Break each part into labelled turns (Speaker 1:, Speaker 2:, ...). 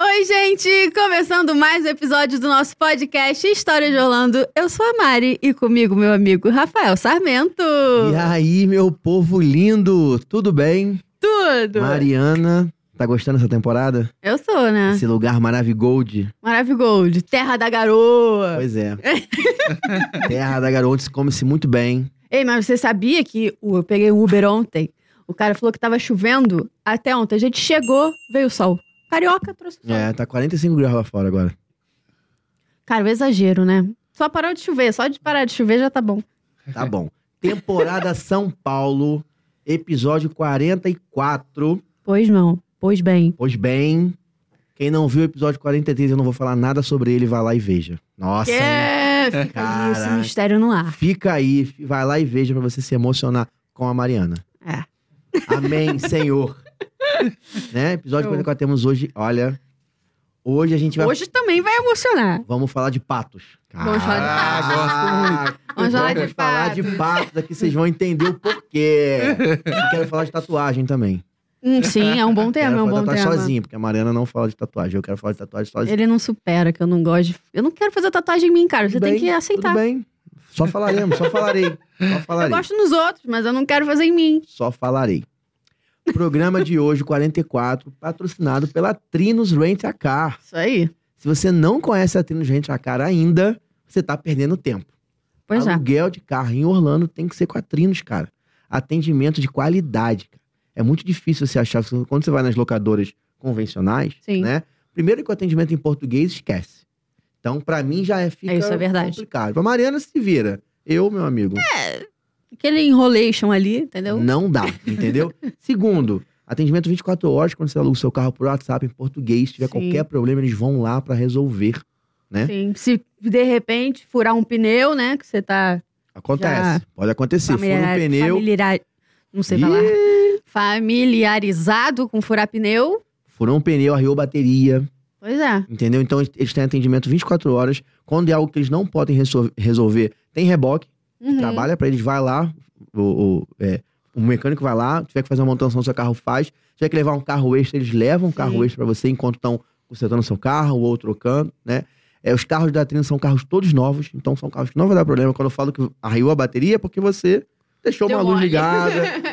Speaker 1: Oi, gente! Começando mais um episódio do nosso podcast História de Orlando. Eu sou a Mari e comigo meu amigo Rafael Sarmento.
Speaker 2: E aí, meu povo lindo, tudo bem?
Speaker 1: Tudo!
Speaker 2: Mariana, tá gostando dessa temporada?
Speaker 1: Eu sou, né?
Speaker 2: Esse lugar maravigold.
Speaker 1: Maravigold, terra da garoa.
Speaker 2: Pois é. Terra da Garoa, onde se come-se muito bem.
Speaker 1: Ei, mas você sabia que uh, eu peguei um Uber ontem? O cara falou que tava chovendo até ontem. A gente chegou, veio o sol. Carioca trouxe o sol.
Speaker 2: É, tá 45 graus lá fora agora.
Speaker 1: Cara, o exagero, né? Só parou de chover, só de parar de chover já tá bom.
Speaker 2: Tá bom. Temporada São Paulo, episódio 44.
Speaker 1: Pois não, pois bem.
Speaker 2: Pois bem, quem não viu o episódio 43, eu não vou falar nada sobre ele, vai lá e veja. Nossa, hein?
Speaker 1: É, fica aí esse
Speaker 2: Tá Caraca.
Speaker 1: mistério no ar.
Speaker 2: Fica aí, vai lá e veja pra você se emocionar com a Mariana.
Speaker 1: É.
Speaker 2: Amém, Senhor. né? Episódio
Speaker 1: Show.
Speaker 2: 44 temos hoje, olha. Hoje a gente vai.
Speaker 1: Hoje também vai emocionar.
Speaker 2: Vamos falar de patos.
Speaker 1: Vamos falar de patos.
Speaker 2: Caraca,
Speaker 1: Vamos falar de
Speaker 2: Vamos falar de patos aqui, vocês vão entender o porquê. E quero falar de tatuagem também.
Speaker 1: Hum, sim, é um bom tema,
Speaker 2: quero
Speaker 1: é um bom
Speaker 2: falar de
Speaker 1: tema.
Speaker 2: tatuagem sozinho, porque a Mariana não fala de tatuagem. Eu quero falar de tatuagem sozinho.
Speaker 1: Ele não supera, que eu não gosto. de- Eu não quero fazer tatuagem em mim, cara. Você
Speaker 2: Tudo
Speaker 1: tem
Speaker 2: bem,
Speaker 1: que aceitar.
Speaker 2: Tudo bem. Só falaremos, só falarei. Só
Speaker 1: Eu
Speaker 2: falarei.
Speaker 1: gosto nos outros, mas eu não quero fazer em mim.
Speaker 2: Só falarei. Programa de hoje, 44, patrocinado pela Trinos Rent a Car.
Speaker 1: Isso aí.
Speaker 2: Se você não conhece a Trinos Rent a Car ainda, você tá perdendo tempo.
Speaker 1: Pois é.
Speaker 2: Aluguel de carro em Orlando tem que ser com a Trinos, cara. Atendimento de qualidade, cara. É muito difícil você achar. Quando você vai nas locadoras convencionais,
Speaker 1: Sim.
Speaker 2: né? Primeiro que o atendimento em português esquece. Então, pra mim, já é, fica
Speaker 1: É, isso é verdade.
Speaker 2: complicado. Pra Mariana se vira. Eu, meu amigo,
Speaker 1: Aquele enrolation ali, entendeu?
Speaker 2: não dá, entendeu? Segundo, atendimento 24 horas quando você aluga o seu carro por WhatsApp em português. Se tiver
Speaker 1: Sim.
Speaker 2: qualquer problema, eles vão lá pra resolver. né?
Speaker 1: Sim. Se de repente furar um pneu, né? Que você tá
Speaker 2: Acontece. Pode acontecer. Fura um
Speaker 1: familiar-
Speaker 2: pneu.
Speaker 1: familiar- Não sei
Speaker 2: Ih,
Speaker 1: falar. Familiarizado com furar pneu.
Speaker 2: Furou um pneu, arriou bateria.
Speaker 1: Pois é.
Speaker 2: Entendeu? Então eles têm atendimento 24 horas. Quando é algo que eles não podem resol- resolver, tem reboque.
Speaker 1: Uhum.
Speaker 2: Trabalha pra eles, vai lá. O, o, é, o mecânico vai lá. Tiver que fazer uma manutenção do seu carro, faz. Tiver que levar um carro extra, eles levam um carro
Speaker 1: Sim.
Speaker 2: extra pra você enquanto estão consertando seu carro ou trocando, né? É, os carros da Trino são carros todos novos, então são carros que não vai dar problema. Quando eu falo que arriou a bateria, é porque você deixou
Speaker 1: Deu
Speaker 2: uma luz
Speaker 1: mole. É.
Speaker 2: ligada,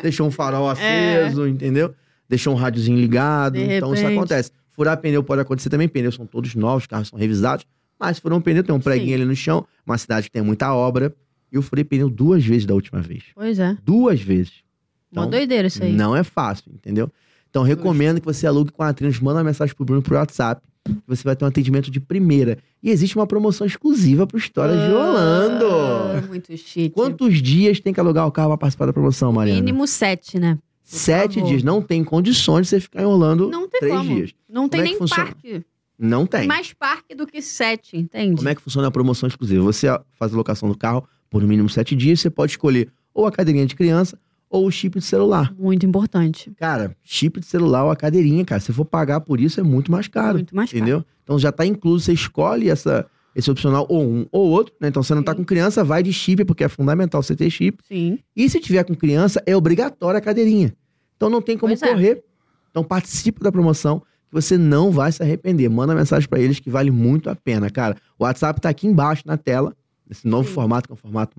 Speaker 2: deixou um farol aceso, entendeu? Deixou um rádiozinho ligado.
Speaker 1: De
Speaker 2: então isso
Speaker 1: repente.
Speaker 2: acontece. Furar pneu pode acontecer também, pneus são todos novos, carros são revisados. Mas se furar um pneu, tem um preguinho
Speaker 1: Sim.
Speaker 2: ali no chão, uma cidade que tem muita obra. Eu furei pneu duas vezes da última vez.
Speaker 1: Pois é.
Speaker 2: Duas vezes.
Speaker 1: Uma
Speaker 2: Então,
Speaker 1: doideira isso aí.
Speaker 2: Não é fácil, entendeu? Então, recomendo que você alugue com a Atrinos, manda uma mensagem pro Bruno pro WhatsApp, que você vai ter um atendimento de primeira. E existe uma promoção exclusiva pro História de Orlando.
Speaker 1: Ah, Muito chique.
Speaker 2: Quantos dias tem que alugar o carro pra participar da promoção, Mariana?
Speaker 1: Mínimo sete, né?
Speaker 2: Sete
Speaker 1: favor.
Speaker 2: dias. Não tem condições de você ficar em Orlando
Speaker 1: Não tem
Speaker 2: três
Speaker 1: como.
Speaker 2: dias.
Speaker 1: Não tem
Speaker 2: é que
Speaker 1: nem
Speaker 2: funciona?
Speaker 1: parque.
Speaker 2: Não tem.
Speaker 1: Mais parque do que sete, entende?
Speaker 2: Como é que funciona a promoção exclusiva? Você ó, faz a locação do carro por no mínimo sete dias, você pode escolher ou a cadeirinha de criança ou o chip de celular.
Speaker 1: Muito importante.
Speaker 2: Cara, chip de celular ou a cadeirinha, cara, se for pagar por isso é muito mais caro.
Speaker 1: Muito mais caro.
Speaker 2: entendeu? Então já tá incluso, você escolhe essa, esse opcional ou um ou outro, né? Então você não tá
Speaker 1: Sim.
Speaker 2: com criança, vai de chip, porque é fundamental você ter chip.
Speaker 1: Sim.
Speaker 2: E se tiver com criança, é obrigatória a cadeirinha. Então não tem como
Speaker 1: Pois é.
Speaker 2: correr. Então participa da promoção que você não vai se arrepender. Manda mensagem pra eles que vale muito a pena, cara. O WhatsApp tá aqui embaixo na tela. Esse novo
Speaker 1: Sim.
Speaker 2: formato, que é um formato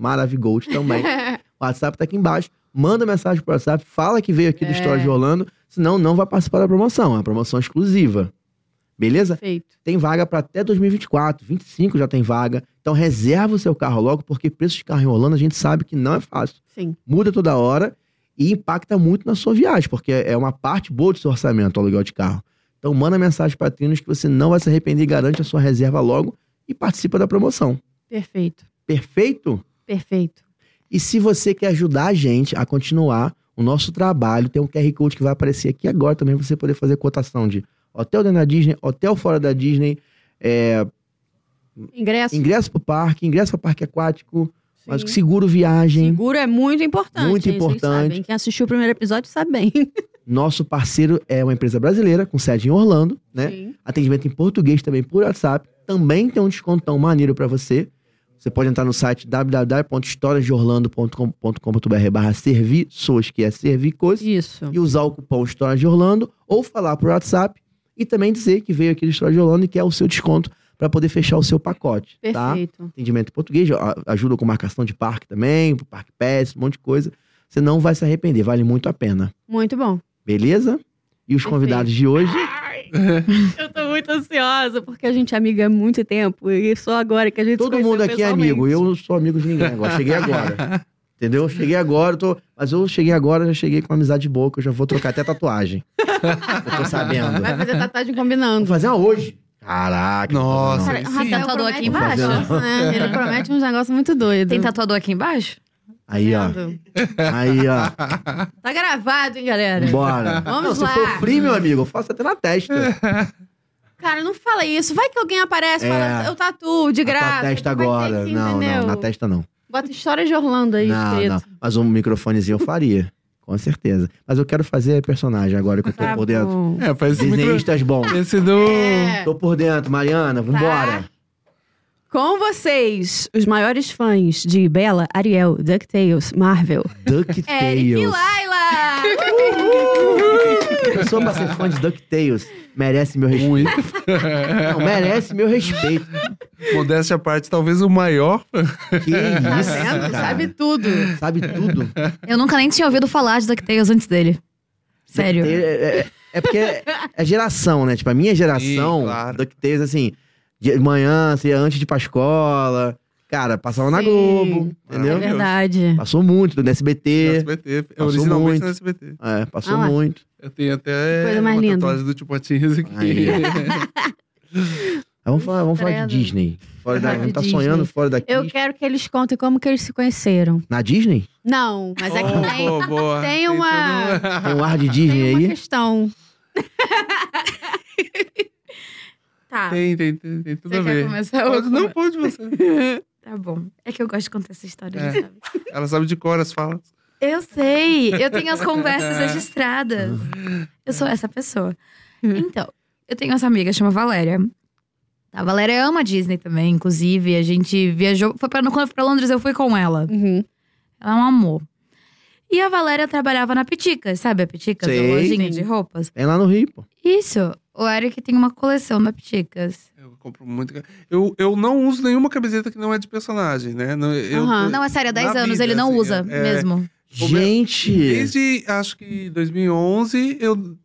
Speaker 2: maravigold também. o WhatsApp tá aqui embaixo. Manda mensagem pro WhatsApp, fala que veio aqui do
Speaker 1: É.
Speaker 2: História de Orlando, senão não vai participar da promoção. É uma promoção exclusiva. Beleza?
Speaker 1: Perfeito.
Speaker 2: Tem vaga pra até 2024, 25 já tem vaga. Então reserva o seu carro logo, porque preço de carro em Orlando a gente sabe que não é fácil
Speaker 1: Sim.
Speaker 2: muda toda hora e impacta muito na sua viagem, porque é uma parte boa do seu orçamento o aluguel de carro. Então manda mensagem para Trinos que você não vai se arrepender e garante a sua reserva logo e participa da promoção.
Speaker 1: Perfeito.
Speaker 2: Perfeito?
Speaker 1: Perfeito.
Speaker 2: E se você quer ajudar a gente a continuar o nosso trabalho, tem um QR Code que vai aparecer aqui agora também para você poder fazer cotação de hotel dentro da Disney, hotel fora da Disney, é,
Speaker 1: Ingresso.
Speaker 2: ingresso pro parque, ingresso para parque aquático, mas
Speaker 1: Sim.
Speaker 2: seguro viagem.
Speaker 1: Seguro é muito importante.
Speaker 2: Muito
Speaker 1: hein? Vocês
Speaker 2: importante.
Speaker 1: sabem. Quem assistiu o primeiro episódio sabe bem.
Speaker 2: Nosso parceiro é uma empresa brasileira com sede em Orlando, né?
Speaker 1: Sim.
Speaker 2: Atendimento em português também por WhatsApp. Também tem um descontão maneiro para você. Você pode entrar no site www.historiasdeorlando.com.br barra serviços, que é servicos,
Speaker 1: Isso.
Speaker 2: e usar o cupom Histórias de Orlando ou falar por WhatsApp e também dizer que veio aqui do História de Orlando e quer o seu desconto para poder fechar o seu pacote, tá?
Speaker 1: Perfeito.
Speaker 2: atendimento em português, a- ajuda com marcação de parque também, parque pass, um monte de coisa. Você não vai se arrepender, vale muito a pena.
Speaker 1: Muito bom.
Speaker 2: Beleza? E os
Speaker 1: Perfeito. Ah,
Speaker 2: convidados de hoje,
Speaker 1: Eu tô muito ansiosa, porque a gente é amiga há muito tempo. E só agora que a gente se
Speaker 2: todo
Speaker 1: conheceu
Speaker 2: mundo aqui é
Speaker 1: pessoalmente.
Speaker 2: amigo. Eu não sou amigo de ninguém agora, cheguei agora. Entendeu? Cheguei agora, eu tô... mas eu cheguei agora, já cheguei com uma amizade boa, que eu já vou trocar até tatuagem. eu tô sabendo.
Speaker 1: Vai fazer tatuagem
Speaker 2: Vamos
Speaker 1: combinando.
Speaker 2: fazer uma hoje. Caraca.
Speaker 3: Nossa.
Speaker 2: não.
Speaker 3: Sim.
Speaker 4: tatuador aqui
Speaker 1: promete
Speaker 2: embaixo?
Speaker 1: uns negócios, né? Ele promete uns negócios muito doidos.
Speaker 4: Tem tatuador aqui embaixo?
Speaker 2: Aí, ó. Aí, ó.
Speaker 1: Tá gravado, hein, galera?
Speaker 2: Bora.
Speaker 1: Vamos
Speaker 2: não,
Speaker 1: lá.
Speaker 2: Se for free, meu amigo, eu faço até na testa.
Speaker 1: Cara, não fala isso. Vai que alguém aparece e
Speaker 2: É.
Speaker 1: fala, eu tatuo de graça.
Speaker 2: Na testa
Speaker 1: Vai ter
Speaker 2: agora.
Speaker 1: que, tá
Speaker 2: não,
Speaker 1: entendeu?
Speaker 2: não, na testa não.
Speaker 1: Bota história de Orlando aí,
Speaker 2: não,
Speaker 1: escrito.
Speaker 2: não. Mas um microfonezinho eu faria. Com certeza. Mas eu quero fazer personagem agora que eu tô
Speaker 1: Tá
Speaker 2: por dentro.
Speaker 1: bom.
Speaker 3: É, faz esse micro...
Speaker 2: Disneyistas bom.
Speaker 3: Esse do...
Speaker 1: É. Tá.
Speaker 2: Tô por dentro, Mariana. Vambora.
Speaker 1: Com vocês, os maiores fãs de Bela, Ariel, DuckTales, Marvel. Eric e
Speaker 2: DuckTales.
Speaker 1: Laila!
Speaker 2: Pessoa pra ser fã de DuckTales merece meu respeito.
Speaker 3: Muito.
Speaker 2: Não, merece meu respeito.
Speaker 3: Modéstia à parte, talvez o maior.
Speaker 2: Que isso,
Speaker 1: tá vendo?
Speaker 2: cara.
Speaker 1: Sabe tudo.
Speaker 2: Sabe tudo.
Speaker 4: Eu nunca nem tinha ouvido falar de DuckTales antes dele. Sério.
Speaker 2: DuckTales É, é- é porque é, é geração, né? Tipo, a minha geração,
Speaker 3: Sim, claro.
Speaker 2: DuckTales, assim, de manhã, assim, antes de ir pra escola. Cara, passava na
Speaker 1: Sim.
Speaker 2: Globo, entendeu?
Speaker 1: É verdade.
Speaker 2: Passou muito do SBT.
Speaker 3: SBT. É
Speaker 2: Passou
Speaker 3: originalmente
Speaker 2: muito.
Speaker 3: no SBT.
Speaker 2: É, passou
Speaker 1: Ah lá.
Speaker 2: muito.
Speaker 3: Eu tenho até
Speaker 1: Coisa mais
Speaker 3: uma
Speaker 1: linda.
Speaker 3: tatuagem do Tio Patinhas aqui.
Speaker 2: Aí, Mas vamos falar, vamos falar de
Speaker 1: Credo.
Speaker 2: Disney. Fora da, a
Speaker 1: Falar
Speaker 2: gente
Speaker 1: de
Speaker 2: tá
Speaker 1: Disney.
Speaker 2: sonhando fora daqui.
Speaker 1: Eu quero que eles contem como que eles se conheceram.
Speaker 2: Na Disney?
Speaker 1: Não, mas é
Speaker 3: Oh,
Speaker 1: que tem,
Speaker 3: boa, boa.
Speaker 1: tem uma-
Speaker 3: todo um-
Speaker 2: Tem um ar de
Speaker 1: tem
Speaker 2: Disney
Speaker 1: uma
Speaker 2: aí?
Speaker 1: questão. tá.
Speaker 3: Tem, tem, tem, tem tudo
Speaker 4: Você
Speaker 3: a
Speaker 4: quer
Speaker 3: ver.
Speaker 4: começar ou
Speaker 3: Pode- não
Speaker 4: come-
Speaker 3: pode você.
Speaker 4: Tá bom. É que eu gosto de contar essa história,
Speaker 3: É.
Speaker 4: sabe?
Speaker 3: Ela sabe de cor as falas.
Speaker 4: Eu sei. Eu tenho as conversas
Speaker 3: É.
Speaker 4: registradas. Eu sou essa pessoa. Então, eu tenho essa amiga, chama Valéria. A Valéria ama a Disney também, inclusive. A gente viajou. Foi pra, quando eu fui pra Londres, eu fui com ela.
Speaker 1: Uhum.
Speaker 4: Ela é um amor. E a Valéria trabalhava na Peticas, sabe a Peticas? A
Speaker 2: Sei.
Speaker 4: lojinha de roupas.
Speaker 2: Tem lá no Rio, pô.
Speaker 4: Isso. O Eric tem uma coleção da Peticas.
Speaker 3: Eu compro muito. ca- Eu, eu não uso nenhuma camiseta que não é de personagem, né? Não, eu-
Speaker 1: Aham.
Speaker 4: Não, é sério, há 10
Speaker 3: Na
Speaker 4: anos
Speaker 3: vida,
Speaker 4: ele não
Speaker 3: assim,
Speaker 4: usa
Speaker 3: é-
Speaker 4: mesmo.
Speaker 3: O meu-
Speaker 2: Gente!
Speaker 3: Desde, acho que 2011, eu,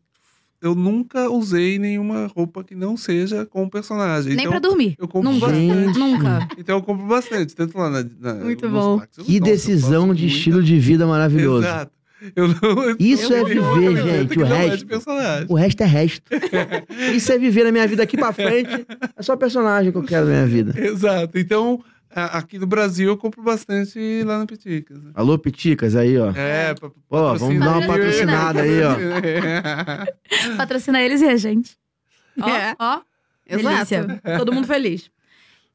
Speaker 3: eu nunca usei nenhuma roupa que não seja com personagem.
Speaker 4: Nem
Speaker 3: então,
Speaker 4: pra dormir.
Speaker 3: eu compro
Speaker 4: Nunca.
Speaker 3: bastante.
Speaker 4: Nunca.
Speaker 3: Então eu compro bastante, tanto lá na. na
Speaker 1: Muito
Speaker 3: nos
Speaker 1: bom.
Speaker 3: parques. Eu-
Speaker 2: Que
Speaker 3: nossa, eu
Speaker 2: decisão
Speaker 3: faço
Speaker 2: de
Speaker 3: muita-
Speaker 2: estilo de vida maravilhoso.
Speaker 3: Exato. Eu não, eu
Speaker 2: Isso
Speaker 3: não
Speaker 2: é
Speaker 3: uso nenhuma
Speaker 2: viver,
Speaker 3: camiseta
Speaker 2: gente,
Speaker 3: que
Speaker 2: o
Speaker 3: não é de
Speaker 2: resto-
Speaker 3: personagem.
Speaker 2: O resto é resto. Isso é viver a minha vida aqui pra frente. É só personagem que eu quero na minha vida.
Speaker 3: Exato. Então, a- aqui no Brasil, eu compro bastante lá na Peticas. né?
Speaker 2: Alô, Piticas, aí, ó.
Speaker 3: É, pa-
Speaker 2: Ó, vamos dar
Speaker 4: Patrocina.
Speaker 2: uma patrocinada aí, ó.
Speaker 3: É.
Speaker 4: Patrocina eles e a gente. Ó,
Speaker 1: É.
Speaker 4: ó.
Speaker 1: Exato.
Speaker 4: delícia. Todo mundo feliz.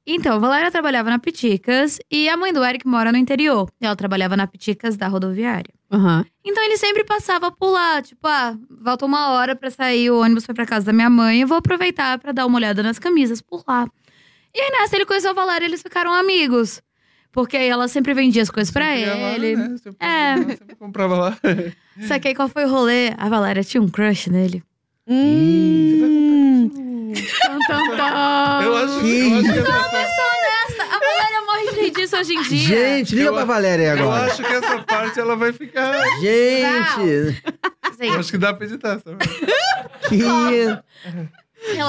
Speaker 4: Então, a Valéria trabalhava na Peticas e a mãe do Eric mora no interior. Ela trabalhava na Peticas da rodoviária.
Speaker 1: Aham.
Speaker 4: Então ele sempre passava por lá, tipo, ah, falta uma hora pra sair, o ônibus foi pra casa da minha mãe, eu vou aproveitar pra dar uma olhada nas camisas por lá. E aí nessa ele conheceu a Valéria e eles ficaram amigos. Porque aí ela sempre vendia as coisas pra ele.
Speaker 3: Lá, né? Sempre
Speaker 4: É.
Speaker 3: ia lá, sempre comprava lá.
Speaker 4: Só que aí qual foi o rolê? A Valéria tinha um crush nele.
Speaker 1: Hum. Tum, tum, tum.
Speaker 3: Eu acho
Speaker 2: Que
Speaker 3: eu acho que essa-
Speaker 4: A Valéria morre de rir disso hoje em dia.
Speaker 2: Gente, liga
Speaker 3: Eu-
Speaker 2: pra Valéria aí
Speaker 3: eu
Speaker 2: agora.
Speaker 3: acho que essa parte ela vai ficar.
Speaker 2: Gente,
Speaker 4: Assim,
Speaker 3: Eu acho que dá pra editar, sabe?
Speaker 2: que.
Speaker 4: relaxa,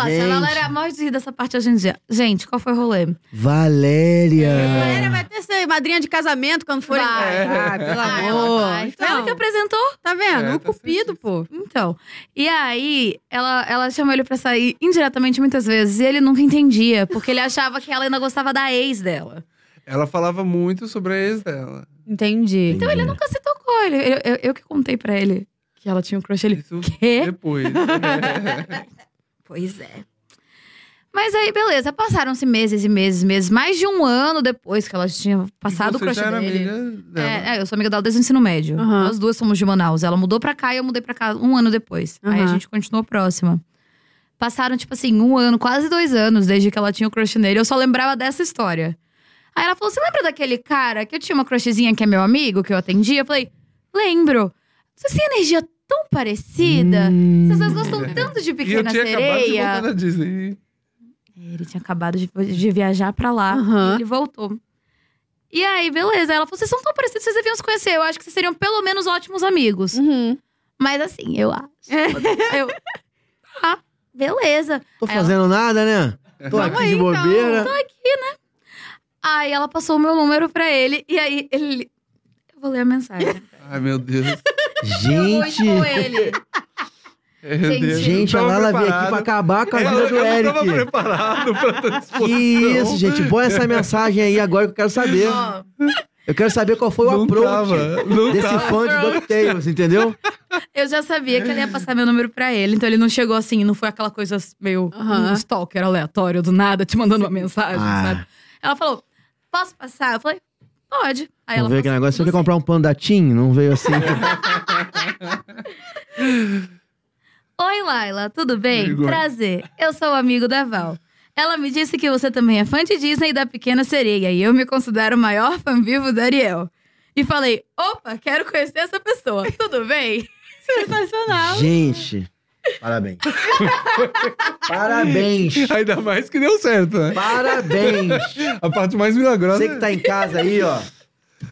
Speaker 2: Gente.
Speaker 4: a Valéria morre de rir dessa parte hoje em dia. Gente, qual foi o rolê?
Speaker 1: Galera,
Speaker 2: Valéria!
Speaker 1: vai ter ser madrinha de casamento quando forem.
Speaker 4: Vai.
Speaker 1: Ah, pelo
Speaker 4: Ai,
Speaker 1: amor. Então,
Speaker 4: ela vai. Foi
Speaker 3: Então.
Speaker 4: ela que apresentou.
Speaker 1: Tá vendo?
Speaker 3: É,
Speaker 1: o
Speaker 3: tá
Speaker 1: cupido, pô.
Speaker 4: Então, e aí ela, ela chamou ele pra sair indiretamente muitas vezes e ele nunca entendia, porque ele achava que ela ainda gostava da ex dela.
Speaker 3: Ela falava muito sobre a ex dela.
Speaker 1: Entendi.
Speaker 2: Então ele
Speaker 4: Nunca se tocou, ele, eu, eu- eu que contei pra ele que ela tinha um crush, ele,
Speaker 3: Isso
Speaker 4: quê?
Speaker 3: depois.
Speaker 4: Pois é. Mas aí, beleza, passaram-se meses e meses, meses, mais de um ano depois que elas tinham passado o
Speaker 3: você
Speaker 4: crush
Speaker 3: já era
Speaker 4: dele.
Speaker 3: amiga né? dela.
Speaker 4: É, é, eu sou amiga dela desde o ensino médio.
Speaker 1: Aham.
Speaker 4: Nós duas somos de Manaus. Ela mudou pra cá e eu mudei pra cá um ano depois. Aí a
Speaker 1: Aham.
Speaker 4: gente continuou próxima. Passaram, tipo assim, um ano, quase dois anos desde que ela tinha o crush nele. Eu só lembrava dessa história. Aí ela falou: Você lembra daquele cara que eu tinha uma crushzinha que é meu amigo, que eu atendia? Eu falei: Lembro. Vocês têm energia tão parecida.
Speaker 2: Hum,
Speaker 4: Vocês dois gostam tanto de
Speaker 3: Hum. E eu
Speaker 4: Pequena
Speaker 3: tinha acabado de
Speaker 4: Sereia.
Speaker 3: voltar da Disney.
Speaker 4: Ele tinha acabado de, de viajar pra lá.
Speaker 1: Aham.
Speaker 4: E ele voltou. E aí, beleza. Ela falou: vocês são tão parecidos, vocês deviam se conhecer. Eu acho que vocês seriam pelo menos ótimos amigos.
Speaker 1: Uhum.
Speaker 4: Mas assim, eu acho.
Speaker 1: É.
Speaker 4: eu. Ah, beleza.
Speaker 2: Tô
Speaker 4: Aí ela-
Speaker 2: fazendo nada, né?
Speaker 3: É.
Speaker 2: Tô aqui de
Speaker 1: aí, então.
Speaker 2: bobeira.
Speaker 4: Aí ela passou o meu número pra ele. E aí ele. Eu vou ler a mensagem.
Speaker 3: Ai, meu Deus.
Speaker 4: Eu
Speaker 2: Gente,
Speaker 1: é
Speaker 4: vou ele.
Speaker 3: É, Meu
Speaker 4: Gente,
Speaker 3: Deus.
Speaker 2: gente, a
Speaker 3: Não tava
Speaker 2: Lala veio aqui
Speaker 3: preparado.
Speaker 2: pra acabar com a
Speaker 3: Eu-
Speaker 2: vida do
Speaker 3: eu não tava
Speaker 2: Eric.
Speaker 3: preparado pra tua
Speaker 2: Que
Speaker 3: disposição.
Speaker 2: isso, gente. Boa essa mensagem aí agora que eu quero saber.
Speaker 4: Ó,
Speaker 2: Eu quero saber qual foi o
Speaker 3: Não
Speaker 2: approach
Speaker 3: tava. Não
Speaker 2: desse
Speaker 3: tava.
Speaker 2: fã de DuckTales, entendeu?
Speaker 4: eu já sabia que ele ia passar meu número pra ele. Então ele não chegou assim, não foi aquela coisa meio
Speaker 1: Aham.
Speaker 4: um stalker aleatório do nada, te mandando uma mensagem, sabe?
Speaker 2: Ah,
Speaker 4: Ela falou, posso passar? Eu falei, pode. Aí ela assim,
Speaker 2: vamos ver que
Speaker 4: passou,
Speaker 2: negócio. Você
Speaker 4: tudo
Speaker 2: quer comprar um pano da TIM? Não veio assim.
Speaker 4: certo. Oi, Laila, tudo bem?
Speaker 3: Vergonha.
Speaker 4: Prazer, eu sou o amigo da Val. Ela me disse que você também é fã de Disney e da Pequena Sereia. E eu me considero o maior fã vivo da Ariel. E falei, opa, quero conhecer essa pessoa. Tudo bem? Um Sensacional.
Speaker 2: Gente, parabéns. parabéns.
Speaker 3: Ainda mais que deu certo, né?
Speaker 2: Parabéns.
Speaker 3: A parte mais milagrosa.
Speaker 2: Você que tá em casa aí, ó.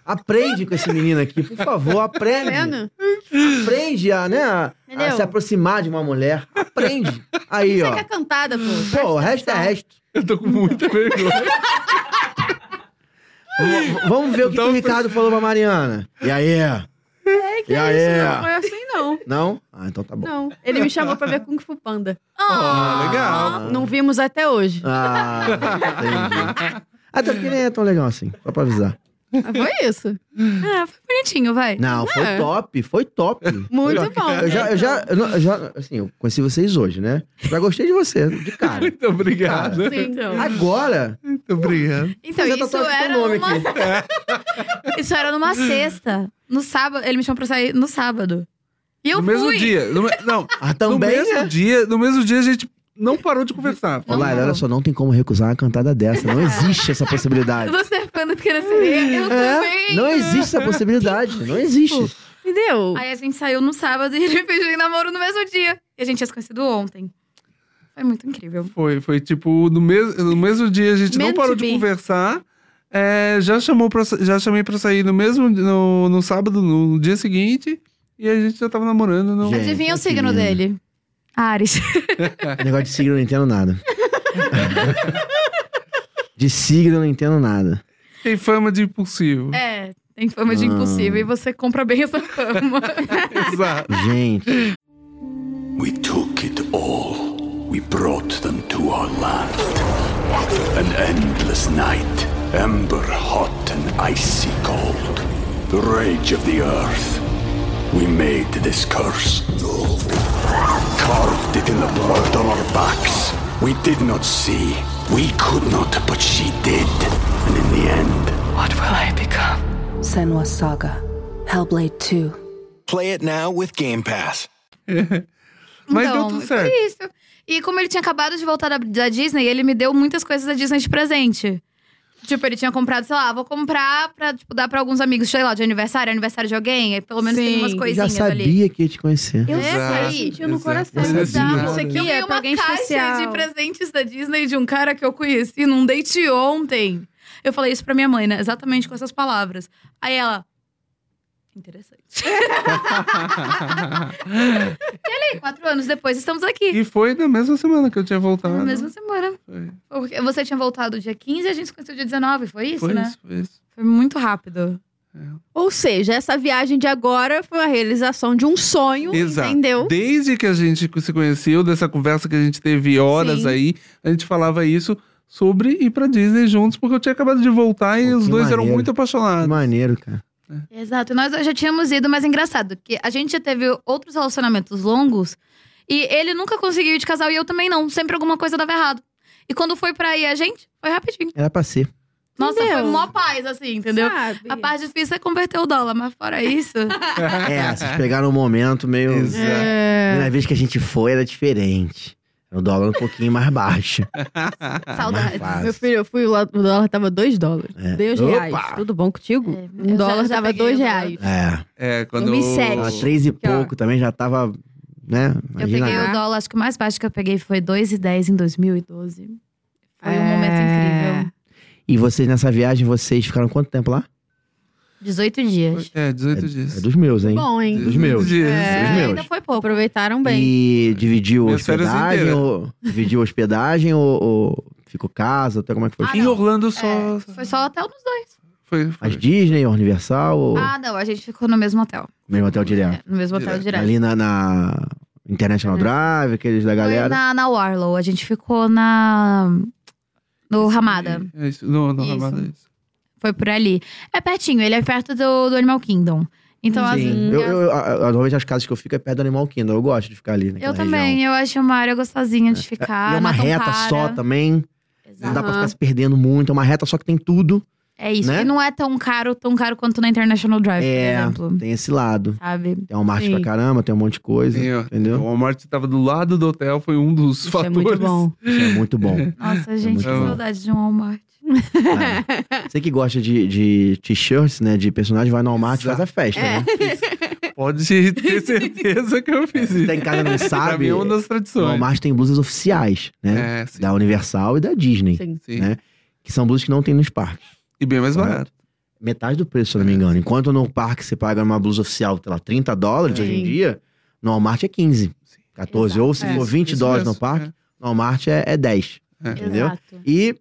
Speaker 2: Aprende com esse menino aqui, por favor,
Speaker 1: Tá
Speaker 2: aprende.
Speaker 1: vendo?
Speaker 2: Aprende a, né, a- a,
Speaker 1: Entendeu?
Speaker 2: se aproximar de uma mulher. Aprende. Aí,
Speaker 1: Isso
Speaker 2: ó.
Speaker 1: aqui é cantada, pô.
Speaker 2: Pô, o resto é resto.
Speaker 3: Eu tô com muita vergonha.
Speaker 2: V- v- Vamos ver o que, que o
Speaker 3: Então-
Speaker 2: Ricardo falou pra Mariana. E aí?
Speaker 1: É
Speaker 2: e
Speaker 3: Ah,
Speaker 2: aí?
Speaker 3: é.
Speaker 1: Não foi assim, não.
Speaker 2: Não? Ah, então tá bom.
Speaker 1: Não. Ele me chamou pra ver Kung Fu Panda.
Speaker 3: Ah, legal.
Speaker 1: Não vimos até hoje.
Speaker 2: Ah, entendi. Até porque nem é tão legal assim, só pra avisar.
Speaker 1: Mas foi isso.
Speaker 4: Ah, foi bonitinho, vai.
Speaker 2: Não, foi
Speaker 1: É.
Speaker 2: top, foi top.
Speaker 1: Muito
Speaker 2: Foi top.
Speaker 1: bom.
Speaker 2: Eu já, eu, já, eu não- eu já, assim, eu conheci vocês hoje, né? Já gostei de você, de cara.
Speaker 3: Muito obrigado.
Speaker 1: Sim, então.
Speaker 2: Agora,
Speaker 3: Muito obrigado.
Speaker 4: Então,
Speaker 2: fazer
Speaker 4: isso
Speaker 2: tatuagem com
Speaker 4: era
Speaker 2: teu nome
Speaker 4: uma
Speaker 2: aqui.
Speaker 1: Ah,
Speaker 4: Isso era numa sexta. No sábado, ele me chamou pra sair no sábado. E eu
Speaker 3: no mesmo
Speaker 4: fui.
Speaker 3: dia. no me- não,
Speaker 2: Ah,
Speaker 3: no
Speaker 2: também,
Speaker 3: mesmo
Speaker 2: né?
Speaker 3: dia, no mesmo dia a gente não parou de conversar.
Speaker 2: Ô, Laila, olha só, não tem como recusar uma cantada dessa. Não existe essa possibilidade.
Speaker 4: Você é fã da Pequena Sereia? Eu
Speaker 2: É,
Speaker 4: também. né?
Speaker 2: não existe essa possibilidade. Não existe.
Speaker 1: Entendeu?
Speaker 4: Aí a gente saiu no sábado e ele fez de namoro no mesmo dia. E a gente tinha se conhecido ontem. Foi muito incrível.
Speaker 3: Foi, foi tipo, no, mes no mesmo dia a gente não
Speaker 1: Meant
Speaker 3: parou
Speaker 1: to
Speaker 3: de
Speaker 1: be.
Speaker 3: conversar. é, já, chamou pra, sa- já chamei pra sair no mesmo no, no sábado, no dia seguinte, e a gente já tava namorando. No...
Speaker 2: Gente,
Speaker 4: Adivinha o
Speaker 2: que
Speaker 4: signo
Speaker 2: lindo.
Speaker 4: dele? Ares.
Speaker 2: Negócio de signo eu não entendo nada. De signo eu não entendo nada.
Speaker 3: Tem fama de impulsivo.
Speaker 4: É, tem fama de
Speaker 2: Ah.
Speaker 4: impossível e você compra bem essa fama.
Speaker 3: Exato.
Speaker 2: Gente,
Speaker 5: We took it all. We brought them to our land. An endless night, ember hot and icy cold. The rage of the earth. We made this curse. Carved it in the blood on our backs. We did not see. We could not, but she did. And in the end,
Speaker 6: What will I become? Senwa Saga. Hellblade 2.
Speaker 7: Play it now with Game Pass.
Speaker 3: Mas
Speaker 4: então,
Speaker 3: deu tudo certo.
Speaker 4: Foi isso. E como ele tinha acabado de voltar da, da Disney, ele me deu muitas coisas da Disney de presente. Tipo, ele tinha comprado, sei lá, vou comprar pra tipo, dar pra alguns amigos, sei lá, de aniversário, aniversário de alguém. aí Pelo menos tem
Speaker 1: Sim,
Speaker 4: umas
Speaker 1: já
Speaker 2: eu já
Speaker 4: coisinhas ali.
Speaker 2: sabia que ia te conhecer.
Speaker 1: Eu
Speaker 3: Exato,
Speaker 1: sei. Sentiu no
Speaker 3: exato.
Speaker 1: coração.
Speaker 3: Você
Speaker 1: Exato.
Speaker 3: disse
Speaker 1: Isso
Speaker 3: nada.
Speaker 1: aqui
Speaker 4: Eu ganhei
Speaker 1: é pra
Speaker 4: uma
Speaker 1: alguém
Speaker 4: caixa
Speaker 1: especial.
Speaker 4: de presentes da Disney de um cara que eu conheci num date ontem. Eu falei isso pra minha mãe, né? Exatamente com essas palavras. Aí ela. Interessante. e ali, quatro anos depois, estamos aqui.
Speaker 3: e foi na mesma semana que eu tinha voltado.
Speaker 4: Na mesma semana.
Speaker 3: Foi.
Speaker 4: Porque você tinha voltado dia 15 e a gente se conheceu dia 19, foi isso,
Speaker 3: Foi
Speaker 4: né?
Speaker 3: isso, foi isso.
Speaker 4: Foi muito rápido.
Speaker 1: Ou seja, essa viagem de agora foi a realização de um sonho,
Speaker 3: Exato.
Speaker 1: entendeu?
Speaker 3: Desde que a gente se conheceu, dessa conversa que a gente teve horas
Speaker 1: Sim.
Speaker 3: aí, a gente falava isso sobre ir pra Disney juntos, porque eu tinha acabado de voltar e
Speaker 2: Pô,
Speaker 3: os
Speaker 2: que
Speaker 3: dois eram
Speaker 2: maneiro.
Speaker 3: muito
Speaker 2: Que
Speaker 3: apaixonados.
Speaker 2: maneiro, cara.
Speaker 4: Exato. E nós já tínhamos ido, mas é engraçado que a gente já teve outros relacionamentos longos E ele nunca conseguiu ir de casal e eu também não. Sempre alguma coisa dava errado. E quando foi pra ir a gente, foi rapidinho.
Speaker 2: Era pra ser.
Speaker 4: Nossa,
Speaker 1: Entendeu?
Speaker 4: foi mó paz, assim, entendeu?
Speaker 1: Sabe?
Speaker 4: A parte difícil é converter o dólar, mas fora isso.
Speaker 2: É, vocês pegaram um momento meio.
Speaker 3: Exato.
Speaker 1: é,
Speaker 2: Primeira vez que a gente foi era diferente. Era um dólar um pouquinho mais baixo.
Speaker 4: Saudades.
Speaker 2: é Fácil.
Speaker 1: Meu filho, eu fui lá, o dólar tava 2 dólares.
Speaker 2: É.
Speaker 1: Dei uns
Speaker 2: Opa!
Speaker 1: reais. Tudo bom contigo?
Speaker 4: É, eu
Speaker 1: um
Speaker 4: já-
Speaker 1: dólar
Speaker 4: já
Speaker 1: tava
Speaker 4: peguei
Speaker 1: 2
Speaker 4: o dólar.
Speaker 1: reais.
Speaker 2: É.
Speaker 3: É, quando.
Speaker 1: 2007.
Speaker 2: Era três e
Speaker 1: Aqui, ó.
Speaker 2: pouco também já tava, né?
Speaker 4: Eu
Speaker 2: Imagina
Speaker 4: peguei
Speaker 2: agora.
Speaker 4: o dólar, acho que o mais baixo que eu peguei foi 2,10 em 2012. Foi um momento
Speaker 1: É.
Speaker 4: incrível.
Speaker 2: E vocês nessa viagem, vocês ficaram quanto tempo lá?
Speaker 4: 18 dias.
Speaker 3: É, 18
Speaker 2: É
Speaker 3: dias.
Speaker 2: dos meus, hein?
Speaker 1: Bom, hein?
Speaker 2: Dos meus.
Speaker 3: Dias.
Speaker 1: É.
Speaker 2: Dos meus.
Speaker 4: Ainda foi pouco.
Speaker 1: Aproveitaram bem.
Speaker 2: E dividiu
Speaker 3: Minhas férias
Speaker 2: hospedagem,
Speaker 3: inteiras.
Speaker 2: ou, dividiu hospedagem ou, ou ficou casa, até como é que foi?
Speaker 4: Ah,
Speaker 3: Em
Speaker 4: não.
Speaker 3: Orlando só.
Speaker 4: É, foi só hotel nos dois.
Speaker 3: Foi, foi.
Speaker 2: Mas Disney, ou Universal, ou
Speaker 4: Ah, não, a gente ficou no mesmo hotel.
Speaker 2: mesmo hotel direto?
Speaker 4: É, no mesmo hotel
Speaker 3: Direto.
Speaker 4: direto.
Speaker 2: Ali na, na International Drive, aqueles da
Speaker 4: Foi
Speaker 2: galera.
Speaker 4: na, na Warlow, a gente ficou na. No Ramada.
Speaker 3: É isso. Não, não,
Speaker 4: Isso.
Speaker 3: Ramada. é isso.
Speaker 4: Foi por ali. É pertinho, ele é perto do, do Animal Kingdom. Então, as
Speaker 2: Sim.
Speaker 4: minhas-
Speaker 2: Eu, eu, a- a- normalmente as casas que eu fico é perto do Animal Kingdom. Eu gosto de ficar ali naquela
Speaker 4: Eu também, eu acho uma área gostosinha de ficar.
Speaker 2: região. E é
Speaker 4: não
Speaker 2: uma
Speaker 4: é tão
Speaker 2: reta
Speaker 4: cara.
Speaker 2: só também. Não dá
Speaker 4: Exato.
Speaker 2: pra ficar se perdendo muito. É uma reta só que tem tudo.
Speaker 4: É isso.
Speaker 2: né?
Speaker 4: E não é tão caro, tão caro quanto na International Drive,
Speaker 2: É,
Speaker 4: por exemplo.
Speaker 2: tem esse lado.
Speaker 4: Sabe?
Speaker 2: Tem um marketing
Speaker 1: Sim.
Speaker 2: pra caramba, tem um monte de coisa.
Speaker 3: Sim, ó.
Speaker 2: Entendeu?
Speaker 3: O Walmart tava do lado do hotel, foi um dos
Speaker 1: Isso é
Speaker 3: fatores.
Speaker 1: muito bom.
Speaker 2: Isso é muito bom.
Speaker 4: Nossa, gente, que
Speaker 3: muito bom.
Speaker 4: saudade de um Walmart.
Speaker 2: É. Você que gosta de, de t-shirts, né? De personagem, vai no Walmart e faz a festa, né?
Speaker 3: É. Pode ter certeza que eu fiz
Speaker 2: Se
Speaker 3: isso.
Speaker 2: tá em casa não
Speaker 3: Pra mim
Speaker 2: sabe.
Speaker 3: é uma
Speaker 2: No
Speaker 3: das tradições.
Speaker 2: Walmart tem blusas oficiais, né?
Speaker 3: É, sim.
Speaker 2: Da Universal e da Disney.
Speaker 1: Sim.
Speaker 3: sim.
Speaker 2: né? Que são blusas que não tem nos parques.
Speaker 3: E bem mais barato.
Speaker 2: Metade do preço, se eu
Speaker 3: É,
Speaker 2: não me engano. Enquanto no parque você paga uma blusa oficial, sei lá, 30 dólares hoje
Speaker 1: Sim.
Speaker 2: em dia, no Walmart é 15, 14. Ou se
Speaker 1: Exato.
Speaker 2: for
Speaker 3: Isso,
Speaker 2: 20
Speaker 3: É, isso
Speaker 2: dólares no
Speaker 3: mesmo,
Speaker 2: parque, no Walmart é, é 10.
Speaker 3: É.
Speaker 2: Entendeu?
Speaker 4: Exato.
Speaker 2: E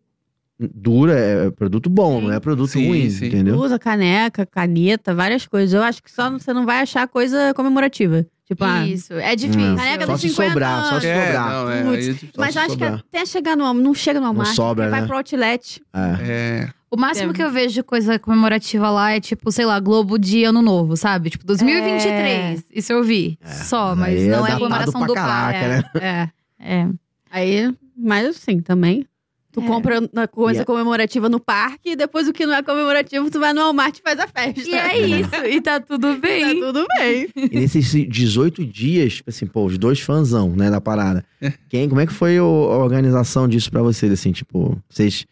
Speaker 2: dura, é produto bom,
Speaker 4: Sim.
Speaker 2: não é produto
Speaker 3: Sim,
Speaker 2: ruim,
Speaker 3: sim.
Speaker 2: entendeu?
Speaker 1: Usa caneca, caneta, várias coisas. Eu acho que só você não vai achar coisa comemorativa. Tipo, ah,
Speaker 4: Isso, é difícil.
Speaker 1: Caneca
Speaker 2: Só
Speaker 1: dos
Speaker 2: se
Speaker 1: 50
Speaker 2: sobrar, só
Speaker 1: anos.
Speaker 2: se sobrar.
Speaker 3: não, é,
Speaker 1: Putz,
Speaker 3: aí é difícil.
Speaker 1: Mas
Speaker 2: se
Speaker 1: eu acho que
Speaker 2: sobrar.
Speaker 1: até chegar no não chega no Walmart.
Speaker 2: sobra,
Speaker 1: vai
Speaker 2: né?
Speaker 1: pro outlet.
Speaker 2: É.
Speaker 3: É,
Speaker 4: O máximo
Speaker 1: É.
Speaker 4: que eu vejo de coisa comemorativa lá é tipo, sei lá, Globo de Ano Novo, sabe? Tipo, 2023. É. Isso eu vi. Só, mas
Speaker 2: Aí é
Speaker 4: não é
Speaker 2: datado
Speaker 4: comemoração
Speaker 2: pra
Speaker 4: do
Speaker 2: caraca,
Speaker 4: par.
Speaker 2: né?
Speaker 1: É.
Speaker 4: É.
Speaker 1: Aí, mas assim, também. Tu
Speaker 4: É.
Speaker 1: compra na coisa
Speaker 2: E é-
Speaker 1: comemorativa no parque, e depois o que não é comemorativo, tu vai no Walmart e faz a festa.
Speaker 4: E é isso. E tá tudo
Speaker 1: Tá
Speaker 4: bem.
Speaker 1: tudo bem.
Speaker 2: E nesses 18 dias, tipo assim, pô, os dois fãzão, né, da parada. Quem, como é que foi o- a organização disso pra vocês, assim, tipo, vocês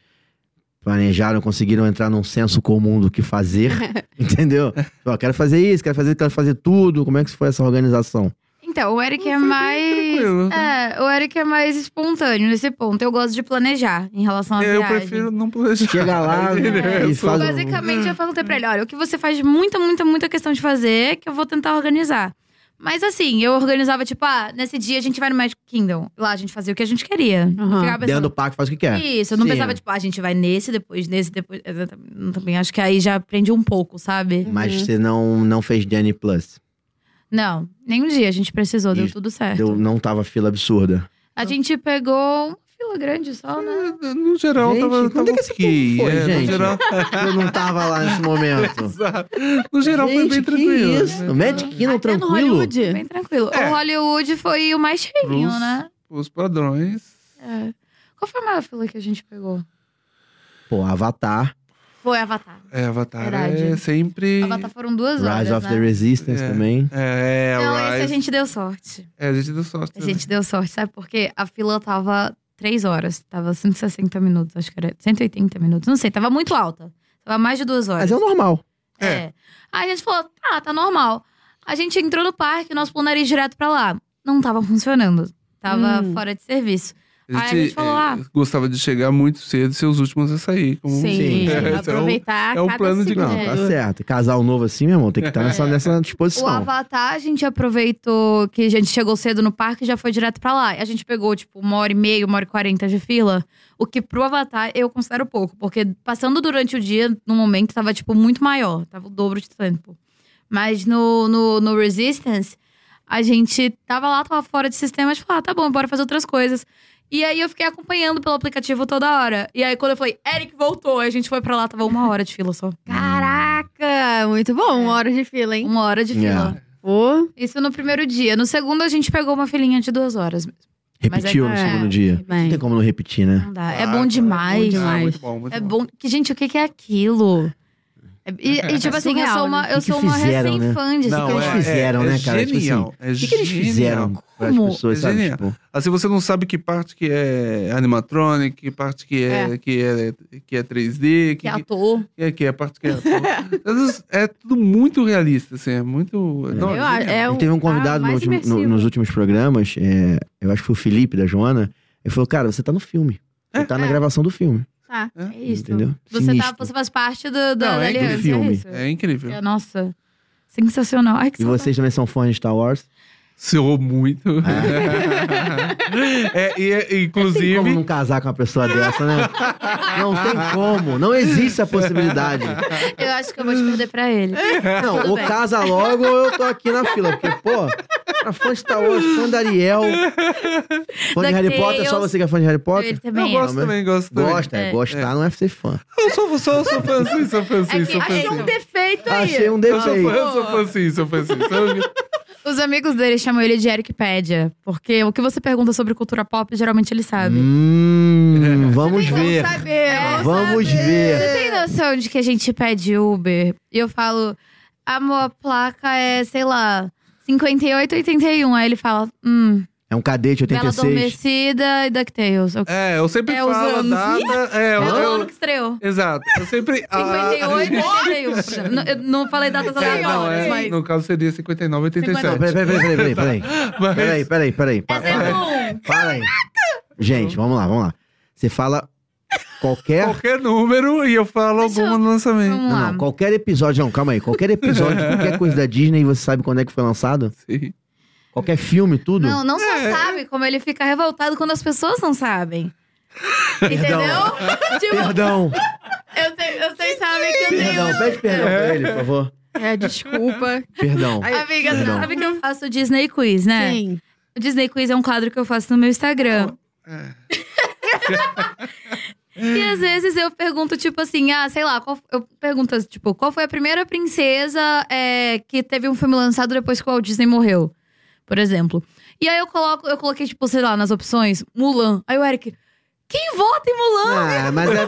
Speaker 2: planejaram, conseguiram entrar num senso comum do que fazer, entendeu? Tipo, Ó, quero fazer isso, quero fazer, quero fazer tudo, como é que foi essa organização?
Speaker 4: Então, o Eric é
Speaker 3: bem
Speaker 4: mais.
Speaker 3: tranquilo,
Speaker 4: É, o Eric é mais espontâneo nesse ponto. Eu gosto de planejar em relação à
Speaker 3: É, eu
Speaker 4: viagem. Então,
Speaker 3: prefiro não planejar. é,
Speaker 2: Chega lá
Speaker 3: Entendeu?
Speaker 2: e faz um...
Speaker 4: Basicamente, eu perguntei pra ele: olha, o que você faz muita, muita, muita questão de fazer, que eu vou tentar organizar. Mas assim, eu organizava, tipo, ah, nesse dia a gente vai no Magic Kingdom. Lá a gente fazia o que a gente queria. Não
Speaker 1: Aham.
Speaker 4: ficava
Speaker 2: Ah. Dentro
Speaker 4: pensando,
Speaker 2: do parque faz o que quer.
Speaker 4: Isso, eu não
Speaker 2: É. Sim.
Speaker 4: pensava, tipo, ah, a gente vai nesse, depois nesse, depois. Eu tam- também acho que aí já aprendi um pouco, sabe?
Speaker 2: Mas você não, não fez Danny Plus.
Speaker 4: Não, nenhum dia a gente precisou, deu
Speaker 2: Isso.
Speaker 4: tudo certo.
Speaker 2: Deu, um- não tava fila absurda.
Speaker 4: A gente pegou uma fila grande só, né?
Speaker 3: No geral,
Speaker 2: Gente,
Speaker 3: tava,
Speaker 2: quando
Speaker 3: tava
Speaker 2: é que esse
Speaker 3: ok.
Speaker 2: povo foi,
Speaker 3: é,
Speaker 2: gente?
Speaker 3: No geral,
Speaker 2: Eu não tava lá nesse momento.
Speaker 3: Exato. no geral foi bem
Speaker 2: Gente,
Speaker 3: tranquilo. né?
Speaker 2: Que isso? Magic Kingdom
Speaker 1: Até no
Speaker 2: tranquilo?
Speaker 1: Hollywood.
Speaker 4: Bem tranquilo.
Speaker 3: É.
Speaker 4: O Hollywood foi o mais cheinho,
Speaker 3: Pros-
Speaker 4: né?
Speaker 3: Os padrões.
Speaker 4: É. Qual foi a maior fila que a gente pegou?
Speaker 2: Pô, Avatar,
Speaker 4: Foi Avatar.
Speaker 3: É, Avatar é
Speaker 4: Verdade.
Speaker 3: sempre.
Speaker 4: Avatar foram duas horas,
Speaker 2: Rise of the
Speaker 4: né?
Speaker 2: Resistance
Speaker 3: É.
Speaker 2: também.
Speaker 3: É, é,
Speaker 4: Não, esse a
Speaker 3: Rise.
Speaker 4: gente deu sorte.
Speaker 3: É, a gente deu sorte.
Speaker 4: A gente deu sorte, sabe por quê? A fila tava três horas, tava 160 minutos, acho que era 180 minutos, não sei, tava muito alta. Tava mais de duas horas.
Speaker 2: Mas é o normal.
Speaker 4: É. Aí a gente falou, tá, tá normal. A gente entrou no parque, nosso plano era ir direto pra lá. Não tava funcionando. Tava
Speaker 1: Hum.
Speaker 4: fora de serviço.
Speaker 3: né?
Speaker 4: Aí a gente falou,
Speaker 3: é,
Speaker 4: ah.
Speaker 3: gostava de chegar muito cedo e ser os últimos a sair. Como
Speaker 1: Sim,
Speaker 2: Sim.
Speaker 3: É, esse é o-
Speaker 1: aproveitar
Speaker 3: é o
Speaker 1: cada
Speaker 3: plano de-
Speaker 1: segundo.
Speaker 2: Não, tá certo. Casal novo assim, meu irmão, tem que estar nessa, nessa
Speaker 4: O
Speaker 2: disposição.
Speaker 4: Avatar, a gente aproveitou que a gente chegou cedo no parque e já foi direto pra lá. A gente pegou, tipo, uma hora e meia, uma hora e quarenta de fila. O que pro Avatar eu considero pouco, porque passando durante o dia, no momento, tava, tipo, muito maior. Tava o dobro de tempo. Mas no, no, no Resistance, a gente tava lá, tava fora de sistema, a gente falou, ah, tá bom, bora fazer outras coisas. E aí eu fiquei acompanhando pelo aplicativo toda hora. E aí quando eu falei, Eric voltou, aí a gente foi pra lá, tava uma hora de fila só.
Speaker 1: Caraca, muito bom. Uma hora de fila, hein?
Speaker 4: Uma hora de é fila.
Speaker 2: Yeah.
Speaker 1: É. Pô,
Speaker 4: Isso no primeiro dia. No segundo, a gente pegou uma filhinha de duas horas. Mas
Speaker 2: Repetiu
Speaker 4: é-
Speaker 2: no
Speaker 4: é,
Speaker 2: segundo dia.
Speaker 1: bem.
Speaker 2: Não tem como não repetir, né?
Speaker 4: Não dá.
Speaker 3: Ah,
Speaker 4: é
Speaker 3: tá,
Speaker 4: bom demais.
Speaker 3: Ah,
Speaker 1: demais.
Speaker 3: muito bom, muito
Speaker 4: É bom. Que, gente, o que, que é aquilo? É- E, e, tipo
Speaker 1: É
Speaker 4: assim, eu
Speaker 1: surreal,
Speaker 4: sou uma,
Speaker 2: né?
Speaker 4: eu
Speaker 2: Que que
Speaker 4: sou uma
Speaker 2: fizeram, né?
Speaker 4: recém-fã disso.
Speaker 2: que eles
Speaker 3: é-
Speaker 2: fizeram,
Speaker 3: é-
Speaker 2: né,
Speaker 3: é
Speaker 2: cara? Tipo assim,
Speaker 3: Genial. é
Speaker 2: O que, que eles
Speaker 3: genial.
Speaker 2: fizeram para as
Speaker 4: Como?
Speaker 2: pessoas,
Speaker 3: É
Speaker 2: sabe?
Speaker 3: genial.
Speaker 2: Tipo,
Speaker 3: Ah, se você não sabe que parte que é animatronic, que parte que é, Que é, que é 3D,
Speaker 4: Que
Speaker 3: que, que,
Speaker 4: ator.
Speaker 3: é, que é a parte que é. ator. é tudo muito realista, assim, é muito.
Speaker 2: É.
Speaker 3: Não,
Speaker 1: Eu acho-
Speaker 3: genial.
Speaker 1: é
Speaker 2: E
Speaker 1: o-
Speaker 2: teve um
Speaker 1: ah,
Speaker 2: convidado no
Speaker 1: mais
Speaker 2: último- no-
Speaker 1: imersivo.
Speaker 2: nos últimos programas, é, eu acho que foi o Felipe da Joana, ele falou, cara, você tá no filme. Você tá na
Speaker 4: É.
Speaker 2: gravação do filme,
Speaker 4: Tá,
Speaker 3: É,
Speaker 4: é isso.
Speaker 2: Hum, entendeu?
Speaker 4: Você, tá,
Speaker 2: Sinistro.
Speaker 4: você faz parte do, da,
Speaker 3: Não,
Speaker 4: da
Speaker 3: é
Speaker 4: aliança,
Speaker 2: do filme.
Speaker 4: é isso.
Speaker 3: É incrível.
Speaker 4: É, Nossa, sensacional. Ai, que
Speaker 2: E vocês também são fãs de Star Wars?
Speaker 3: Sou muito. É, e, e,
Speaker 2: Tem como não
Speaker 3: inclusive.
Speaker 2: casar com uma pessoa dessa, né? Não tem como, não existe essa possibilidade.
Speaker 4: saudade. Eu acho que eu vou te perder pra ele.
Speaker 3: É.
Speaker 2: Não,
Speaker 4: Tudo
Speaker 2: ou
Speaker 4: bem.
Speaker 2: casa logo ou eu tô aqui na fila. Porque, pô, pra fã de Star Wars, fã da Ariel, fã de Harry Potter, só
Speaker 4: DuckTales.
Speaker 2: você que é fã de Harry
Speaker 4: Ele
Speaker 2: Potter?
Speaker 3: Eu
Speaker 4: também é.
Speaker 3: gosto
Speaker 2: né?
Speaker 3: também, gosto também.
Speaker 2: Gosta, é.
Speaker 4: É.
Speaker 2: gostar não é ser fã.
Speaker 3: Eu sou, sou, sou fã sim, sou fã sim,
Speaker 4: É que
Speaker 3: sou fã
Speaker 4: achei
Speaker 3: sim.
Speaker 1: um defeito aí.
Speaker 2: Achei um
Speaker 3: Eu sou
Speaker 2: defeito.
Speaker 3: fã, sou fã sim, sou fã assim. Então, sim. Sou-
Speaker 4: Os amigos dele chamam ele de Ericpedia, porque o que você pergunta sobre cultura pop, geralmente ele sabe.
Speaker 2: Hum, vamos
Speaker 1: Vamos
Speaker 2: ver.
Speaker 1: saber.
Speaker 2: É. Vamos ver.
Speaker 4: Você tem
Speaker 3: É.
Speaker 4: noção de que a gente pede Uber? E eu falo, amor, a placa é, sei lá, 5881. Aí ele fala, hum,
Speaker 2: É um cadete
Speaker 4: Bela
Speaker 2: 86.
Speaker 4: Adormecida e DuckTales. Eu-
Speaker 3: É, eu sempre
Speaker 4: É, os
Speaker 3: falo a
Speaker 4: anos.
Speaker 3: data. É,
Speaker 4: É
Speaker 3: eu,
Speaker 4: o
Speaker 3: eu-
Speaker 4: ano que estreou.
Speaker 3: exato. Eu sempre. ah,
Speaker 4: 58 81. Não, eu não falei data
Speaker 3: é, não, é,
Speaker 4: aleatórias, mas...
Speaker 3: No caso seria 59
Speaker 2: Não,
Speaker 3: 87.
Speaker 2: peraí, peraí, peraí, peraí, peraí.
Speaker 3: Mas-
Speaker 2: Peraí, peraí, peraí. Pa-
Speaker 4: Essa é
Speaker 2: para-
Speaker 4: bom.
Speaker 2: Para aí. Gente, vamos lá, vamos lá. Você fala
Speaker 4: um.
Speaker 2: qualquer.
Speaker 3: Qualquer número e eu falo
Speaker 4: Deixa eu-
Speaker 3: alguma no lançamento.
Speaker 4: Vamos
Speaker 2: Não,
Speaker 4: lá.
Speaker 2: não, qualquer episódio, não, calma aí. Qualquer episódio, qualquer coisa da Disney, você sabe quando é que foi lançado?
Speaker 3: Sim.
Speaker 2: Qualquer filme, tudo?
Speaker 4: Não, não só
Speaker 3: É.
Speaker 4: sabe como ele fica revoltado quando as pessoas não sabem.
Speaker 3: Então,
Speaker 4: Entendeu? tipo,
Speaker 2: Perdão,
Speaker 3: é.
Speaker 4: eu tenho, eu tenho sabe que eu tenho.
Speaker 2: perdão, pede perdão pra ele, por favor.
Speaker 1: É, desculpa.
Speaker 2: Perdão.
Speaker 1: Aí-
Speaker 4: Amiga, você
Speaker 2: Perdão.
Speaker 4: sabe que eu faço Disney Quiz, né?
Speaker 1: Sim.
Speaker 4: O Disney Quiz é um quadro que eu faço no meu Instagram. E às vezes eu pergunto, tipo assim, ah, sei lá, qual- eu pergunto, tipo, qual foi a primeira princesa é, que teve um filme lançado depois que o Walt Disney morreu? Por exemplo. E aí eu coloco, eu coloquei, tipo, sei lá, nas opções, Mulan. Aí o Eric, quem vota em Mulan?
Speaker 2: Ah, mas é,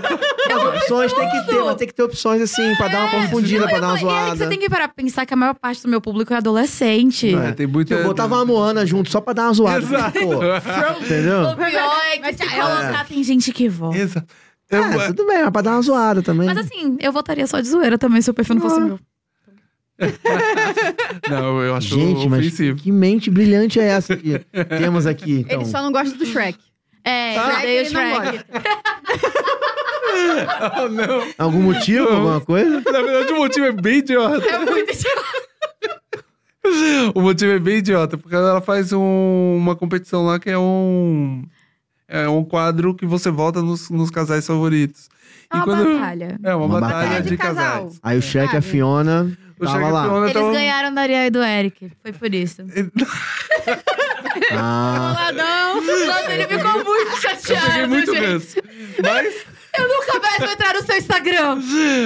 Speaker 2: as opções tem que ter, mas tem que ter opções assim, pra dar uma confundida,
Speaker 4: Aí
Speaker 2: pra
Speaker 4: É, eu
Speaker 2: dar uma
Speaker 4: falei, Eric,
Speaker 2: zoada.
Speaker 4: você tem que parar pra pensar que a maior parte do meu público é adolescente.
Speaker 3: É, tem muita.
Speaker 2: Eu botava uma Moana junto só pra dar uma zoada.
Speaker 3: Exato.
Speaker 2: Pô,
Speaker 4: O
Speaker 2: entendeu?
Speaker 4: pior é que se colocar, tem gente que vota.
Speaker 3: Exato. Eu-
Speaker 2: Ah, tudo bem, mas pra dar uma zoada também.
Speaker 4: Mas assim, eu votaria só de zoeira também se o perfil não fosse meu.
Speaker 3: Não, eu acho
Speaker 2: Gente, mas
Speaker 3: ofensivo.
Speaker 2: que mente brilhante é essa que temos aqui? Então,
Speaker 1: Ele só não gosta do Shrek.
Speaker 4: É,
Speaker 3: Tá?
Speaker 1: Ah.
Speaker 4: eu odeio o
Speaker 1: Ele não
Speaker 4: Shrek.
Speaker 3: Ah, não.
Speaker 2: Algum motivo, alguma coisa?
Speaker 3: Na verdade, o motivo é bem idiota.
Speaker 4: É muito idiota.
Speaker 3: O motivo é bem idiota, porque ela faz um- uma competição lá que é um. É um quadro que você vota nos, nos casais favoritos.
Speaker 4: É uma
Speaker 3: quando-
Speaker 4: batalha.
Speaker 3: É uma,
Speaker 2: Uma
Speaker 3: batalha,
Speaker 2: batalha.
Speaker 3: de,
Speaker 1: De casal.
Speaker 3: casais.
Speaker 2: Aí o Shrek e a
Speaker 1: Sabe?
Speaker 2: Fiona
Speaker 3: O
Speaker 2: tava
Speaker 3: Shaggy
Speaker 2: lá.
Speaker 3: Fiona
Speaker 4: Eles
Speaker 3: tava-
Speaker 4: ganharam da Ariel e do Eric. Foi por isso.
Speaker 2: Ah,
Speaker 4: Boladão. Nossa, ele ficou muito
Speaker 3: Eu
Speaker 4: chateado.
Speaker 3: peguei muito
Speaker 4: gente.
Speaker 3: ganso. Mas.
Speaker 4: Eu nunca mais vou entrar no seu Instagram.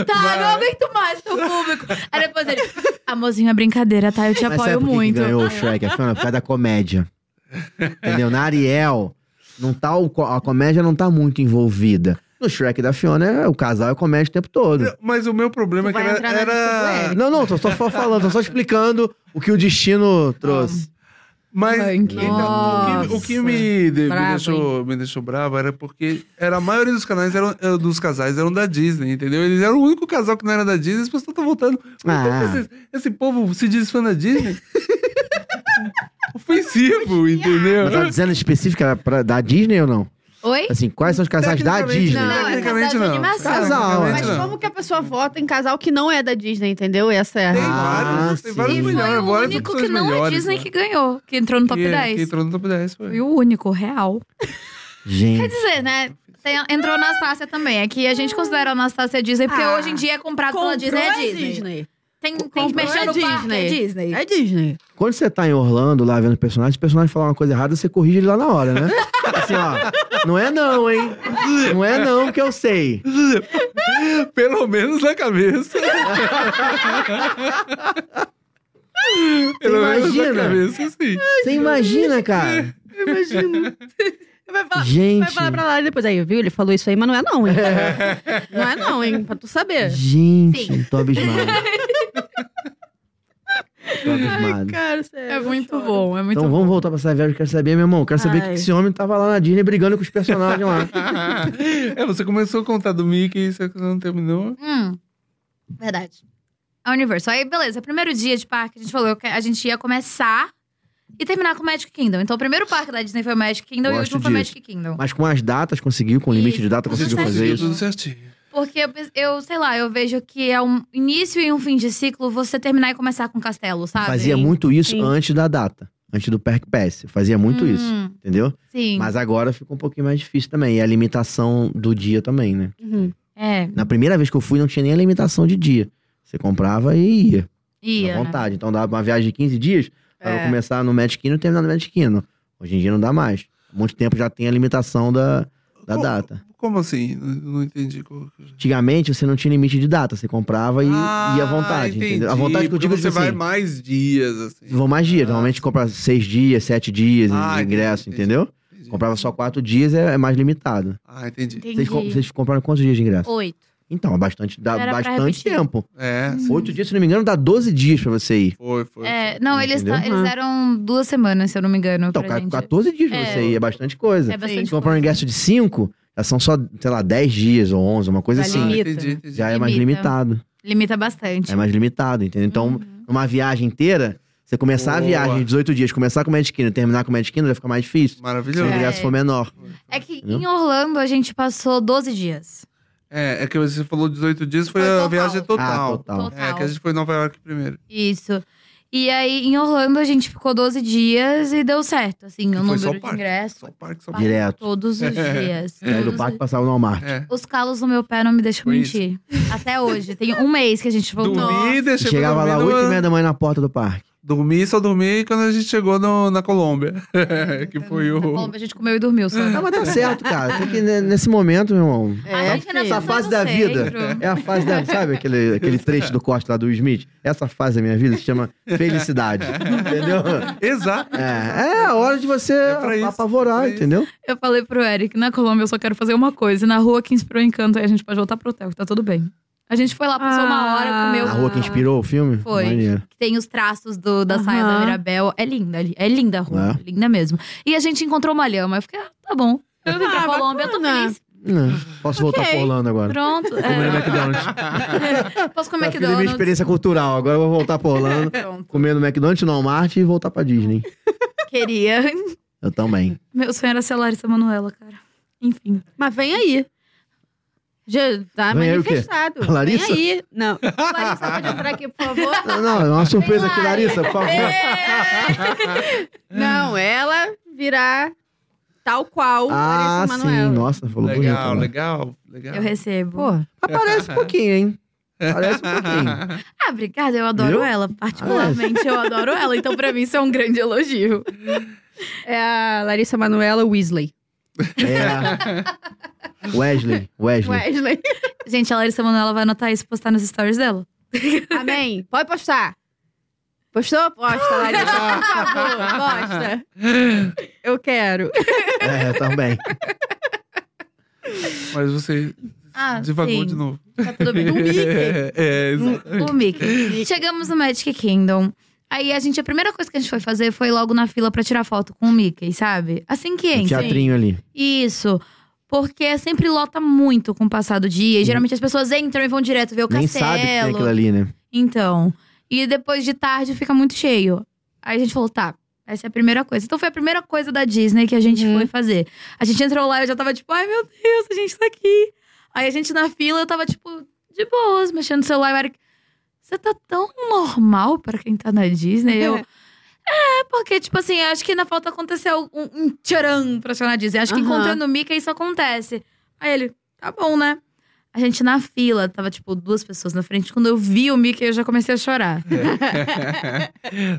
Speaker 4: Tá,
Speaker 3: Vai.
Speaker 4: não aguento mais seu público. Aí depois ele. Amorzinho, é brincadeira, tá? Eu te
Speaker 2: mas sabe
Speaker 4: apoio
Speaker 2: por que que
Speaker 4: muito.
Speaker 2: ganhou o Shrek e a Fiona? Por causa da comédia. Entendeu? Na Ariel, não tá o co- a comédia não tá muito envolvida. No Shrek e da Fiona, é- o casal é comédia o tempo todo.
Speaker 3: Mas o meu problema é
Speaker 1: Tu
Speaker 3: que
Speaker 1: vai
Speaker 3: era.
Speaker 1: entrar na lista do
Speaker 3: era-
Speaker 1: Eric.
Speaker 2: Não, não, tô só só falando, tô só explicando o que o destino trouxe.
Speaker 3: Mas.
Speaker 4: Punk.
Speaker 3: então, o que- o que me, de- me
Speaker 4: Bravo,
Speaker 3: deixou, me deixou bravo era porque era, a maioria dos canais eram, eh, dos casais eram da Disney, entendeu? Eles eram o único casal que não era da Disney, as pessoas estão voltando.
Speaker 2: Ah.
Speaker 3: Esse, esse povo se diz fã da Disney. Ofensivo, entendeu?
Speaker 2: Mas tá dizendo específica pra, da Disney ou não?
Speaker 4: Oi?
Speaker 2: Assim, quais são os casais da
Speaker 3: Tecnicamente,
Speaker 2: Disney?
Speaker 1: não. é
Speaker 3: Tecnicamente,
Speaker 4: casal de
Speaker 3: não.
Speaker 4: animação.
Speaker 2: Casal, é.
Speaker 3: Tecnicamente,
Speaker 1: Mas
Speaker 3: não.
Speaker 1: como que a pessoa vota em casal que não é da Disney, entendeu? Essa é
Speaker 3: Tem
Speaker 1: a...
Speaker 3: vários, tem
Speaker 2: sim.
Speaker 3: vários
Speaker 2: E
Speaker 4: Foi
Speaker 2: foi
Speaker 3: melhores,
Speaker 4: o
Speaker 3: várias
Speaker 4: único que
Speaker 3: opções
Speaker 4: não é
Speaker 3: melhores,
Speaker 4: Disney
Speaker 3: né?
Speaker 4: que ganhou, que entrou no top
Speaker 3: Que- é,
Speaker 4: 10.
Speaker 3: Que entrou no top 10, foi.
Speaker 4: Foi o único, real. Quer
Speaker 2: Gente,
Speaker 4: dizer, né? tem- entrou Anastácia também. É que a gente considera a Anastácia Disney, porque
Speaker 1: Ah.
Speaker 4: hoje em dia é comprado pela Disney. É
Speaker 1: Comprou
Speaker 4: Disney. Tem, tem que
Speaker 1: Comprou
Speaker 4: mexer
Speaker 1: é
Speaker 4: no parque, é
Speaker 1: Disney.
Speaker 4: um Disney.
Speaker 1: É Disney.
Speaker 2: quando você tá em Orlando lá vendo o personagem, se o personagem falar uma coisa errada, você corrige ele lá na hora, né? Assim, ó, não é não, hein? Não é não que eu sei.
Speaker 3: Pelo menos na cabeça. Pelo menos na
Speaker 2: imagina?
Speaker 3: cabeça, assim.
Speaker 2: Você imagina, cara?
Speaker 1: Eu imagino. Vai falar, vai
Speaker 2: Gente.
Speaker 1: falar pra lá depois. Aí, viu? Ele falou isso aí, mas não é não, hein? não é não, hein? Pra tu saber.
Speaker 2: Gente, eu tô abismado. tô abismado.
Speaker 1: cara, sério.
Speaker 4: É muito bom, é muito
Speaker 2: Então vamos voltar pra Savage, quero saber, meu irmão. Quero saber
Speaker 1: Ai.
Speaker 2: que esse homem tava lá na Disney brigando com os personagens lá.
Speaker 3: é, você começou a contar do Mickey e você não terminou.
Speaker 4: Hum, verdade. A Universo. Aí, beleza. é Primeiro dia de parque, a gente falou que a gente ia começar e terminar com o Magic Kingdom. Então, o primeiro parque da Disney foi o Magic Kingdom e o
Speaker 2: Gosto
Speaker 4: último foi o
Speaker 2: disso.
Speaker 4: Magic Kingdom.
Speaker 2: Mas com as datas conseguiu, com o limite de data
Speaker 4: Isso.
Speaker 1: é
Speaker 2: conseguiu
Speaker 4: Isso.
Speaker 2: fazer isso.
Speaker 3: tudo certinho.
Speaker 4: Porque eu, pens- eu, sei lá, eu vejo que é um início e um fim de ciclo você terminar e começar com o castelo, sabe?
Speaker 2: Fazia muito isso
Speaker 1: Sim.
Speaker 2: antes da data, antes do Perk Pass. Fazia muito
Speaker 4: Hum,
Speaker 2: isso, entendeu?
Speaker 4: Sim.
Speaker 2: Mas agora ficou um pouquinho mais difícil também. E a limitação do dia também, né?
Speaker 1: Uhum.
Speaker 4: É,
Speaker 2: Na primeira vez que eu fui, não tinha nem a limitação de dia. Você comprava e ia,
Speaker 4: ia.
Speaker 2: à
Speaker 4: né?
Speaker 2: vontade. Então dava uma viagem de 15 dias, pra eu
Speaker 1: É.
Speaker 2: começar no Magic Kingdom e terminar no Magic Kingdom. Hoje em dia não dá mais. Há muito tempo já tem a limitação da, da
Speaker 3: Como-
Speaker 2: data.
Speaker 3: Como assim? Não, não entendi. como que- é.
Speaker 2: Antigamente você não tinha limite de data, você comprava e ia à vontade, entendeu? A vontade que eu
Speaker 3: Ah, porque
Speaker 2: digo é
Speaker 3: você
Speaker 2: assim,
Speaker 3: vai mais dias, assim.
Speaker 2: vão mais dias. Normalmente compra seis dias, sete dias
Speaker 3: Ah,
Speaker 2: de
Speaker 3: entendi,
Speaker 2: ingresso,
Speaker 3: entendi.
Speaker 2: entendeu?
Speaker 3: Entendi.
Speaker 2: Comprava só quatro dias, é, é mais limitado.
Speaker 3: Ah, entendi.
Speaker 4: Entendi.
Speaker 2: Vocês, com- vocês compraram quantos dias de ingresso?
Speaker 4: Oito.
Speaker 2: Então, é bastante, dá
Speaker 4: Era pra
Speaker 2: bastante
Speaker 4: repetir.
Speaker 2: tempo.
Speaker 3: É,
Speaker 2: Oito dias, se não me engano, dá 12 dias pra você ir.
Speaker 3: foi, foi.
Speaker 4: É, não, eles,
Speaker 2: Entendeu?
Speaker 4: ta- eles eram duas semanas, se eu não me engano.
Speaker 2: Então,
Speaker 4: pra
Speaker 2: ca-
Speaker 4: gente.
Speaker 2: 14 dias pra
Speaker 4: É.
Speaker 2: você ir, é bastante coisa.
Speaker 4: É bastante
Speaker 2: Se comprar um ingresso de 5, já são só, sei lá, 10 dias ou 11, uma coisa
Speaker 1: Tá
Speaker 2: assim.
Speaker 3: Ah,
Speaker 1: limita.
Speaker 3: entendi, entendi.
Speaker 2: Já é mais
Speaker 4: Limita.
Speaker 2: limitado.
Speaker 4: Limita bastante.
Speaker 2: É mais limitado, entendeu? Então,
Speaker 4: Uhum.
Speaker 2: uma viagem inteira, você começar a
Speaker 3: Boa.
Speaker 2: viagem de 18 dias, começar com o Magic Kingdom, terminar com o Magic Kingdom, vai ficar mais difícil. Se o
Speaker 3: Maravilhoso.
Speaker 2: ingresso for menor.
Speaker 4: É que
Speaker 2: Entendeu?
Speaker 4: em Orlando a gente passou 12 dias.
Speaker 3: É, é que você falou 18 dias, foi,
Speaker 4: Foi
Speaker 3: a
Speaker 4: total.
Speaker 3: viagem total.
Speaker 2: Ah, total.
Speaker 4: Total.
Speaker 3: É, que a gente foi em Nova York primeiro.
Speaker 4: Isso. E aí, em Orlando, a gente ficou 12 dias e deu certo, assim, o
Speaker 3: Foi só
Speaker 4: número de
Speaker 3: parque,
Speaker 4: ingressos.
Speaker 3: Só parque, só parque.
Speaker 2: Direto.
Speaker 4: Todos os dias.
Speaker 2: Saí do
Speaker 4: todos
Speaker 2: parque
Speaker 4: os-
Speaker 2: passava no Walmart.
Speaker 3: É.
Speaker 4: Os calos no meu pé não me deixam
Speaker 3: Foi isso.
Speaker 4: mentir. Até hoje. Tem um mês que a gente voltou.
Speaker 3: Dormi,
Speaker 2: E
Speaker 3: deixei pra
Speaker 2: chegava lá
Speaker 3: dormir
Speaker 2: 8 e
Speaker 3: no-
Speaker 2: meia da manhã na porta do parque.
Speaker 3: Dormi, só dormi quando a gente chegou no- na Colômbia. que foi
Speaker 4: Na
Speaker 3: o.
Speaker 4: Colômbia, tá a gente comeu e dormiu só.
Speaker 2: Ah, mas tá certo, cara. Tem que, né, nesse momento, meu irmão,
Speaker 4: A gente ainda
Speaker 2: É. Essa
Speaker 4: foi
Speaker 2: fase
Speaker 4: no
Speaker 2: da vida
Speaker 4: centro.
Speaker 2: é a fase da. Sabe aquele, aquele trecho do corte lá do Will Smith? Essa fase da minha vida se chama felicidade. entendeu?
Speaker 3: Exato.
Speaker 2: É, é a hora de você
Speaker 3: pra isso, é
Speaker 2: apavorar,
Speaker 3: pra isso.
Speaker 2: entendeu?
Speaker 4: Eu falei pro Eric, na Colômbia eu só quero fazer uma coisa. E na rua que inspirou o encanto, aí a gente pode voltar pro hotel, que tá tudo bem. A gente foi lá, passou uma
Speaker 1: Ah.
Speaker 4: hora, comeu.
Speaker 2: A rua que inspirou o filme?
Speaker 4: Foi.
Speaker 2: Maneiro.
Speaker 4: que tem os traços do- da saia da
Speaker 1: Aham.
Speaker 4: Mirabel. É linda ali. É linda a rua.
Speaker 2: É.
Speaker 4: Linda mesmo. E a gente encontrou uma lhama. Eu fiquei, ah, tá bom. Eu vim pra
Speaker 1: Ah,
Speaker 4: Colômbia, eu tô
Speaker 1: bacana.
Speaker 4: feliz.
Speaker 2: Hum, posso voltar
Speaker 1: Ok.
Speaker 2: pro Orlando agora.
Speaker 4: Pronto.
Speaker 2: Comer no
Speaker 4: É,
Speaker 2: McDonald's.
Speaker 4: posso comer
Speaker 2: Já fiz a minha
Speaker 4: McDonald's.
Speaker 2: experiência cultural. Agora eu vou voltar pro Orlando,
Speaker 4: Pronto.
Speaker 2: comer no McDonald's, no Walmart e voltar pra Disney.
Speaker 4: Queria.
Speaker 2: Eu também.
Speaker 4: Meu sonho era ser a Larissa Manoela, cara. Enfim.
Speaker 1: Mas vem aí. Já tá
Speaker 2: Vem aí o quê?
Speaker 1: manifestado.
Speaker 2: A
Speaker 1: Vem
Speaker 2: Larissa?
Speaker 1: aí. Não. Larissa, pode entrar aqui, por favor?
Speaker 2: Não, não, é uma surpresa aqui, Larissa, por favor.
Speaker 4: É,
Speaker 1: Não, ela virá tal qual
Speaker 2: Ah,
Speaker 1: Larissa
Speaker 2: sim.
Speaker 1: Manoela.
Speaker 2: Nossa, falou bonito.
Speaker 3: Legal,
Speaker 2: né?
Speaker 3: legal, legal.
Speaker 4: Eu recebo.
Speaker 2: Aparece um pouquinho, hein? Aparece um pouquinho.
Speaker 4: Ah, obrigada. Eu adoro
Speaker 2: Viu? É.
Speaker 4: ela. Particularmente, eu adoro ela. Então, pra mim, isso é um grande elogio.
Speaker 1: É a Larissa Manoela Weasley.
Speaker 2: É. Wesley, Wesley.
Speaker 1: Wesley.
Speaker 4: Gente, a Larissa Manoela vai anotar isso e postar nas stories dela.
Speaker 1: Amém. Pode postar. Postou? Posta, Larissa. Por favor, posta. Eu quero.
Speaker 2: É, também.
Speaker 3: Mas você
Speaker 4: Ah,
Speaker 3: divagou de novo.
Speaker 4: Tá tudo bem.
Speaker 3: É, é, exato.
Speaker 4: O Mickey. Chegamos no Magic Kingdom. Aí a gente, a primeira coisa que a gente foi fazer foi logo na fila pra tirar foto com o Mickey, sabe? Assim que
Speaker 2: Um
Speaker 4: entra.
Speaker 2: teatrinho ali.
Speaker 4: Isso. Porque sempre lota muito com o passar do dia. E geralmente as pessoas entram e vão direto ver o
Speaker 2: Uhum. Nem
Speaker 4: castelo.
Speaker 2: sabe que tem aquilo ali, né?
Speaker 4: Então. E depois de tarde fica muito cheio. Aí a gente falou, tá, essa é a primeira coisa. Então foi a primeira coisa da Disney que a gente
Speaker 1: Uhum.
Speaker 4: foi fazer. A gente entrou lá e eu já tava tipo, ai meu Deus, a gente tá aqui. Aí a gente na fila, eu tava tipo, de boas, mexendo no celular. E o Eric, você tá tão normal pra quem tá na Disney? Eu, é, porque, tipo assim, acho que na falta aconteceu um, um tcharam pra chegar na Disney. Acho que
Speaker 1: Aham.
Speaker 4: encontrando o Mickey isso acontece. Aí ele, tá bom, né? A gente na fila, tava tipo duas pessoas na frente. Quando eu vi o Mickey, eu já comecei a chorar.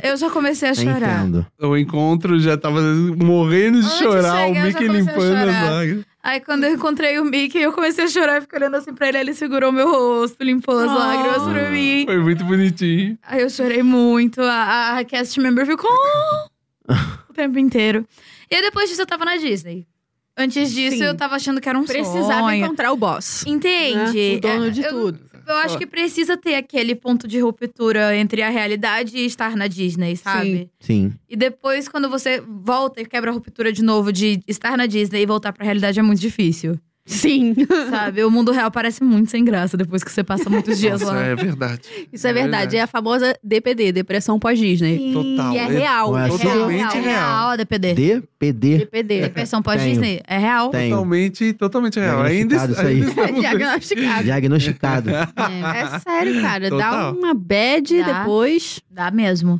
Speaker 4: Eu já comecei a
Speaker 1: Então.
Speaker 4: chorar.
Speaker 2: Entendo.
Speaker 3: o encontro já tava morrendo de
Speaker 4: Antes de
Speaker 3: chorar,
Speaker 4: chegar,
Speaker 3: o
Speaker 4: eu
Speaker 3: Mickey
Speaker 4: já comecei a
Speaker 3: limpando as
Speaker 4: chorar.
Speaker 3: lágrimas.
Speaker 4: Aí quando eu encontrei o Mickey, eu comecei a chorar. Eu fiquei olhando assim pra ele, ele segurou meu rosto, limpou as
Speaker 1: Oh.
Speaker 4: lágrimas pra mim.
Speaker 3: Foi muito bonitinho.
Speaker 4: Aí eu chorei muito. A, a cast member ficou "Ah", o tempo inteiro. E aí depois disso eu tava na Disney. Antes disso
Speaker 1: Sim.
Speaker 4: eu tava achando que era um
Speaker 1: Precisava
Speaker 4: sonho.
Speaker 1: encontrar o boss.
Speaker 4: Entende?
Speaker 1: Né? O dono
Speaker 4: É,
Speaker 1: de
Speaker 4: eu-
Speaker 1: tudo.
Speaker 4: Eu acho que precisa ter aquele ponto de ruptura entre a realidade e estar na Disney, sabe?
Speaker 1: Sim.
Speaker 2: Sim.
Speaker 4: E depois, quando você volta e quebra a ruptura de novo de estar na Disney e voltar pra realidade, é muito difícil.
Speaker 1: Sim.
Speaker 4: Sabe? O mundo real parece muito sem graça depois que você passa muitos dias
Speaker 3: Nossa,
Speaker 4: lá.
Speaker 3: é verdade.
Speaker 1: Isso é verdade. É a famosa DPD, depressão pós-Disney.
Speaker 4: Sim,
Speaker 3: Total.
Speaker 1: E é real.
Speaker 2: Ué,
Speaker 1: É real.
Speaker 3: totalmente
Speaker 4: É
Speaker 2: né?
Speaker 1: real.
Speaker 4: real, a DPD.
Speaker 2: DPD.
Speaker 1: DPD.
Speaker 4: Depressão
Speaker 2: Tenho.
Speaker 4: pós-Disney. É real.
Speaker 2: Tenho.
Speaker 3: Totalmente, totalmente real. tá Ainda,
Speaker 2: Diagnosticado É isso aí.
Speaker 3: ainda estamos-
Speaker 1: Diagnosticado.
Speaker 2: Diagnosticado.
Speaker 4: É,
Speaker 1: É sério, cara. Dá
Speaker 3: Total.
Speaker 1: uma bad
Speaker 4: Dá.
Speaker 1: depois.
Speaker 4: dá mesmo.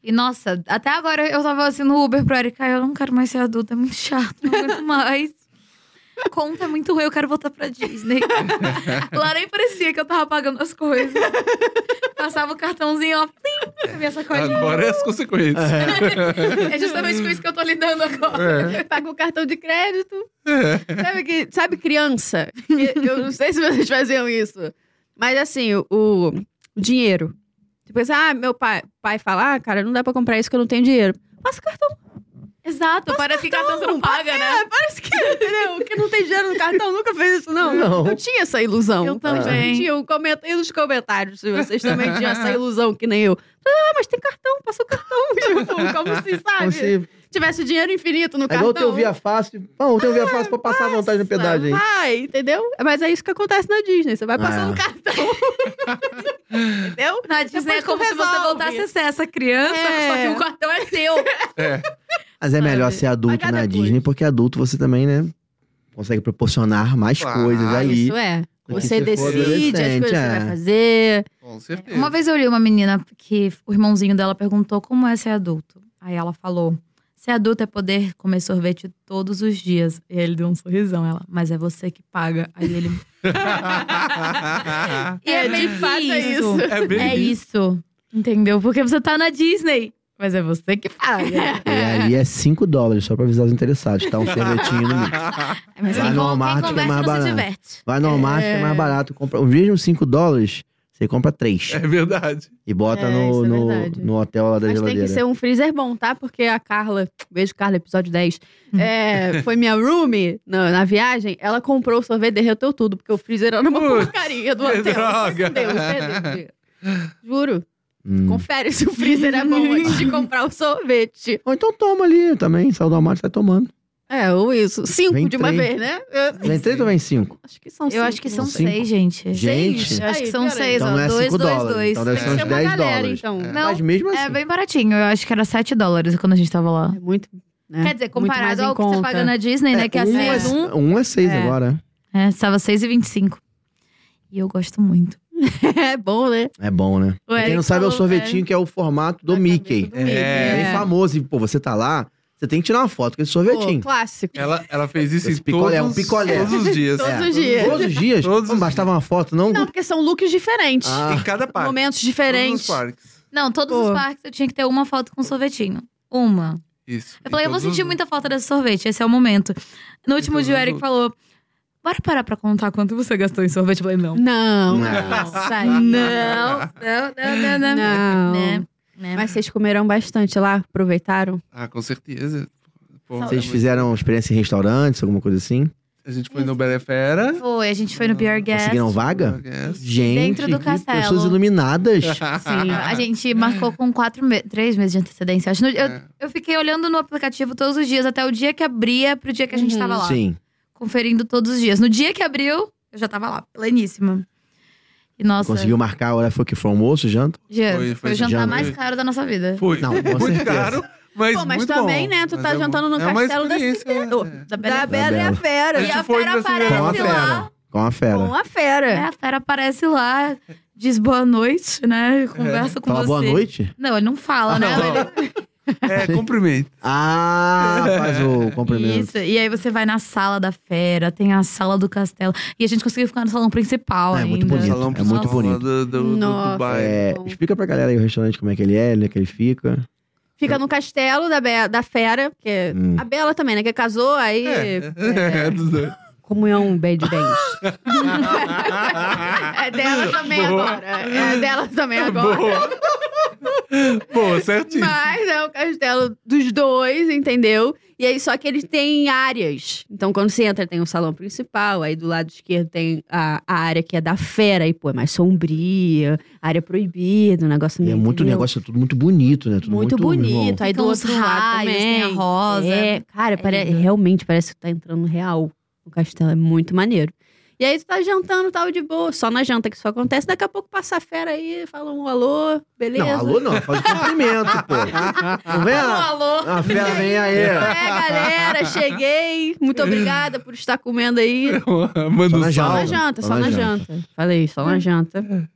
Speaker 4: E nossa, até agora eu tava assim no Uber pro Eric. "Ai, Eu não quero mais ser adulta, é muito chato, não aguento mais. Conta é muito ruim, eu quero voltar pra Disney. Lá nem parecia que eu tava pagando as coisas. Passava o cartãozinho, ó, plim, com a minha sacolinha.
Speaker 3: Agora é as consequências.
Speaker 4: É justamente com isso que eu tô lidando agora.
Speaker 1: Paga o cartão de crédito.
Speaker 2: É.
Speaker 1: Sabe, que, sabe criança? Eu não sei se vocês faziam isso. Mas assim, o, o dinheiro. Tipo assim, ah, meu pai, pai fala, ah, cara, não dá pra comprar isso que eu não tenho dinheiro. Passa o cartão.
Speaker 4: Exato, parece que cartão você não paga, né?
Speaker 1: Ah, parece que, entendeu? Que não tem dinheiro no cartão. Nunca fez isso, não.
Speaker 2: Não.
Speaker 1: Eu tinha essa ilusão.
Speaker 4: Eu também.
Speaker 1: Eu tinha. Comenta aí nos comentários se vocês também tinham essa ilusão, que nem eu. Ah, mas tem cartão, passa o cartão. Tipo, como se, sabe?
Speaker 2: Como se-
Speaker 1: Tivesse dinheiro infinito no
Speaker 2: É
Speaker 1: cartão.
Speaker 2: igual ter o Via Fácil. Bom, tem o Via Fácil pra passar a vontade no pedágio aí.
Speaker 1: Vai, entendeu? Mas é isso que acontece na Disney. Você vai passando
Speaker 2: É.
Speaker 1: cartão. entendeu?
Speaker 4: Na Disney é
Speaker 1: Depois tu
Speaker 4: como se você
Speaker 1: resolve.
Speaker 4: voltasse a ser essa criança,
Speaker 1: É.
Speaker 4: só que o cartão é seu.
Speaker 2: Mas é melhor ser adulto
Speaker 1: Pagar
Speaker 2: na
Speaker 1: depois.
Speaker 2: Disney, porque adulto você também, né? Consegue proporcionar mais
Speaker 3: Claro.
Speaker 2: coisas ali.
Speaker 1: Isso é.
Speaker 2: Do que
Speaker 1: Você
Speaker 2: se for
Speaker 1: decide as
Speaker 2: adolescente,
Speaker 1: coisas que você
Speaker 2: é.
Speaker 1: vai fazer.
Speaker 3: Com certeza.
Speaker 4: Uma vez eu li uma menina que o irmãozinho dela perguntou como é ser adulto. Aí ela falou: ser adulto é poder comer sorvete todos os dias. E aí ele deu um sorrisão, ela, mas é você que paga. Aí ele. E é, meio
Speaker 1: de
Speaker 4: que
Speaker 1: fato é isso.
Speaker 3: É bem
Speaker 4: É isso. Entendeu? Porque você tá na Disney. Mas é você que
Speaker 1: Ah,
Speaker 4: paga.
Speaker 2: E ali é 5 dólares, só pra avisar os interessados. Tá um sorvetinho no meio.
Speaker 4: Mas
Speaker 2: Vai
Speaker 4: quem,
Speaker 2: no
Speaker 4: con-
Speaker 2: Walmart,
Speaker 4: quem
Speaker 2: que é
Speaker 4: conversa
Speaker 2: mais
Speaker 4: não se
Speaker 2: barato.
Speaker 4: diverte.
Speaker 2: Vai no Walmart, que é mais barato. Compra, os mesmos 5 dólares, você compra 3.
Speaker 3: É verdade.
Speaker 2: E bota
Speaker 1: É,
Speaker 2: no,
Speaker 1: isso é
Speaker 2: no-
Speaker 1: verdade.
Speaker 2: no hotel lá
Speaker 1: Mas
Speaker 2: da
Speaker 1: tem
Speaker 2: geladeira.
Speaker 1: que ser um freezer bom, tá? Porque a Carla, beijo Carla, episódio 10,
Speaker 4: Hum.
Speaker 1: é, foi minha roomie na, na viagem, ela comprou o sorvete, derreteu tudo, porque o freezer era uma
Speaker 3: Putz,
Speaker 1: porcaria do
Speaker 3: que
Speaker 1: hotel.
Speaker 3: droga.
Speaker 1: Deus, perdeu. Juro,
Speaker 2: Hum.
Speaker 1: confere se o freezer é bom antes de comprar o sorvete.
Speaker 2: Ou então toma ali também, sai do Walmart, sai tomando.
Speaker 1: É, ou isso. Cinco
Speaker 2: Vem
Speaker 1: de uma vez,
Speaker 2: três.
Speaker 1: né? Eu-
Speaker 2: Vem 3 ou vem 5?
Speaker 1: acho que são
Speaker 4: Eu
Speaker 1: cinco.
Speaker 4: acho que são
Speaker 2: São cinco.
Speaker 4: seis, gente.
Speaker 2: Gente,
Speaker 4: Eu acho que
Speaker 1: Aí,
Speaker 4: são
Speaker 1: pera aí.
Speaker 4: seis,
Speaker 2: Então
Speaker 4: ó.
Speaker 2: não é
Speaker 4: dois,
Speaker 2: cinco
Speaker 4: dois,
Speaker 2: dólares,
Speaker 4: dois.
Speaker 2: então deve
Speaker 3: ser uns
Speaker 1: é uma
Speaker 2: 10
Speaker 1: galera,
Speaker 2: dólares.
Speaker 1: então. É.
Speaker 4: Não,
Speaker 2: Mas mesmo assim.
Speaker 4: É bem baratinho. Eu acho que era 7 dólares quando a gente tava lá.
Speaker 1: muito. né?
Speaker 4: Quer dizer,
Speaker 1: Muito mais
Speaker 4: comparado
Speaker 1: em
Speaker 4: ao que você
Speaker 1: conta.
Speaker 4: paga na Disney, né? Que é
Speaker 2: um,
Speaker 4: seis.
Speaker 2: é, um é 6
Speaker 1: É.
Speaker 2: agora.
Speaker 4: É, tava 6,25. E eu gosto muito.
Speaker 1: É bom, né?
Speaker 2: É bom, né?
Speaker 1: O
Speaker 2: Pra Quem
Speaker 1: Eric
Speaker 2: não sabe é o
Speaker 1: falou,
Speaker 2: sorvetinho, que é o formato do
Speaker 1: Na
Speaker 2: Mickey.
Speaker 1: cabeça do né? Mickey,
Speaker 2: É,
Speaker 3: É.
Speaker 2: bem famoso. E, pô, você tá lá, você tem que tirar uma foto com esse sorvetinho.
Speaker 1: Pô, clássico.
Speaker 3: Ela, ela fez isso
Speaker 2: Esse
Speaker 3: em
Speaker 2: picolé,
Speaker 3: todos,
Speaker 2: um picolé.
Speaker 3: todos os dias.
Speaker 1: Todos
Speaker 2: É.
Speaker 1: os dias.
Speaker 2: Todos os dias?
Speaker 3: Todos
Speaker 2: não
Speaker 3: os
Speaker 2: bastava uma foto, não?
Speaker 1: Não, porque são looks diferentes.
Speaker 2: Ah.
Speaker 3: Em cada parque.
Speaker 1: momentos
Speaker 3: Todos
Speaker 1: diferentes.
Speaker 3: os parques.
Speaker 4: Não, todos
Speaker 1: Pô.
Speaker 4: os parques eu tinha que ter uma foto com sorvetinho. Uma.
Speaker 3: Isso.
Speaker 4: Eu
Speaker 3: Em
Speaker 4: falei, eu vou
Speaker 3: todos
Speaker 4: sentir
Speaker 3: os-
Speaker 4: muita falta desse sorvete, esse é o momento. No último
Speaker 3: todos
Speaker 4: dia, o
Speaker 3: os
Speaker 4: Eric
Speaker 3: outros.
Speaker 4: falou: bora parar pra contar quanto você gastou em sorvete. Eu falei, não. é.
Speaker 1: Não,
Speaker 2: Não.
Speaker 1: isso
Speaker 4: Não,
Speaker 1: aí.
Speaker 4: não, não, não, não.
Speaker 1: Não.
Speaker 4: Né, né.
Speaker 1: Mas vocês comeram bastante lá? Aproveitaram?
Speaker 3: Ah, com certeza. Pô,
Speaker 2: Vocês
Speaker 3: é muito-
Speaker 2: fizeram experiência em restaurantes, alguma coisa assim?
Speaker 3: A gente foi no Belefera.
Speaker 4: Foi, a gente foi no Beer Guest.
Speaker 2: Conseguiram vaga?
Speaker 3: Yes.
Speaker 2: Gente,
Speaker 4: Dentro do
Speaker 2: que
Speaker 4: castelo.
Speaker 2: pessoas iluminadas.
Speaker 1: Sim.
Speaker 4: A gente marcou com quatro me- três meses de antecedência. Acho. No- Eu,
Speaker 3: É.
Speaker 4: eu fiquei olhando no aplicativo todos os dias, até o dia que abria pro dia que a gente
Speaker 1: Uhum.
Speaker 4: tava lá.
Speaker 2: Sim.
Speaker 4: Conferindo todos os dias. No dia que abriu, eu já tava lá, pleníssima. E nossa,
Speaker 2: Conseguiu marcar a hora foi que foi um almoço, janta?
Speaker 4: Jean,
Speaker 3: Foi-
Speaker 4: foi,
Speaker 3: foi
Speaker 4: o jantar
Speaker 2: Jean,
Speaker 4: mais
Speaker 3: foi.
Speaker 4: caro da nossa vida.
Speaker 3: Foi.
Speaker 2: Não, com
Speaker 3: muito
Speaker 2: certeza.
Speaker 3: caro, mas
Speaker 1: Pô, mas
Speaker 3: muito
Speaker 1: também,
Speaker 3: bom.
Speaker 1: né, tu tá
Speaker 3: Mas é
Speaker 1: jantando
Speaker 3: bom.
Speaker 1: no
Speaker 3: é uma
Speaker 1: castelo da
Speaker 3: experiência, é.
Speaker 1: Da
Speaker 4: Bela-
Speaker 1: Bela e a
Speaker 2: Bela.
Speaker 1: Fera.
Speaker 4: E
Speaker 3: gente
Speaker 4: a
Speaker 3: foi
Speaker 4: fera
Speaker 3: nesse verão.
Speaker 2: Com a
Speaker 4: aparece lá.
Speaker 2: fera. Com a fera.
Speaker 1: Com a fera.
Speaker 4: É, a fera aparece lá, diz boa noite, né? Conversa com
Speaker 2: Fala
Speaker 4: você.
Speaker 2: boa noite?
Speaker 4: Não, ele não fala, né?
Speaker 3: É. Ah, Não.
Speaker 4: Ele-
Speaker 3: É, cumprimento.
Speaker 2: Ah, faz o cumprimento.
Speaker 4: Isso. E aí você vai na sala da fera, tem a sala do castelo. E a gente conseguiu ficar no salão principal
Speaker 2: É,
Speaker 4: ainda.
Speaker 2: muito bonito.
Speaker 3: Salão
Speaker 2: é muito
Speaker 3: principal
Speaker 2: bonito.
Speaker 3: Do, do, do
Speaker 1: Nossa.
Speaker 3: Dubai.
Speaker 2: É,
Speaker 1: bom.
Speaker 2: explica pra galera aí o restaurante como é que ele é, onde é que ele fica.
Speaker 1: Fica no castelo da, Be- da fera, porque
Speaker 2: Hum.
Speaker 1: a Bela também, né? Que casou, aí.
Speaker 3: É, é, dos dois.
Speaker 1: Comunhão bem de bens. é dela também
Speaker 3: Boa.
Speaker 1: agora. É dela também agora.
Speaker 3: Boa. Boa, certinho.
Speaker 1: Mas é o castelo dos dois, entendeu? E aí, só que eles têm áreas. Então, quando você entra, tem o salão principal. Aí, do lado esquerdo, tem a, a área que é da fera. E, pô, é mais sombria. Área proibida, um negócio
Speaker 2: E
Speaker 1: meio...
Speaker 2: é muito
Speaker 1: entendeu?
Speaker 2: negócio, é tudo muito bonito, né? Tudo
Speaker 1: Muito,
Speaker 2: irmão,
Speaker 1: bonito. Aí, do
Speaker 4: Ficam os
Speaker 1: outro lado
Speaker 4: raios, tem
Speaker 1: também.
Speaker 4: a rosa.
Speaker 1: É, cara, pare-
Speaker 4: lindo.
Speaker 1: realmente parece que tá entrando real. O castelo é muito maneiro. E aí, tu tá jantando, tal, de boa. Só na janta que isso acontece. Daqui a pouco passa a fera aí, fala um alô, beleza?
Speaker 2: Não, alô não, faz o cumprimento, pô. Não vem
Speaker 1: Fala
Speaker 2: a,
Speaker 1: um alô.
Speaker 2: a fera, vem aí.
Speaker 3: Ah.
Speaker 1: É, galera, cheguei. Muito obrigada por estar comendo aí.
Speaker 3: Manda
Speaker 2: Só
Speaker 1: Só
Speaker 2: na
Speaker 3: um
Speaker 1: na
Speaker 3: salve.
Speaker 2: Pausa.
Speaker 1: janta, só na janta. Falei, só na janta.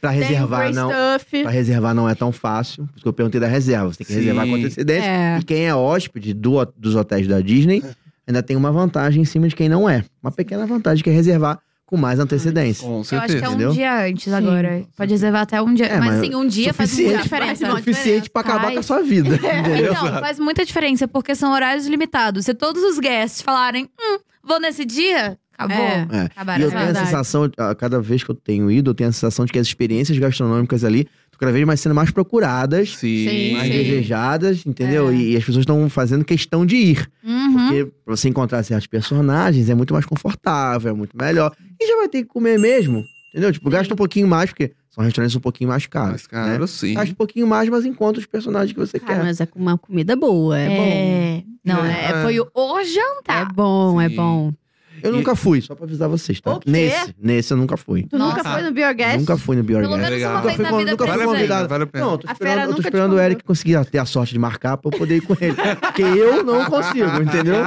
Speaker 2: Pra
Speaker 1: Tem o
Speaker 2: reservar,
Speaker 1: Grey
Speaker 2: não.
Speaker 1: Hum. Stuff.
Speaker 2: Pra reservar não é tão fácil. Por isso que eu perguntei da reserva. Você tem que
Speaker 3: Sim.
Speaker 2: reservar com antecedência.
Speaker 1: É.
Speaker 2: E quem é hóspede do- dos hotéis da Disney ainda tem uma vantagem em cima de quem não é. Uma pequena vantagem que é reservar com mais antecedência.
Speaker 3: Com
Speaker 4: Eu acho que
Speaker 3: certeza.
Speaker 4: é um
Speaker 2: Entendeu?
Speaker 4: dia antes
Speaker 1: Sim.
Speaker 4: agora. Pode reservar até um dia.
Speaker 2: É,
Speaker 4: mas,
Speaker 2: mas
Speaker 4: assim, um dia faz muita
Speaker 2: suficiente-
Speaker 4: diferença.
Speaker 1: Faz é uma É.
Speaker 2: Suficiente pra acabar
Speaker 4: Faz.
Speaker 2: com a sua vida. Entendeu?
Speaker 4: Então, faz muita diferença, porque são horários limitados. Se todos os guests falarem, hum, vou nesse dia, acabou.
Speaker 1: É.
Speaker 2: É.
Speaker 4: Acabaram,
Speaker 2: E eu
Speaker 4: é
Speaker 2: tenho a
Speaker 4: verdade.
Speaker 2: sensação, a cada vez que eu tenho ido, eu tenho a sensação de que as experiências gastronômicas ali estão cada vez mais sendo mais procuradas,
Speaker 3: Sim.
Speaker 2: mais
Speaker 1: Sim.
Speaker 2: desejadas, entendeu?
Speaker 1: É.
Speaker 2: E, e as pessoas estão fazendo questão de ir.
Speaker 4: Uhum.
Speaker 2: Porque pra você encontrar certos personagens é muito mais confortável, é muito melhor. E já vai ter que comer mesmo, entendeu? Tipo, gasta um pouquinho mais, porque são restaurantes um pouquinho mais caros.
Speaker 3: Mas, cara,
Speaker 2: né?
Speaker 3: sim.
Speaker 2: Gasta um pouquinho mais, mas encontra os personagens que você
Speaker 1: Cara,
Speaker 2: quer.
Speaker 1: mas é com uma comida boa. É, bom.
Speaker 4: É. Não,
Speaker 3: É.
Speaker 4: é, foi o, o jantar.
Speaker 1: É bom, é
Speaker 3: Sim.
Speaker 1: bom.
Speaker 2: Eu
Speaker 3: E-
Speaker 2: nunca fui, só pra avisar vocês, tá?
Speaker 1: O quê?
Speaker 2: Nesse, nesse eu nunca fui.
Speaker 1: Tu
Speaker 4: Nossa.
Speaker 1: nunca foi no Biogas?
Speaker 2: Nunca fui no
Speaker 4: Pelo
Speaker 2: Biorgas.
Speaker 4: menos
Speaker 3: É legal.
Speaker 4: uma
Speaker 3: Nunca
Speaker 4: vez
Speaker 2: fui
Speaker 4: na
Speaker 2: con-
Speaker 4: vida
Speaker 2: nunca fui
Speaker 3: Vale a
Speaker 4: precisa.
Speaker 3: pena,
Speaker 2: convidado.
Speaker 3: vale a pena.
Speaker 2: Não, eu tô
Speaker 1: A fera
Speaker 2: esperando, eu tô
Speaker 1: nunca te
Speaker 2: esperando o
Speaker 1: convidou.
Speaker 2: Eric conseguir ter a sorte de marcar pra eu poder ir com ele. Porque eu não consigo, entendeu?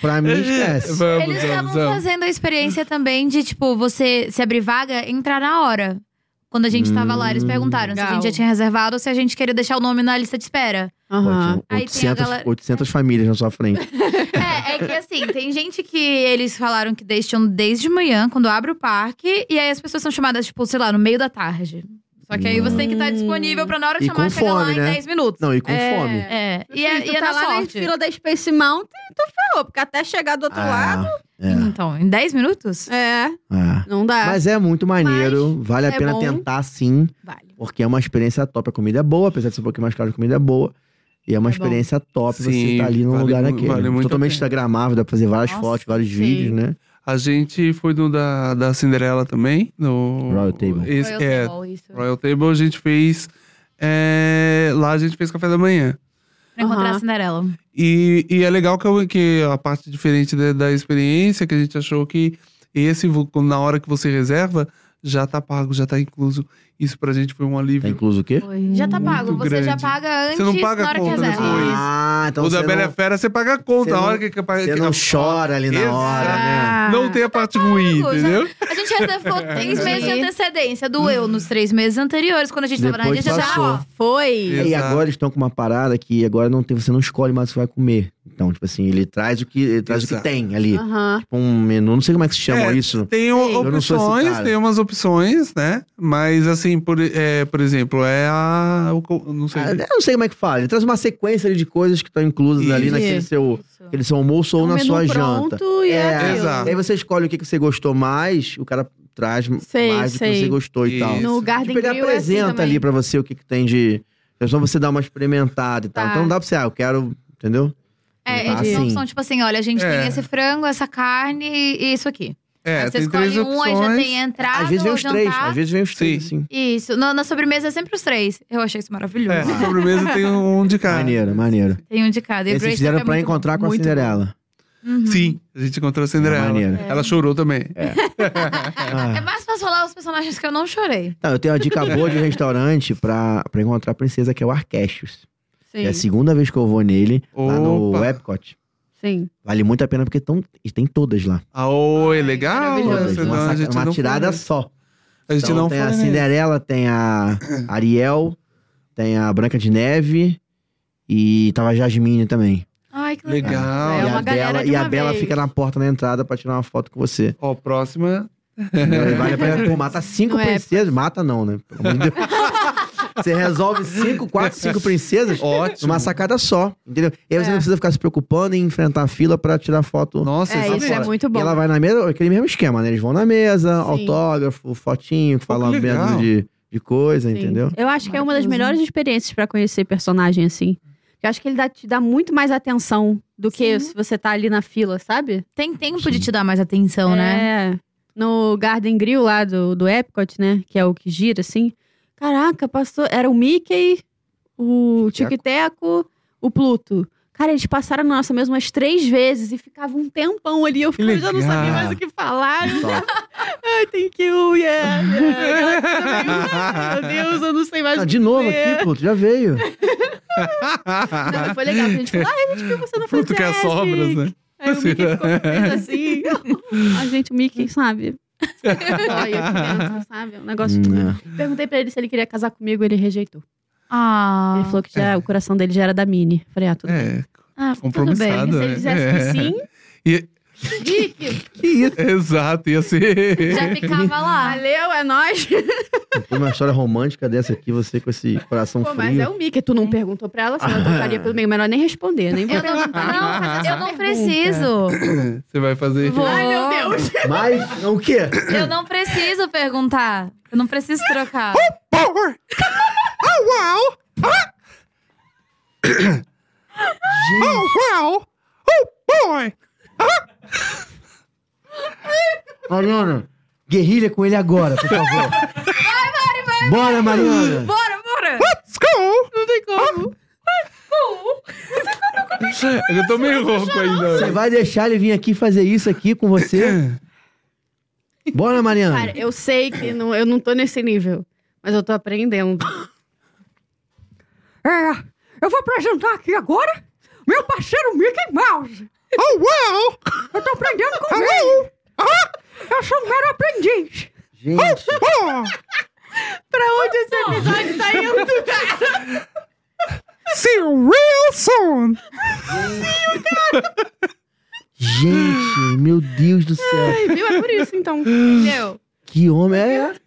Speaker 2: Pra mim, esquece.
Speaker 3: Vamos,
Speaker 4: Eles
Speaker 3: vamos,
Speaker 4: estavam
Speaker 3: vamos.
Speaker 4: fazendo a experiência também de, tipo, você se abrir vaga, entrar na hora. Quando a gente tava lá, eles
Speaker 2: Hum.
Speaker 4: perguntaram se a
Speaker 1: Legal.
Speaker 4: gente já tinha reservado ou se a gente queria deixar o nome na lista de espera.
Speaker 1: Aham.
Speaker 2: Pô, tinha
Speaker 4: Aí tem a
Speaker 2: 800,
Speaker 4: galera-
Speaker 2: 800 famílias na sua frente.
Speaker 4: É, é que assim, tem gente que eles falaram que deixam desde manhã, quando abre o parque, e aí as pessoas são chamadas, tipo, sei lá, no meio da tarde. Só que aí você tem que estar disponível pra na hora de
Speaker 2: E com
Speaker 4: chamar, chegar lá
Speaker 2: fome,
Speaker 4: em
Speaker 2: né?
Speaker 4: 10 minutos.
Speaker 2: Não, e com
Speaker 1: É.
Speaker 2: fome.
Speaker 4: É, e,
Speaker 1: E,
Speaker 4: é-
Speaker 1: tu
Speaker 4: e é
Speaker 1: tá
Speaker 4: na
Speaker 1: lá na
Speaker 4: sorte.
Speaker 1: fila da Space Mountain, tu ferrou. Porque até chegar do outro lado...
Speaker 2: É,
Speaker 4: Então, em 10 minutos?
Speaker 1: É,
Speaker 2: é.
Speaker 1: não dá.
Speaker 2: Mas é muito maneiro, vale a
Speaker 1: é
Speaker 2: pena
Speaker 1: bom.
Speaker 2: tentar sim,
Speaker 1: Vale.
Speaker 2: porque é uma experiência top. A comida é boa, apesar de ser um pouquinho mais caro, a comida é boa. E é uma
Speaker 1: É bom.
Speaker 2: experiência top você
Speaker 3: Sim,
Speaker 2: estar ali num
Speaker 3: vale
Speaker 2: lugar
Speaker 3: mu-
Speaker 2: daquele.
Speaker 3: vale muito a
Speaker 2: Totalmente
Speaker 3: pena.
Speaker 2: instagramável, dá pra fazer várias
Speaker 4: Nossa,
Speaker 2: fotos, vários
Speaker 4: sim.
Speaker 2: vídeos, né?
Speaker 3: A gente foi no da, da Cinderela também. No...
Speaker 2: Royal Table.
Speaker 3: Esse,
Speaker 4: Royal
Speaker 3: é,
Speaker 4: Table, isso.
Speaker 3: Royal Table a gente fez. é, lá a gente fez café da manhã.
Speaker 4: Pra encontrar
Speaker 1: Aham.
Speaker 4: a Cinderela.
Speaker 3: E, e é legal que, eu- que a parte diferente da, da experiência, que a gente achou que esse, vo- quando- na hora que você reserva, já tá pago, já tá incluso. Isso pra gente foi um
Speaker 2: Tá
Speaker 3: alívio.
Speaker 2: incluso o quê?
Speaker 4: Já tá pago,
Speaker 3: Muito
Speaker 4: você já
Speaker 3: grande.
Speaker 4: paga antes
Speaker 3: Você não paga
Speaker 4: na hora que
Speaker 3: conta
Speaker 4: reserva.
Speaker 3: depois.
Speaker 2: Ah, então
Speaker 3: o da
Speaker 2: você
Speaker 3: Bela é
Speaker 2: não-
Speaker 3: Fera, você paga a conta.
Speaker 2: Você
Speaker 3: a
Speaker 2: não-
Speaker 3: hora que, que,
Speaker 2: Você
Speaker 3: que-
Speaker 2: não
Speaker 3: a-
Speaker 2: chora ali na
Speaker 3: Exato.
Speaker 2: hora, né?
Speaker 3: Não tem a parte ruim,
Speaker 4: pago, Ah, tá já.
Speaker 3: entendeu?
Speaker 4: A gente reservou três
Speaker 1: Sim.
Speaker 4: meses de antecedência, doeu nos três meses anteriores, quando a gente tava na
Speaker 2: Depois
Speaker 4: gente já,
Speaker 2: passou.
Speaker 4: ó,
Speaker 1: Foi.
Speaker 2: E
Speaker 3: Exato.
Speaker 2: agora eles estão com uma parada que agora não tem, você não escolhe mais o que vai comer. Então, tipo assim, ele traz o que, ele traz o que
Speaker 3: Exato.
Speaker 2: tem ali.
Speaker 1: Aham.
Speaker 2: Tipo um menu, não sei como é que se chama
Speaker 3: É,
Speaker 2: isso.
Speaker 3: Tem o-
Speaker 2: Eu não sou esse
Speaker 3: opções,
Speaker 2: cara.
Speaker 3: tem umas opções, né? Mas assim, por, é, por exemplo, é a. o co- não sei.
Speaker 2: Ah, eu não sei como é que fala. Ele traz uma sequência ali de coisas que estão inclusas ali
Speaker 3: Isso.
Speaker 2: naquele seu, aquele seu almoço ou
Speaker 1: Um
Speaker 2: na
Speaker 1: menu
Speaker 2: sua
Speaker 1: pronto
Speaker 2: janta.
Speaker 1: E é, aquilo.
Speaker 3: Exato.
Speaker 2: E aí você escolhe o que, que você gostou mais, o cara traz
Speaker 1: Sei,
Speaker 2: mais do que
Speaker 1: sei.
Speaker 2: você gostou e tal.
Speaker 3: Isso.
Speaker 1: No Garden
Speaker 2: Tipo, ele
Speaker 1: Grill é assim
Speaker 2: apresenta
Speaker 1: também.
Speaker 2: ali pra você o que, que tem de. É só você dar uma experimentada e tal.
Speaker 1: Tá.
Speaker 2: Então não dá pra você, ah, eu quero. Entendeu?
Speaker 4: É,
Speaker 2: Tá,
Speaker 4: eles não
Speaker 2: sim.
Speaker 4: são tipo assim, olha, a gente
Speaker 3: É.
Speaker 4: tem esse frango, essa carne e isso aqui.
Speaker 3: É,
Speaker 4: aí você
Speaker 3: tem três
Speaker 4: escolhe um, aí já
Speaker 3: opções.
Speaker 4: tem a entrada,
Speaker 2: às vezes vem
Speaker 4: o
Speaker 2: os três,
Speaker 4: jantar.
Speaker 2: às vezes vem os três, assim.
Speaker 3: Sim.
Speaker 2: sim.
Speaker 4: Isso, na, na sobremesa é sempre os três. Eu achei isso
Speaker 3: É,
Speaker 4: maravilhoso.
Speaker 3: na sobremesa tem um de cada.
Speaker 2: Maneiro, maneiro.
Speaker 4: Tem um de cada. E
Speaker 2: Eles
Speaker 4: Grace
Speaker 2: fizeram
Speaker 4: é
Speaker 2: pra
Speaker 4: muito bom.
Speaker 2: encontrar com a
Speaker 4: Muito
Speaker 2: Cinderela. É
Speaker 4: bom. Uhum.
Speaker 3: Sim, a gente encontrou a Cinderela.
Speaker 2: Maneiro.
Speaker 3: Ela chorou também.
Speaker 2: Ah.
Speaker 4: É mais fácil falar os personagens que eu não chorei.
Speaker 2: Não, Ah, eu tenho uma dica boa de restaurante pra, pra encontrar a princesa, que é o Arquestos.
Speaker 1: Sim,
Speaker 2: É a segunda vez que eu vou nele, lá no
Speaker 3: Opa.
Speaker 2: Epcot.
Speaker 1: sim.
Speaker 2: Vale muito a pena porque tão, e tem todas lá.
Speaker 3: Ah, oi, legal.
Speaker 1: maravilhoso.
Speaker 2: Todas,
Speaker 3: essa não,
Speaker 2: uma,
Speaker 3: a
Speaker 2: saca-
Speaker 3: gente
Speaker 2: uma
Speaker 3: não
Speaker 2: tirada
Speaker 3: foi,
Speaker 2: só.
Speaker 3: né? A gente
Speaker 2: Então,
Speaker 3: não
Speaker 2: tem a
Speaker 3: foi, né?
Speaker 2: Cinderela, tem a Ariel, tem a Branca de Neve E tava a Jasmine também.
Speaker 4: Ai, que legal.
Speaker 3: Legal.
Speaker 1: É
Speaker 2: e
Speaker 1: uma
Speaker 2: a
Speaker 1: galera
Speaker 2: Bela,
Speaker 1: de
Speaker 2: e a
Speaker 1: uma
Speaker 2: Bela
Speaker 1: vez.
Speaker 2: fica na porta na entrada pra tirar uma foto com você.
Speaker 3: Ó, próxima.
Speaker 2: Ele vai pra ela, pô, mata cinco
Speaker 1: Não é.
Speaker 2: princesas. Mata não, né? Pelo amor de Deus. Você resolve cinco, quatro, cinco princesas
Speaker 3: Ótimo.
Speaker 2: numa sacada só, entendeu? E aí você
Speaker 1: É.
Speaker 2: não precisa ficar se preocupando em enfrentar a fila pra tirar foto.
Speaker 3: Nossa,
Speaker 1: É,
Speaker 3: exatamente.
Speaker 1: isso é muito
Speaker 2: E
Speaker 1: bom.
Speaker 2: ela vai na mesa, aquele mesmo esquema, né? Eles vão na mesa,
Speaker 1: Sim.
Speaker 2: autógrafo, fotinho, falando
Speaker 3: legal.
Speaker 2: menos de, de coisa,
Speaker 1: Sim.
Speaker 2: entendeu?
Speaker 1: Eu acho que é uma das
Speaker 4: Maravilhoso.
Speaker 1: melhores experiências pra conhecer personagem, assim. Eu acho que ele dá- te dá muito mais atenção do que
Speaker 4: Sim.
Speaker 1: se você tá ali na fila, sabe?
Speaker 4: Tem tempo de te dar mais atenção, né?
Speaker 1: É. No Garden Grill lá do, do Epcot, né? Que é o que gira, assim. Caraca, passou. Era o Mickey, o
Speaker 2: Tico-teco.
Speaker 1: Tic-Teco, o Pluto. Cara, eles passaram na nossa mesa umas três vezes e ficava um tempão ali. Eu, ficava, eu já não
Speaker 3: legal.
Speaker 1: sabia mais o que falar.
Speaker 2: Só.
Speaker 1: Ai, thank you, yeah. yeah. Ela também, né? Meu Deus, eu não sei mais
Speaker 2: Ah,
Speaker 1: o que
Speaker 2: de novo
Speaker 1: dizer.
Speaker 2: aqui, pô, tu já veio.
Speaker 1: Não, mas foi legal, porque a gente falou, ai, Mickey, por que você não foi
Speaker 3: Fruto que as sobras, né?
Speaker 1: Aí o Mickey ficou preso assim. a gente, o Mickey, sabe? Aí eu fiquei dentro, sabe? É Um negócio.
Speaker 2: Hum,
Speaker 1: Perguntei pra ele se ele queria casar comigo, ele rejeitou.
Speaker 4: Ah.
Speaker 1: Ele falou que já, o coração dele já era da Mini. Falei, ah, tudo bem.
Speaker 3: É.
Speaker 4: ah, tudo
Speaker 3: compromissado.
Speaker 4: bem.
Speaker 1: Se ele dissesse que sim,
Speaker 3: E-
Speaker 1: Mickey,
Speaker 3: Que isso? Exato, assim, ia ser.
Speaker 4: Já ficava lá.
Speaker 1: valeu, é nóis.
Speaker 2: Pô, uma história romântica dessa aqui, você com esse coração
Speaker 1: Pô, mas
Speaker 2: frio.
Speaker 1: é o Mickey. Tu não perguntou pra ela, senão eu tocaria pelo meio. Melhor nem responder, nem vou
Speaker 4: Eu não,
Speaker 1: perguntar. nem vou fazer
Speaker 4: não,
Speaker 1: essa
Speaker 4: eu não
Speaker 1: pergunta.
Speaker 4: preciso.
Speaker 3: Você vai fazer.
Speaker 4: Vou.
Speaker 1: Ai, meu Deus.
Speaker 2: Mas, é o quê?
Speaker 4: Eu não preciso perguntar. Eu não preciso trocar.
Speaker 3: Oh,
Speaker 2: Mariana, guerrilha com ele agora, por favor. Vai, Mari, vai. Bora, Mariana.
Speaker 4: Bora, bora!
Speaker 1: Não tem como.
Speaker 3: Eu tô meio rouco
Speaker 2: Você
Speaker 3: ainda.
Speaker 2: vai deixar ele vir aqui fazer isso aqui com você? Bora, Mariana.
Speaker 1: Cara, eu sei que não, eu não tô nesse nível, mas eu tô aprendendo.
Speaker 8: Eu vou apresentar aqui agora meu parceiro Mickey Mouse.
Speaker 3: Oh, Ah! uau!
Speaker 8: Eu tô aprendendo com ele. Eu sou um mero aprendiz.
Speaker 2: Gente,
Speaker 3: Oh,
Speaker 1: pra onde esse episódio tá indo?
Speaker 3: See you real soon!
Speaker 2: gente, meu Deus do céu.
Speaker 1: Viu? É por isso, então. Entendeu?
Speaker 2: Que homem é?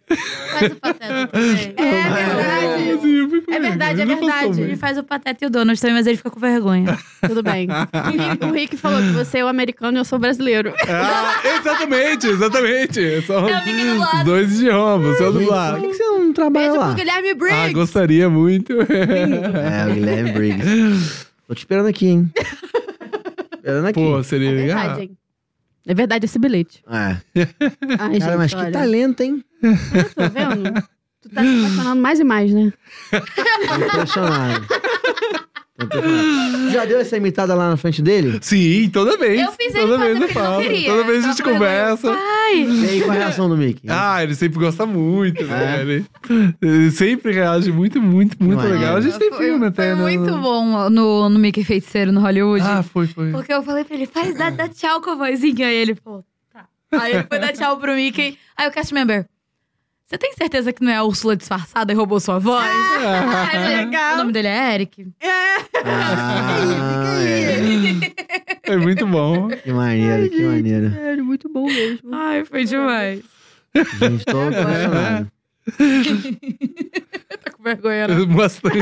Speaker 4: Faz o pateta também.
Speaker 1: É verdade. É verdade, é
Speaker 4: Ele
Speaker 1: verdade.
Speaker 4: faz o pateta e o Donald também, mas ele fica com vergonha.
Speaker 1: Tudo bem. O Rick, o Rick falou que você é o americano e eu sou brasileiro.
Speaker 2: É
Speaker 3: Ah, exatamente, exatamente. São
Speaker 4: É o Mickey do lado.
Speaker 3: os dois idiomas, só do
Speaker 2: Gente, Por
Speaker 3: lado.
Speaker 2: que que você não trabalha
Speaker 1: Beijo pro
Speaker 2: lá?
Speaker 1: Tipo, Guilherme
Speaker 3: Ah,
Speaker 1: Briggs.
Speaker 3: gostaria muito.
Speaker 2: É, o Guilherme Briggs. Tô te esperando aqui, hein? Esperando aqui.
Speaker 3: Pô, seria
Speaker 1: é
Speaker 3: legal.
Speaker 1: verdade, hein? É verdade esse bilhete.
Speaker 2: É.
Speaker 1: Ai,
Speaker 2: Cara,
Speaker 1: gente,
Speaker 2: mas que
Speaker 1: olha.
Speaker 2: talento, hein?
Speaker 1: Tá vendo? Tu tá se apaixonando mais e mais, né?
Speaker 2: Tô impressionado. Tô impressionado. Já deu essa imitada lá na frente dele?
Speaker 3: Sim, toda vez.
Speaker 4: Eu fiz ele
Speaker 3: toda
Speaker 4: fazer
Speaker 3: vez
Speaker 4: porque ele não
Speaker 3: falo,
Speaker 4: queria. então
Speaker 3: Toda vez a
Speaker 4: Tava
Speaker 3: gente
Speaker 4: com vergonha.
Speaker 3: conversa.
Speaker 2: E aí, qual é a reação do Mickey?
Speaker 3: Ah, ele sempre gosta muito, né?
Speaker 2: É.
Speaker 3: Ele, ele sempre reage muito, muito, muito
Speaker 2: Não é?
Speaker 3: legal. A gente tem
Speaker 4: Foi- um-
Speaker 3: filme até,
Speaker 4: Foi
Speaker 3: né?
Speaker 4: muito bom no, no Mickey Feiticeiro no Hollywood.
Speaker 3: Ah, foi, foi.
Speaker 4: Porque eu falei pra ele, faz, dá, dá tchau com a vozinha. Aí ele, pô, tá. Aí ele foi dar tchau pro Mickey. Aí o cast member, você tem certeza que não é a Úrsula disfarçada e roubou sua voz?
Speaker 3: Ah.
Speaker 4: Aí eu falei,
Speaker 1: legal.
Speaker 4: O nome dele é Eric.
Speaker 2: Ah,
Speaker 3: É muito bom.
Speaker 2: é. Que maneiro, que maneiro.
Speaker 1: É, muito bom mesmo.
Speaker 4: Ai, foi demais.
Speaker 2: Gente, tô impressionado.
Speaker 4: Tá com vergonha, né?
Speaker 3: Bastante.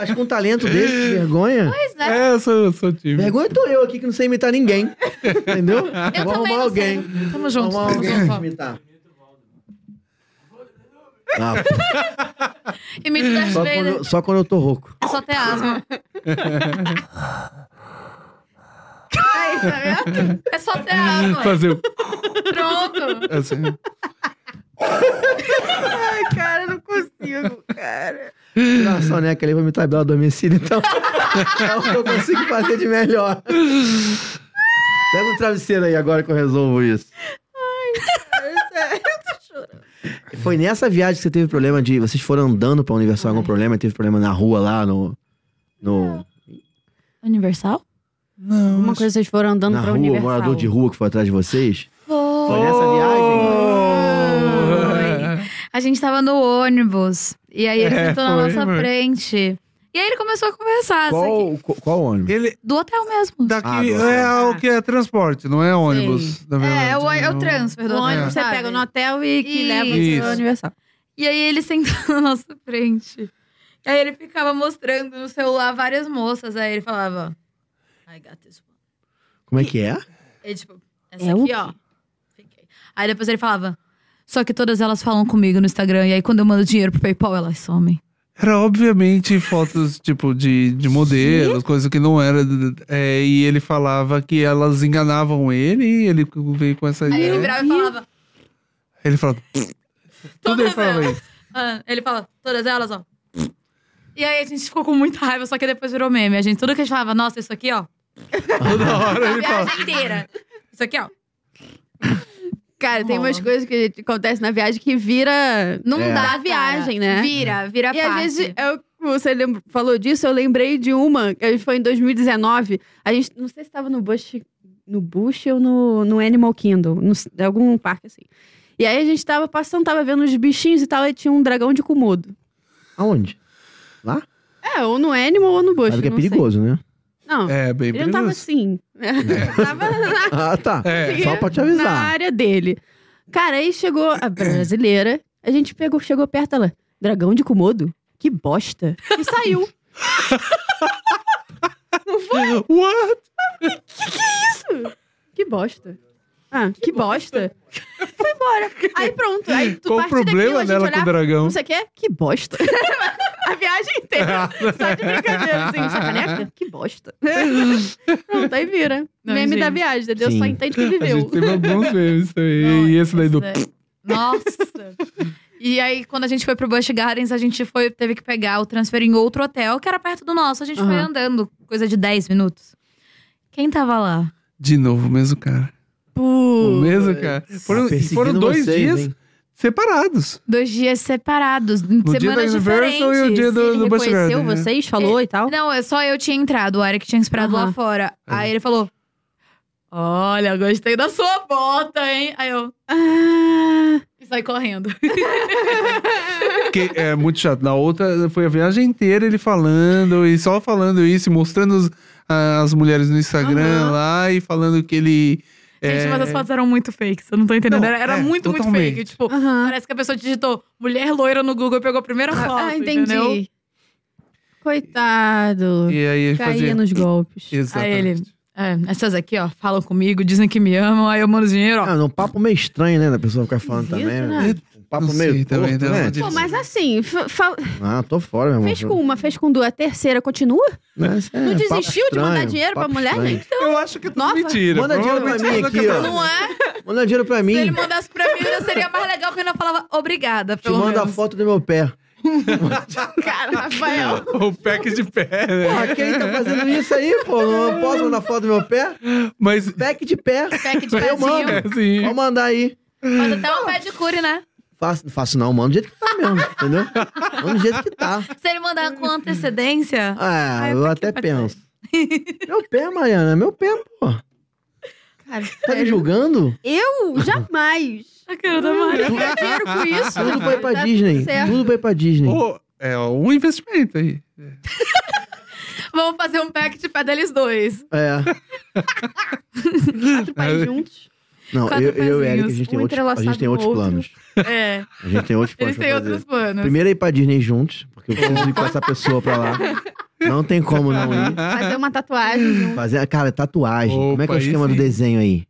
Speaker 2: Acho que um talento desse, vergonha.
Speaker 4: Pois é.
Speaker 3: É, eu sou, eu sou time.
Speaker 2: Vergonha tô eu aqui que não sei imitar ninguém. Entendeu?
Speaker 4: Eu
Speaker 2: Vou
Speaker 4: também
Speaker 2: arrumar
Speaker 4: não
Speaker 2: alguém.
Speaker 4: sei. Tamo
Speaker 2: Vou
Speaker 4: junto,
Speaker 2: arrumar
Speaker 4: tamo
Speaker 2: alguém pra
Speaker 4: junto.
Speaker 2: imitar. Ah, pô,
Speaker 4: E Mickey Darth
Speaker 2: só, quando,
Speaker 4: Vader,
Speaker 2: eu- só quando eu tô rouco.
Speaker 4: só tem asma.
Speaker 1: É isso, tá vendo?
Speaker 4: É só ter asma.
Speaker 3: Fazer o.
Speaker 4: Pronto.
Speaker 3: Assim.
Speaker 1: Ai, cara, eu não consigo, cara.
Speaker 2: Tirar a soneca ali pra imitar a Bela Domicílio, então. é o que eu consigo fazer de melhor. Pega um travesseiro aí agora que eu resolvo isso. Foi nessa viagem que você teve problema de. Vocês foram andando pra Universal algum problema? Teve problema na rua lá, no. no
Speaker 4: Universal?
Speaker 3: Não.
Speaker 1: Uma coisa vocês foram andando
Speaker 2: na
Speaker 1: pra
Speaker 2: rua,
Speaker 1: Universal.
Speaker 2: morador de rua que foi atrás de vocês? Foi
Speaker 4: Foi.
Speaker 2: nessa
Speaker 4: Ah,
Speaker 2: viagem?
Speaker 4: A gente tava no ônibus. E aí ele
Speaker 3: É,
Speaker 4: sentou na
Speaker 3: foi,
Speaker 4: nossa
Speaker 3: mãe.
Speaker 4: frente. E aí ele começou a conversar. só que-
Speaker 2: Qual, qual, qual ônibus?
Speaker 3: Ele
Speaker 4: Do hotel mesmo.
Speaker 3: daqui
Speaker 2: Ah, do
Speaker 3: é
Speaker 2: hotel.
Speaker 3: o que é transporte, não é ônibus, na verdade. né?
Speaker 4: É, é o, é o
Speaker 3: Não-
Speaker 4: transfer do
Speaker 1: O
Speaker 4: hotel.
Speaker 2: né?
Speaker 1: ônibus você
Speaker 4: sabe?
Speaker 1: pega no hotel e que leva
Speaker 3: Isso.
Speaker 1: você ao Universal.
Speaker 4: E aí ele sentou na nossa frente. E aí ele ficava mostrando no celular várias moças. Aí ele falava, I got this one.
Speaker 2: Como é que é?
Speaker 4: Ele, tipo, essa
Speaker 1: É o
Speaker 4: aqui, ó. Fiquei. Aí depois ele falava, só que todas elas falam comigo no Instagram. E aí quando eu mando dinheiro pro PayPal, elas somem.
Speaker 3: Era obviamente fotos, tipo, de, de modelos, coisa que não era. é, e ele falava que elas enganavam ele e ele veio com essa
Speaker 4: Aí
Speaker 3: ideia.
Speaker 4: ele virava e falava,
Speaker 3: Ele falava. Tudo ele
Speaker 4: todas
Speaker 3: falava
Speaker 4: elas.
Speaker 3: isso.
Speaker 4: Ah, ele fala, todas elas, ó. E aí a gente ficou com muita raiva, só que depois virou meme. A gente, tudo que a gente falava, nossa, isso aqui, ó.
Speaker 3: Toda hora
Speaker 4: A
Speaker 3: ele falava.
Speaker 4: viagem inteira. Isso aqui, ó.
Speaker 1: Cara, tem
Speaker 4: Rola.
Speaker 1: umas coisas que acontecem na viagem que vira. Não
Speaker 2: É.
Speaker 1: dá viagem, né?
Speaker 4: Vira, vira
Speaker 1: E
Speaker 4: parte.
Speaker 1: às vezes, eu- você lembra- falou disso, eu lembrei de uma, que foi em 2019. A gente, não sei se estava no Bush, no Bush ou no, no Animal Kingdom, no, em algum parque assim. E aí a gente tava passando, tava vendo os bichinhos e tal, e tinha um dragão de Komodo.
Speaker 2: Aonde?
Speaker 1: É, ou no Animal ou no Bush.
Speaker 2: Sabe que é
Speaker 1: não sei.
Speaker 2: perigoso, né?
Speaker 1: Não,
Speaker 3: É, bem
Speaker 1: ele não tava
Speaker 3: perigoso.
Speaker 1: assim. né? tava na
Speaker 2: Ah, tá.
Speaker 3: É.
Speaker 2: Só pra te
Speaker 1: na
Speaker 2: avisar.
Speaker 1: área dele. Cara, aí chegou a brasileira, a gente pegou, chegou perto ela, dragão de Komodo? Que bosta. E saiu.
Speaker 3: What?
Speaker 1: Isso. Que bosta. Ah, que, bosta. Foi embora. Aí pronto. Aí tu
Speaker 3: Qual o
Speaker 1: parte daquilo, a
Speaker 3: problema
Speaker 1: gente
Speaker 3: dela com o
Speaker 1: olhar,
Speaker 3: dragão?
Speaker 1: Não sei o que, que bosta. a viagem inteira. Só de brincadeira, assim, sacaneca. Que bosta. pronto, aí vira.
Speaker 4: Não,
Speaker 1: Meme da
Speaker 4: gente.
Speaker 1: viagem, entendeu?
Speaker 2: Sim.
Speaker 1: Só entende que
Speaker 3: A gente
Speaker 1: viveu.
Speaker 3: teve alguns memes também.
Speaker 4: Não,
Speaker 3: e esse daí
Speaker 1: né?
Speaker 3: do.
Speaker 4: é. Nossa! E aí, quando a gente foi pro Busch Gardens, a gente foi, teve que pegar o transfer em outro hotel, que era perto do nosso. A gente foi
Speaker 1: Aham.
Speaker 4: andando, coisa de 10 minutos. Quem tava lá?
Speaker 3: De novo, o mesmo cara. O mesmo cara. Foram,
Speaker 2: Tá perseguindo
Speaker 3: foram dois
Speaker 2: vocês,
Speaker 3: dias
Speaker 2: hein?
Speaker 3: separados.
Speaker 4: Dois dias separados, em
Speaker 3: No dia da
Speaker 4: semanas
Speaker 3: Universal
Speaker 4: diferentes.
Speaker 3: e o dia do, do
Speaker 1: Ele
Speaker 3: Bush
Speaker 1: reconheceu
Speaker 3: Garden, né?
Speaker 1: vocês, falou e tal.
Speaker 4: Não, é só eu tinha entrado, o Eric tinha esperado lá
Speaker 1: Aham.
Speaker 4: fora.
Speaker 3: É.
Speaker 4: Aí ele falou: Olha, gostei da sua bota, hein? Aí eu.
Speaker 1: Ah,
Speaker 4: E saí correndo.
Speaker 3: Que é muito chato. Na outra, foi a viagem inteira ele falando e só falando isso, e mostrando os- a- as mulheres no Instagram
Speaker 1: Aham.
Speaker 3: lá e falando que ele. é,
Speaker 4: Gente, mas as fotos eram muito fakes, eu não tô entendendo.
Speaker 3: Não,
Speaker 4: era era
Speaker 3: é,
Speaker 4: muito,
Speaker 3: totalmente.
Speaker 4: muito fake. Tipo,
Speaker 1: Aham.
Speaker 4: parece que a pessoa digitou mulher loira no Google e pegou a primeira foto.
Speaker 1: ah, entendi.
Speaker 4: entendeu?
Speaker 1: Coitado.
Speaker 3: E aí ele
Speaker 1: Caía
Speaker 3: fazia.
Speaker 1: nos golpes.
Speaker 3: Exatamente.
Speaker 4: Aí ele- É, essas aqui, ó, falam comigo, dizem que me amam, aí eu mando dinheiro, ó.
Speaker 2: Ah, um papo meio estranho, né? Da pessoa ficar falando
Speaker 1: Esquisito,
Speaker 2: também.
Speaker 1: né?
Speaker 2: Um papo
Speaker 3: Não
Speaker 2: meio
Speaker 3: sei
Speaker 2: torto,
Speaker 3: também, não,
Speaker 2: né?
Speaker 3: de-
Speaker 1: Pô, mas assim, fa- fa-
Speaker 2: Ah, tô fora, meu irmão.
Speaker 1: fez com uma, fez com duas, a terceira continua?
Speaker 2: Mas, é,
Speaker 1: Não
Speaker 2: papo
Speaker 1: desistiu de mandar
Speaker 2: estranho,
Speaker 1: dinheiro pra
Speaker 2: papo
Speaker 1: mulher, Então,
Speaker 2: estranho.
Speaker 1: gente?
Speaker 3: Eu acho que tu
Speaker 1: Nossa.
Speaker 3: mentira.
Speaker 2: Manda dinheiro pra
Speaker 3: Provavelmente
Speaker 2: mim
Speaker 3: tudo
Speaker 2: aqui, ó.
Speaker 3: acabou-
Speaker 4: Não é?
Speaker 2: Manda dinheiro pra
Speaker 4: Se ele
Speaker 2: mim.
Speaker 4: mandasse pra mim, ainda seria mais legal que eu ainda falava obrigada,
Speaker 2: Te
Speaker 4: pelo
Speaker 2: manda a
Speaker 4: menos.
Speaker 2: foto do meu pé.
Speaker 1: Cara, Rafael.
Speaker 3: O pack de pé, né?
Speaker 2: Porra, quem tá fazendo isso aí, pô? Não posso mandar foto do meu pé?
Speaker 3: Mas.
Speaker 2: Pack de pé.
Speaker 4: Pack de
Speaker 2: Eu mando.
Speaker 4: pezinho.
Speaker 3: É assim.
Speaker 2: Vou mandar aí.
Speaker 4: Faz até uma pedicure, né?
Speaker 2: Faço, faço não, mando do jeito que tá mesmo, entendeu? Mando do jeito que tá.
Speaker 4: Se ele mandar com antecedência,
Speaker 2: Ah,
Speaker 4: Ai,
Speaker 2: eu
Speaker 4: pra que
Speaker 2: até
Speaker 4: vai
Speaker 2: penso. Meu pé, Mariana, meu pé, pô.
Speaker 4: Cara,
Speaker 2: tá me julgando?
Speaker 1: Eu jamais.
Speaker 4: a cara da Ah, Mari.
Speaker 1: Eu ganho dinheiro com isso.
Speaker 2: Tudo foi pra
Speaker 1: Tá tudo
Speaker 2: Disney.
Speaker 1: certo.
Speaker 2: Tudo foi pra Disney.
Speaker 3: Pô, é um investimento aí.
Speaker 4: Vamos fazer um pack de pé deles dois.
Speaker 2: É.
Speaker 1: Quatro pais juntos.
Speaker 2: Não,
Speaker 4: Quatro
Speaker 2: eu, eu e o Eric, a
Speaker 4: pezinhos,
Speaker 2: gente tem
Speaker 1: um
Speaker 2: outros, a gente
Speaker 1: entrelaçado
Speaker 2: tem outros
Speaker 1: no outro.
Speaker 2: planos.
Speaker 4: É,
Speaker 2: A gente tem outros planos
Speaker 4: eles têm
Speaker 2: pra fazer.
Speaker 4: outros planos.
Speaker 2: Primeiro é ir pra Disney juntos, porque eu preciso ir com essa pessoa pra lá. Não tem como não ir.
Speaker 1: Fazer uma tatuagem juntos.
Speaker 2: Fazer, cara, tatuagem. Como é que é o
Speaker 3: Opa, aí
Speaker 2: esquema do
Speaker 3: sim.
Speaker 2: desenho aí?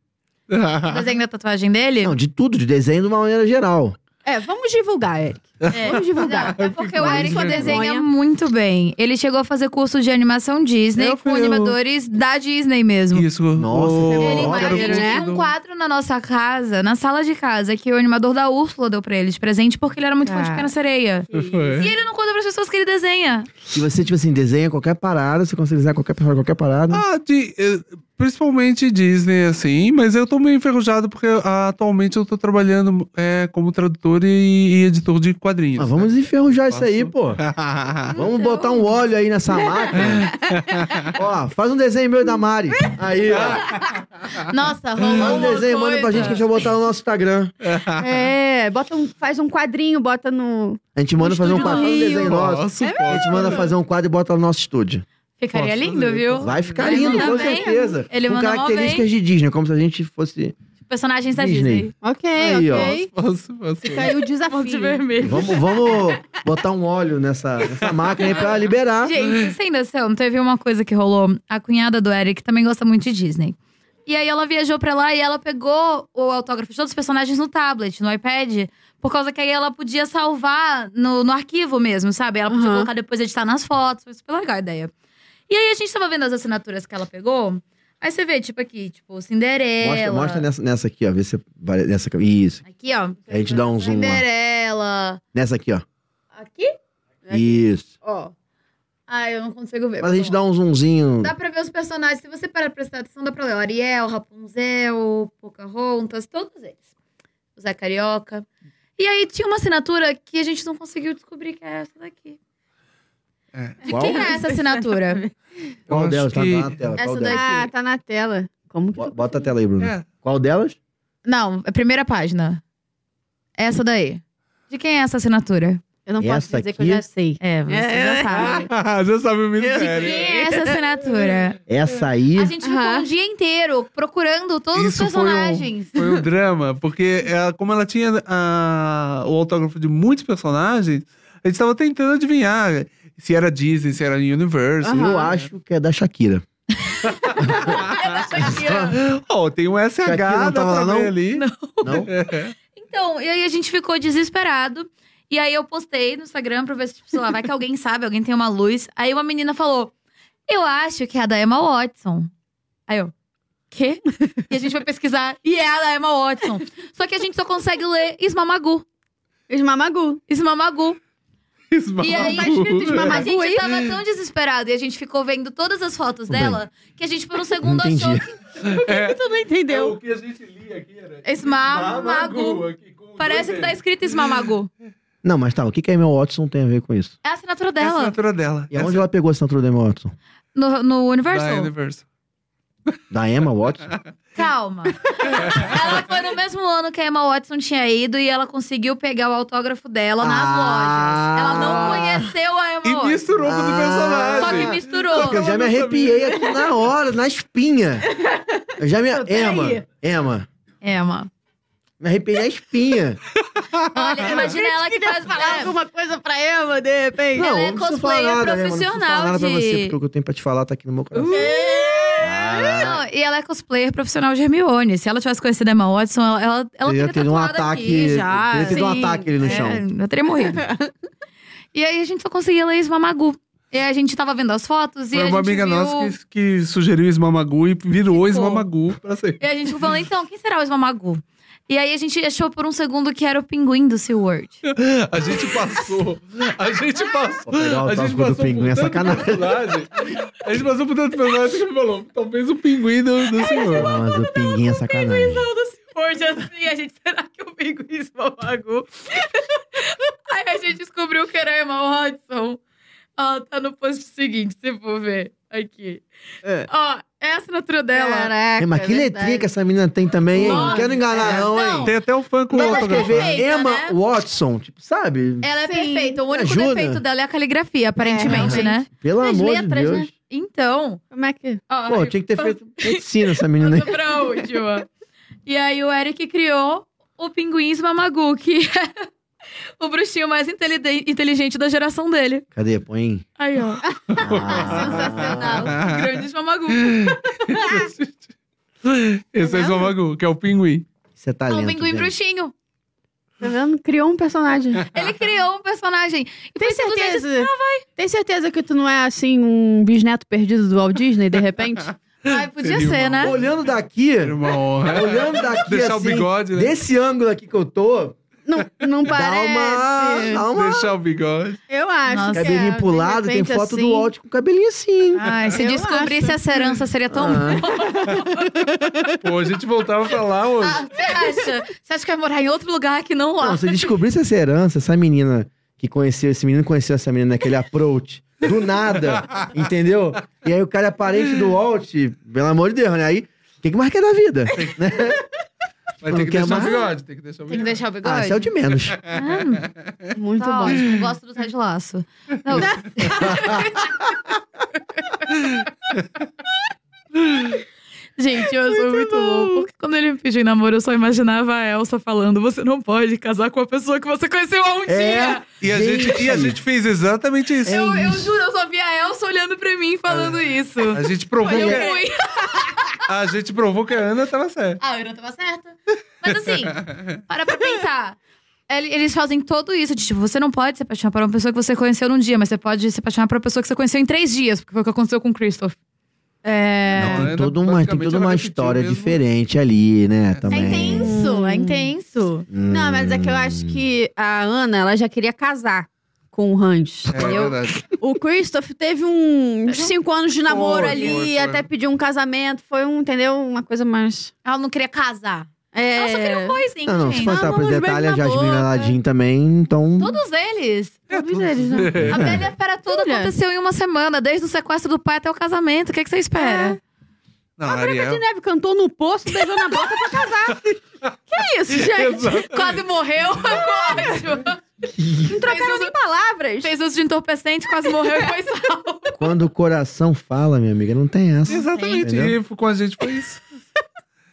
Speaker 4: O Desenho da tatuagem dele?
Speaker 2: Não, de tudo, de desenho de uma maneira geral.
Speaker 1: É, vamos divulgar, Eric.
Speaker 4: É.
Speaker 1: Vamos divulgar.
Speaker 4: Não, é porque o
Speaker 3: Fico
Speaker 4: Eric
Speaker 3: com
Speaker 4: desenha
Speaker 1: vergonha.
Speaker 4: muito bem. Ele chegou a fazer curso de animação Disney
Speaker 3: Eu
Speaker 4: com
Speaker 3: fui- eu-
Speaker 4: animadores da Disney mesmo.
Speaker 3: Isso.
Speaker 2: Nossa,
Speaker 3: o-
Speaker 2: ele-
Speaker 4: Ele,
Speaker 3: Olha,
Speaker 4: a
Speaker 1: Maneiro,
Speaker 4: gente
Speaker 1: né?
Speaker 4: tinha um quadro na nossa casa, na sala de casa, que o animador da Úrsula deu pra ele de presente, porque ele era muito fã de
Speaker 1: Ah.
Speaker 4: Pequena Sereia. E
Speaker 2: É?
Speaker 3: Foi.
Speaker 4: ele não conta pras pessoas que ele desenha.
Speaker 2: Se você, tipo assim, desenha qualquer parada, você consegue desenhar qualquer, qualquer parada.
Speaker 3: Ah, de- eh, principalmente Disney, assim, mas eu tô meio enferrujado porque ah, atualmente eu tô trabalhando eh, como tradutor e, e editor de quadrinhos.
Speaker 2: Ah, vamos enferrujar isso aí, pô.
Speaker 3: né?
Speaker 2: Vamos botar um óleo aí nessa
Speaker 4: É.
Speaker 2: máquina. ó, faz um desenho meu e da Mari. Aí, ó.
Speaker 4: Nossa, rolou
Speaker 2: Faz um
Speaker 4: uma
Speaker 2: desenho, manda pra
Speaker 4: coisa.
Speaker 2: gente que a gente vai botar no nosso Instagram.
Speaker 1: É, É, bota um, faz um quadrinho, bota no.
Speaker 2: A gente manda fazer um
Speaker 1: Estúdio
Speaker 2: quadro,
Speaker 1: do
Speaker 2: um
Speaker 1: Rio.
Speaker 2: desenho nosso.
Speaker 3: Posso,
Speaker 2: A gente manda fazer um quadro e bota no nosso estúdio.
Speaker 4: Ficaria
Speaker 3: Posso
Speaker 4: lindo,
Speaker 3: fazer,
Speaker 4: viu?
Speaker 2: né? Vai ficar
Speaker 4: Ele
Speaker 2: lindo,
Speaker 4: manda
Speaker 2: com
Speaker 4: bem.
Speaker 2: certeza.
Speaker 4: Ele
Speaker 2: com
Speaker 4: manda mó
Speaker 2: características de Disney, como se a gente fosse.
Speaker 4: Personagens da
Speaker 2: Disney.
Speaker 4: Disney.
Speaker 1: Ok,
Speaker 2: Aí,
Speaker 1: ok.
Speaker 3: posso, posso.
Speaker 1: Fica aí é o desafio.
Speaker 4: vermelho.
Speaker 2: Vamos, vamos botar um óleo nessa, nessa máquina aí pra liberar.
Speaker 4: Gente, sem noção, teve uma coisa que rolou. A cunhada do Eric também gosta muito de Disney. E aí ela viajou pra lá e ela pegou o autógrafo de todos os personagens no tablet, no iPad. Por causa que aí ela podia salvar no, no arquivo mesmo, sabe? Ela podia
Speaker 1: Uhum.
Speaker 4: colocar depois editar nas fotos. Foi super legal a ideia. E aí a gente tava vendo as assinaturas que ela pegou. Aí você vê, tipo, aqui, tipo, Cinderela.
Speaker 2: Mostra, mostra nessa, nessa aqui, ó. Vê se vai nessa. Isso.
Speaker 4: Aqui, ó.
Speaker 2: A gente dá um zoom lá.
Speaker 4: Cinderela.
Speaker 2: Nessa aqui, ó.
Speaker 1: Aqui?
Speaker 2: Isso.
Speaker 1: Ó. Ah, eu não consigo ver.
Speaker 2: Mas a gente dá um zoomzinho.
Speaker 4: Dá pra ver os personagens. Se você parar pra prestar atenção, dá pra ler. Ariel, Rapunzel, Pocahontas, todos eles. O Zé Carioca. E aí tinha uma assinatura que a gente não conseguiu descobrir que é essa daqui.
Speaker 2: Qual?
Speaker 4: Quem é essa assinatura?
Speaker 2: Qual
Speaker 3: Eu
Speaker 2: delas
Speaker 3: acho
Speaker 2: tá
Speaker 3: que-
Speaker 2: na tela? Qual
Speaker 4: Essa
Speaker 2: delas?
Speaker 1: Ah, tá na tela. Como que.
Speaker 2: Bo- Bota a tela aí, Bruno.
Speaker 3: É.
Speaker 2: Qual delas?
Speaker 4: Não, é a primeira página. Essa daí. De quem é essa assinatura?
Speaker 1: Eu não posso
Speaker 2: Essa
Speaker 1: dizer que eu já
Speaker 2: aqui?
Speaker 1: sei.
Speaker 4: É, você já sabe.
Speaker 3: já sabe o
Speaker 4: Quem
Speaker 3: mistério.
Speaker 4: é essa assinatura?
Speaker 2: Essa aí.
Speaker 4: A gente ficou
Speaker 1: Aham.
Speaker 4: um dia inteiro procurando todos
Speaker 3: Isso
Speaker 4: os
Speaker 3: foi um-
Speaker 4: personagens.
Speaker 3: Foi um drama, porque ela- como ela tinha ah, o autógrafo de muitos personagens, a gente tava tentando adivinhar se era Disney, se era
Speaker 4: tá
Speaker 3: Universal.
Speaker 2: Eu acho que é da Shakira. Ah.
Speaker 3: Ó, tem um SH
Speaker 2: Shakira não
Speaker 3: dá
Speaker 2: tava
Speaker 3: pra
Speaker 2: lá, não?
Speaker 3: ver ali.
Speaker 2: Não?
Speaker 4: Então, e aí a gente ficou desesperado. E aí eu postei no Instagram pra ver se, tipo, sei lá, vai que alguém sabe, alguém tem uma luz. Aí uma menina falou: Eu acho que é a da Emma Watson. Aí eu. Quê? E a gente foi pesquisar. E é a da Emma Watson. Só que a gente só consegue ler Ismamagu.
Speaker 1: Os Mamagu.
Speaker 4: Ismamagu. E aí,
Speaker 3: Esmago.
Speaker 1: escrito esmagado.
Speaker 4: a
Speaker 1: Mamagu
Speaker 4: gente
Speaker 1: aí?
Speaker 3: Hum.
Speaker 4: tava tão desesperado e a gente ficou vendo todas as fotos
Speaker 2: Bem.
Speaker 4: dela que a gente, por um segundo,
Speaker 2: Entendi.
Speaker 4: achou que.
Speaker 3: É,
Speaker 4: Tu não
Speaker 3: é
Speaker 4: entendeu?
Speaker 3: o que a gente lia aqui era.
Speaker 4: Ismamagu.
Speaker 3: aqui É com
Speaker 4: Parece
Speaker 3: dois
Speaker 4: que tá
Speaker 3: L's.
Speaker 4: escrito Ismamagu.
Speaker 2: Não, mas tá. O que que a Emma Watson tem a ver com isso?
Speaker 4: É a assinatura
Speaker 3: É a
Speaker 4: dela.
Speaker 3: assinatura dela. É
Speaker 2: E tá? onde ela pegou a assinatura da Emma Watson?
Speaker 4: No, no
Speaker 3: Da
Speaker 4: Universal.
Speaker 3: Universal.
Speaker 2: Da Emma Watson?
Speaker 4: Calma. ela foi no mesmo ano que a Emma Watson tinha ido e ela conseguiu pegar o autógrafo dela nas
Speaker 2: Ah.
Speaker 4: lojas. Ela não conheceu a Emma
Speaker 3: E
Speaker 4: Watson.
Speaker 3: misturou tudo o
Speaker 4: Só
Speaker 2: Ah.
Speaker 4: que
Speaker 3: personagem.
Speaker 4: misturou.
Speaker 2: Eu já me arrepiei aqui na hora, na espinha. Eu já me. Emma, Emma.
Speaker 4: Emma.
Speaker 2: Me arrepiei na espinha.
Speaker 4: Olha, imagina ela que faz.
Speaker 1: Falar
Speaker 4: é,
Speaker 1: alguma coisa pra Emma, de repente.
Speaker 4: Ela é
Speaker 2: não preciso
Speaker 4: cosplayer
Speaker 2: falar nada, Emma, Não preciso falar
Speaker 4: profissional
Speaker 2: nada pra
Speaker 4: de-
Speaker 2: você, porque o que eu tenho pra te falar tá aqui no meu coração.
Speaker 4: não, e ela é cosplayer profissional de Hermione. Se ela tivesse conhecido a Emma Watson, ela, ela, ela
Speaker 2: Teria
Speaker 4: teria,
Speaker 2: tido um
Speaker 4: tatuado
Speaker 2: ataque-
Speaker 4: aqui já.
Speaker 2: teria tido um
Speaker 4: Sim,
Speaker 2: ataque ali no
Speaker 4: é,
Speaker 2: chão.
Speaker 4: Eu teria morrido. e aí a gente só conseguia ler Mamagu. E a gente tava vendo as fotos e
Speaker 3: Foi
Speaker 4: a gente
Speaker 3: uma amiga
Speaker 4: viu...
Speaker 3: nossa que, que sugeriu Esmamagu e virou
Speaker 4: Ficou.
Speaker 3: Esmamagu pra sempre.
Speaker 4: E a gente ficou falando, então, quem será o Esmamagu? E aí a gente achou por um segundo que era o pinguim do SeaWorld.
Speaker 3: A gente passou. A
Speaker 4: Ah.
Speaker 3: gente passou.
Speaker 2: Vou pegar o
Speaker 3: A gente
Speaker 2: tópico do
Speaker 3: passou
Speaker 2: pinguim, é
Speaker 3: por tanto
Speaker 2: sacanagem.
Speaker 3: personagem. A gente passou por tanto personagem que ele falou: talvez o pinguim do,
Speaker 4: É,
Speaker 3: do senhor.
Speaker 2: Ah, mas o
Speaker 4: tá
Speaker 2: pinguim é sacanagem.
Speaker 4: SeaWorld assim, a gente, será que o pinguim Esmamagu? aí a gente descobriu que era a Emma Watson. Ó, tá no post seguinte, se for ver. Aqui. Ó, é a assinatura
Speaker 1: Caraca.
Speaker 2: É, mas que letrinha que essa menina tem também, hein? Não
Speaker 4: Nossa,
Speaker 2: quero enganar,
Speaker 4: é,
Speaker 2: não, hein?
Speaker 4: não.
Speaker 3: Tem até o fã com o
Speaker 4: Mas
Speaker 2: Ela
Speaker 4: ela
Speaker 3: autografado.
Speaker 2: escrever
Speaker 4: perfeita,
Speaker 2: Emma
Speaker 4: né?
Speaker 2: Watson, tipo, sabe?
Speaker 4: Ela é
Speaker 1: Sim.
Speaker 4: perfeita. O único
Speaker 2: Ajuda.
Speaker 4: defeito dela é a caligrafia, aparentemente,
Speaker 1: realmente.
Speaker 4: né?
Speaker 2: Pelo
Speaker 4: As
Speaker 2: amor
Speaker 4: letras,
Speaker 2: de Deus.
Speaker 4: né? Então.
Speaker 1: Como é que.
Speaker 4: Ó,
Speaker 2: Pô, tinha que ter feito medicina essa menina aí.
Speaker 4: Passou pra última. E aí o Eric criou o Pinguins Mamagu, que era o bruxinho mais inteligen- inteligente da geração dele.
Speaker 2: Cadê? Põe.
Speaker 4: Aí, ó.
Speaker 2: Ah.
Speaker 4: Sensacional. O Grandes Mamagu.
Speaker 3: Esse é o Esmamagu, que é o pinguim.
Speaker 2: Isso é
Speaker 4: O
Speaker 2: talento.
Speaker 4: Pinguim
Speaker 2: gente.
Speaker 4: Bruxinho.
Speaker 1: Tá vendo? Criou um personagem.
Speaker 4: Ele criou um personagem. E
Speaker 1: Tem
Speaker 4: foi tudo
Speaker 1: certeza? Tem certeza que tu não é assim um bisneto perdido do Walt Disney, de repente?
Speaker 4: desse- Ai, podia
Speaker 3: Seria
Speaker 4: ser, né?
Speaker 2: Olhando daqui,
Speaker 3: Era uma honra.
Speaker 2: olhando daqui
Speaker 3: Deixar o
Speaker 2: assim,
Speaker 3: bigode, né?
Speaker 2: desse ângulo aqui que eu tô,
Speaker 1: Não, não
Speaker 2: dá
Speaker 1: parece.
Speaker 2: uma... Dá uma...
Speaker 3: Deixar o bigode.
Speaker 1: Eu acho.
Speaker 4: Nossa.
Speaker 1: que é,
Speaker 2: Cabelinho
Speaker 1: de
Speaker 2: pulado, tem
Speaker 1: repente,
Speaker 2: foto
Speaker 1: assim.
Speaker 2: do Walt com cabelinho assim.
Speaker 4: Ai, se
Speaker 1: Eu
Speaker 4: descobrisse
Speaker 1: acho.
Speaker 4: essa herança, seria tão
Speaker 2: Ah.
Speaker 4: bom.
Speaker 3: Pô, a gente voltava pra lá hoje.
Speaker 4: Ah, você acha? Você acha que vai morar em outro lugar que não lá?
Speaker 2: Não, se descobrisse essa herança, essa menina que conheceu, esse menino conheceu essa menina naquele approach, do nada, entendeu? E aí o cara é parente do Walt, pelo amor de Deus, né? Aí, o que, que mais quer da vida? né?
Speaker 3: Mas
Speaker 2: Não
Speaker 3: tem que
Speaker 2: quer
Speaker 3: deixar o
Speaker 2: mais?
Speaker 3: bigode, tem que deixar o
Speaker 4: Tem que
Speaker 3: bigode.
Speaker 4: deixar o bigode?
Speaker 2: Ah, esse é o de menos.
Speaker 4: Ah,
Speaker 1: Muito
Speaker 4: tá
Speaker 1: bom.
Speaker 4: ótimo. Gosto do Ted Laço. Não, Gente, eu sou muito, louco. Porque quando ele me pediu em namoro, eu só imaginava a Elsa falando: você não pode casar com a pessoa que você conheceu
Speaker 1: É.
Speaker 4: há um dia.
Speaker 3: E a, gente, e a gente fez exatamente isso.
Speaker 4: Eu, eu juro, eu só vi a Elsa olhando pra mim e falando isso.
Speaker 1: É.
Speaker 3: A gente
Speaker 4: Aí
Speaker 3: provou
Speaker 4: eu
Speaker 3: que,
Speaker 4: fui.
Speaker 3: a gente provou que a Ana tava certa.
Speaker 4: Ah, eu não tava certa. Mas assim, para pra pensar. Ele- Eles fazem todo isso de tipo, você não pode se apaixonar por uma pessoa que você conheceu num dia, mas você pode se apaixonar por uma pessoa que você conheceu em três dias, porque foi o que aconteceu com o Christopher. É.
Speaker 3: Não,
Speaker 2: Tem
Speaker 3: Ana,
Speaker 2: toda uma, tem
Speaker 3: basicamente,
Speaker 2: toda
Speaker 3: ela
Speaker 2: uma
Speaker 3: repetiu
Speaker 2: história
Speaker 3: mesmo.
Speaker 2: diferente ali, né?
Speaker 4: É
Speaker 2: Também. Hum.
Speaker 4: intenso, é intenso.
Speaker 1: Não, mas é que eu acho que a Ana, ela já queria casar com o Hans,
Speaker 3: É
Speaker 1: entendeu?
Speaker 3: verdade.
Speaker 1: O Christoph teve um- uns cinco anos de namoro
Speaker 3: Foi,
Speaker 1: ali,
Speaker 3: foi, foi.
Speaker 1: até pediu um casamento, foi um, entendeu? Uma coisa mais...
Speaker 4: Ela não queria casar.
Speaker 1: É...
Speaker 4: Ela só queria um boyzinho,
Speaker 2: Não, não, se
Speaker 4: gente.
Speaker 2: for entrar
Speaker 1: Vamos,
Speaker 2: pra
Speaker 1: beijo
Speaker 2: detalhe,
Speaker 1: na
Speaker 2: a Jasmine
Speaker 1: boca.
Speaker 2: Aladdin também, então...
Speaker 4: Todos eles.
Speaker 3: É
Speaker 1: Todos eles, né?
Speaker 4: A
Speaker 2: É.
Speaker 4: velha fera toda
Speaker 1: Olha.
Speaker 4: aconteceu em uma semana, desde o sequestro do pai até o casamento. O que, é que você espera?
Speaker 3: Não,
Speaker 1: A Branca
Speaker 3: Ariel.
Speaker 1: de Neve cantou no poço, beijou na boca pra casar. que é isso, gente?
Speaker 3: Exato.
Speaker 4: Quase morreu. Quase.
Speaker 1: Não trocaram nem palavras.
Speaker 4: Fez uso de entorpecente, quase morreu e foi salvo.
Speaker 2: Quando o coração fala, minha amiga, não tem essa.
Speaker 3: Exatamente.
Speaker 2: Entendeu?
Speaker 3: E com a gente foi isso.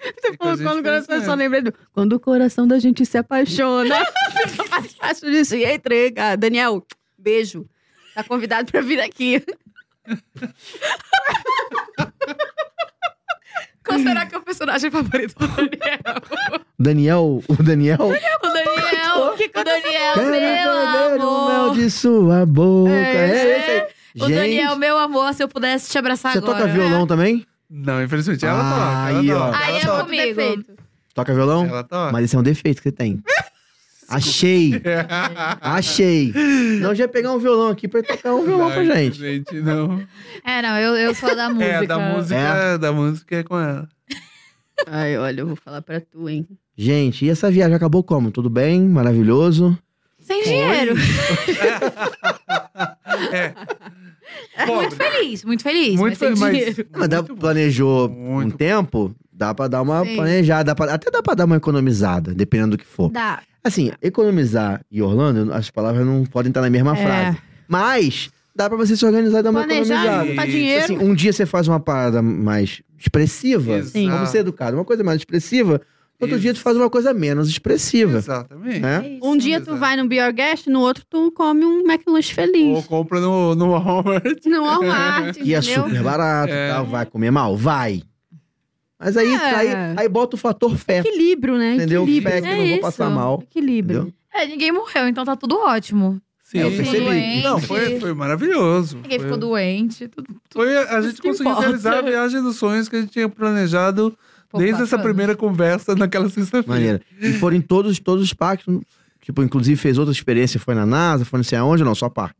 Speaker 1: Você
Speaker 3: com a
Speaker 1: falou
Speaker 3: gente
Speaker 1: quando o
Speaker 3: foi
Speaker 1: coração,
Speaker 3: isso
Speaker 1: eu só
Speaker 3: mesmo.
Speaker 1: lembrei do... Quando o coração da gente se apaixona, fica mais fácil disso. E aí, entrega. Daniel, beijo. Tá convidado pra vir aqui.
Speaker 4: Qual será que é o personagem favorito do Daniel?
Speaker 2: Daniel, o Daniel...
Speaker 4: O Daniel, o
Speaker 2: Quero
Speaker 4: Daniel,
Speaker 2: beber
Speaker 4: meu
Speaker 2: o mel
Speaker 4: amor.
Speaker 2: de sua boca. É, esse aí.
Speaker 4: O
Speaker 2: Gente,
Speaker 4: Daniel, meu amor, se eu pudesse te abraçar
Speaker 2: você
Speaker 4: agora.
Speaker 2: toca violão também?
Speaker 3: Não, infelizmente. Ela toca. Ela
Speaker 2: Aí, ó.
Speaker 3: toca.
Speaker 4: Aí
Speaker 3: ela
Speaker 4: é
Speaker 3: toca.
Speaker 4: comigo.
Speaker 2: Toca violão?
Speaker 3: Ela toca. É.
Speaker 2: Mas esse é um defeito que você tem. Achei, Tá achei. Não, já ia pegar um violão aqui pra tocar um violão pra
Speaker 3: Não,
Speaker 2: gente.
Speaker 3: Gente, não.
Speaker 4: É, não, eu, eu sou da música.
Speaker 3: É, da música,
Speaker 2: É.
Speaker 3: da música é com ela.
Speaker 1: Ai, olha, eu vou falar pra tu, hein.
Speaker 2: Gente, e essa viagem acabou como? Tudo bem? Maravilhoso?
Speaker 4: Sem dinheiro.
Speaker 3: É.
Speaker 4: É Muito
Speaker 3: Pobre.
Speaker 4: feliz, muito feliz.
Speaker 3: Muito
Speaker 4: mas sem
Speaker 3: feliz, mas
Speaker 4: dinheiro.
Speaker 2: Não, mas Ah, dá,
Speaker 3: muito bom.
Speaker 2: planejou
Speaker 3: Muito
Speaker 2: um tempo, dá pra dar uma
Speaker 4: Sim.
Speaker 2: planejada, dá pra- até dá pra dar uma economizada, dependendo do que for.
Speaker 4: Dá.
Speaker 2: Assim, economizar e Orlando, as palavras não podem estar na mesma
Speaker 1: É.
Speaker 2: frase. Mas dá pra você se organizar e dar uma
Speaker 1: Planejar,
Speaker 2: economizada.
Speaker 1: juntar
Speaker 3: Isso,
Speaker 1: tá dinheiro.
Speaker 2: Assim, um dia você faz uma parada mais expressiva,
Speaker 3: Sim.
Speaker 2: vamos ser educado, uma coisa mais expressiva. Outro dia tu faz uma coisa menos expressiva,
Speaker 3: Exatamente.
Speaker 2: né?
Speaker 1: Um dia tu vai no Be Your Guest, no outro tu come um McLunch
Speaker 3: Ou
Speaker 1: feliz.
Speaker 3: compra no, no Walmart.
Speaker 1: No
Speaker 4: Ah,
Speaker 1: Walmart,
Speaker 2: E é
Speaker 1: entendeu?
Speaker 2: super barato,
Speaker 3: É.
Speaker 2: tá? vai comer mal, vai. Mas aí,
Speaker 1: É.
Speaker 2: aí, aí bota o fator fé,
Speaker 1: Equilíbrio, né?
Speaker 2: entendeu?
Speaker 1: Equilíbrio.
Speaker 2: Fé que
Speaker 4: é
Speaker 2: não vou
Speaker 4: isso.
Speaker 2: passar mal,
Speaker 1: Equilíbrio.
Speaker 2: entendeu?
Speaker 4: É, ninguém morreu, então tá tudo ótimo.
Speaker 3: Sim,
Speaker 2: eu percebi.
Speaker 3: Não, foi, foi maravilhoso.
Speaker 4: Ninguém
Speaker 3: Foi-
Speaker 4: ficou doente. Tudo...
Speaker 3: Foi, a gente
Speaker 4: que
Speaker 3: conseguiu
Speaker 4: importa.
Speaker 3: realizar a viagem dos sonhos que a gente tinha planejado
Speaker 4: Pô,
Speaker 3: desde essa
Speaker 4: bacana.
Speaker 3: primeira conversa naquela sexta-feira.
Speaker 2: Maneira. E foram em todos, todos os parques. Tipo, inclusive fez outra experiência, foi na NASA, foi não sei aonde, não, só parque.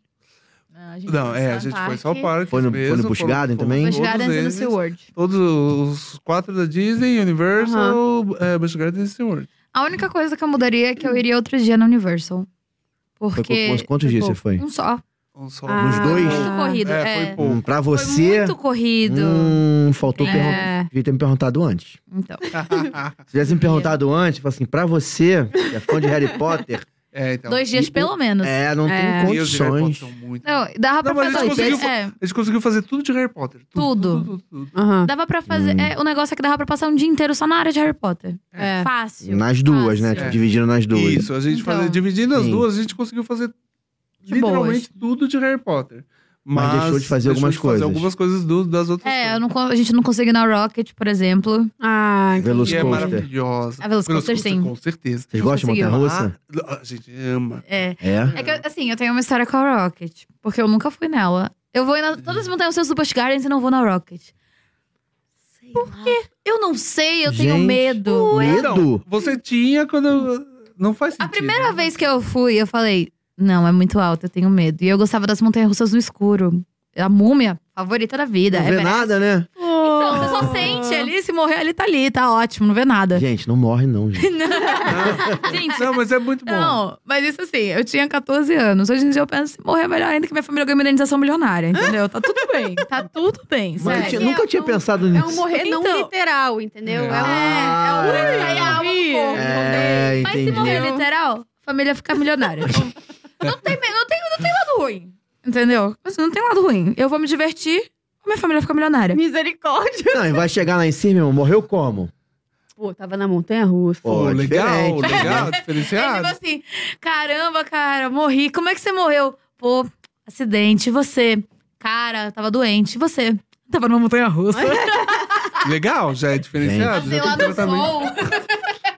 Speaker 4: Ah, a gente
Speaker 3: Não, é,
Speaker 4: só
Speaker 3: a gente
Speaker 4: parque.
Speaker 3: foi só parque.
Speaker 2: Foi no- foi no
Speaker 3: mesmo,
Speaker 2: Busch
Speaker 3: foram-
Speaker 2: Garden
Speaker 3: foram
Speaker 2: também?
Speaker 4: Busch é
Speaker 3: todos
Speaker 4: Gardens e no
Speaker 3: eles.
Speaker 4: SeaWorld.
Speaker 3: Todos os quatro da Disney, Universal, é, Busch Gardens e SeaWorld.
Speaker 4: A única coisa que eu mudaria é que eu iria outro dia na Universal.
Speaker 2: Foi
Speaker 4: Porque.
Speaker 2: com- com- quantos dias você
Speaker 4: pouco.
Speaker 2: foi?
Speaker 4: Um só.
Speaker 3: Um só.
Speaker 1: Ah.
Speaker 2: Nos dois?
Speaker 4: Muito corrido.
Speaker 3: É,
Speaker 4: É,
Speaker 3: foi
Speaker 4: foi,
Speaker 2: Hum,
Speaker 3: pouco.
Speaker 2: pra você.
Speaker 4: muito corrido.
Speaker 2: Hum, faltou
Speaker 4: É.
Speaker 2: perguntar. Devia ter me perguntado antes.
Speaker 4: Então.
Speaker 2: Se tivesse me perguntado antes, eu falo assim, pra você, que é fã de Harry Potter,
Speaker 3: é, então.
Speaker 4: Dois dias
Speaker 2: e-
Speaker 4: pelo menos.
Speaker 2: é, não
Speaker 1: É.
Speaker 2: tem
Speaker 3: E os de Harry Potter
Speaker 2: condições.
Speaker 3: são muito.
Speaker 4: Não, dava pra
Speaker 3: Não, mas
Speaker 4: fazer.
Speaker 3: a gente conseguiu-
Speaker 4: é,
Speaker 3: A gente conseguiu fazer tudo de Harry Potter.
Speaker 4: Tudo.
Speaker 3: tudo, tudo.
Speaker 1: Aham.
Speaker 4: dava pra fazer.
Speaker 2: Hum.
Speaker 4: é, o negócio é que dava pra passar um dia inteiro só na área de Harry Potter.
Speaker 1: É.
Speaker 4: Fácil.
Speaker 2: Nas duas, né?
Speaker 4: fácil.
Speaker 2: Tipo,
Speaker 3: É.
Speaker 2: dividindo nas duas.
Speaker 3: Isso, a gente
Speaker 4: Então.
Speaker 3: fazia, dividindo as
Speaker 2: Sim.
Speaker 3: duas, a gente conseguiu fazer
Speaker 4: De
Speaker 3: literalmente tudo de Harry Potter.
Speaker 2: Mas
Speaker 3: Mas,
Speaker 2: deixou de fazer algumas
Speaker 3: de fazer
Speaker 2: coisas.
Speaker 3: algumas coisas do- das outras
Speaker 4: É, eu
Speaker 3: coisas.
Speaker 4: não con- a gente não conseguiu ir na Rocket, por exemplo.
Speaker 1: Ah, entendi.
Speaker 3: E é
Speaker 2: Velocicoaster.
Speaker 3: maravilhosa.
Speaker 4: A Velocicoaster, sim.
Speaker 3: Com certeza.
Speaker 2: Vocês gostam de
Speaker 4: Conseguiu.
Speaker 2: montanha-russa?
Speaker 3: Ah, A gente ama.
Speaker 4: É.
Speaker 2: É?
Speaker 4: É que, eu- assim, eu tenho uma história com a Rocket, porque eu nunca fui nela. Eu vou ir na, todas as montanhas russas do Busch Gardens e não vou na Rocket. Por quê? Eu não sei, eu tenho
Speaker 2: Gente.
Speaker 4: medo. É.
Speaker 3: Então,
Speaker 2: Medo?
Speaker 3: você tinha quando. Não faz
Speaker 4: A
Speaker 3: sentido.
Speaker 4: primeira vez que eu fui, eu falei, não, é muito alto, eu tenho medo. E eu gostava das montanhas russas no escuro. A múmia, favorita da vida.
Speaker 2: Não
Speaker 4: é
Speaker 2: vê nada, né?
Speaker 4: Então, você só sente ali, se morrer ali, tá ali, tá ótimo, não vê nada.
Speaker 2: Gente, não morre não, gente.
Speaker 4: Gente,
Speaker 3: Não, mas é muito bom.
Speaker 4: Não, mas isso assim, eu tinha 14 anos. Hoje em dia eu penso em morrer é melhor ainda que minha família ganha uma indenização milionária, entendeu? Tá tudo bem, tá tudo bem.
Speaker 2: Mas eu
Speaker 4: sério.
Speaker 2: tinha-
Speaker 1: É,
Speaker 2: nunca
Speaker 1: é
Speaker 2: tinha
Speaker 1: um-
Speaker 2: pensado
Speaker 1: É
Speaker 2: nisso.
Speaker 1: um morrer não
Speaker 4: Então-
Speaker 1: literal, entendeu? É,
Speaker 3: Ah.
Speaker 1: um, é um
Speaker 4: É,
Speaker 1: sair a alma do
Speaker 4: é. Mas se morrer
Speaker 1: Eu-
Speaker 4: literal, a família fica milionária. não, tem, não, tem, não tem lado ruim. Entendeu? Assim, não tem lado ruim. Eu vou me divertir, a minha família fica milionária.
Speaker 1: Misericórdia.
Speaker 2: Não, e vai chegar lá em cima, irmão, morreu como?
Speaker 1: Pô, tava na montanha russa.
Speaker 2: Pô, é
Speaker 3: Pô, legal,
Speaker 2: diferente, né?
Speaker 3: legal,
Speaker 4: É tipo
Speaker 3: diferenciado.
Speaker 4: assim, caramba, cara, morri. Como é que você morreu? Pô, acidente. Você, cara, tava doente. Você, tava numa montanha russa.
Speaker 3: Legal, já é diferenciado.
Speaker 4: Passei
Speaker 3: já tem
Speaker 4: lá no
Speaker 3: tratamento,
Speaker 4: sol,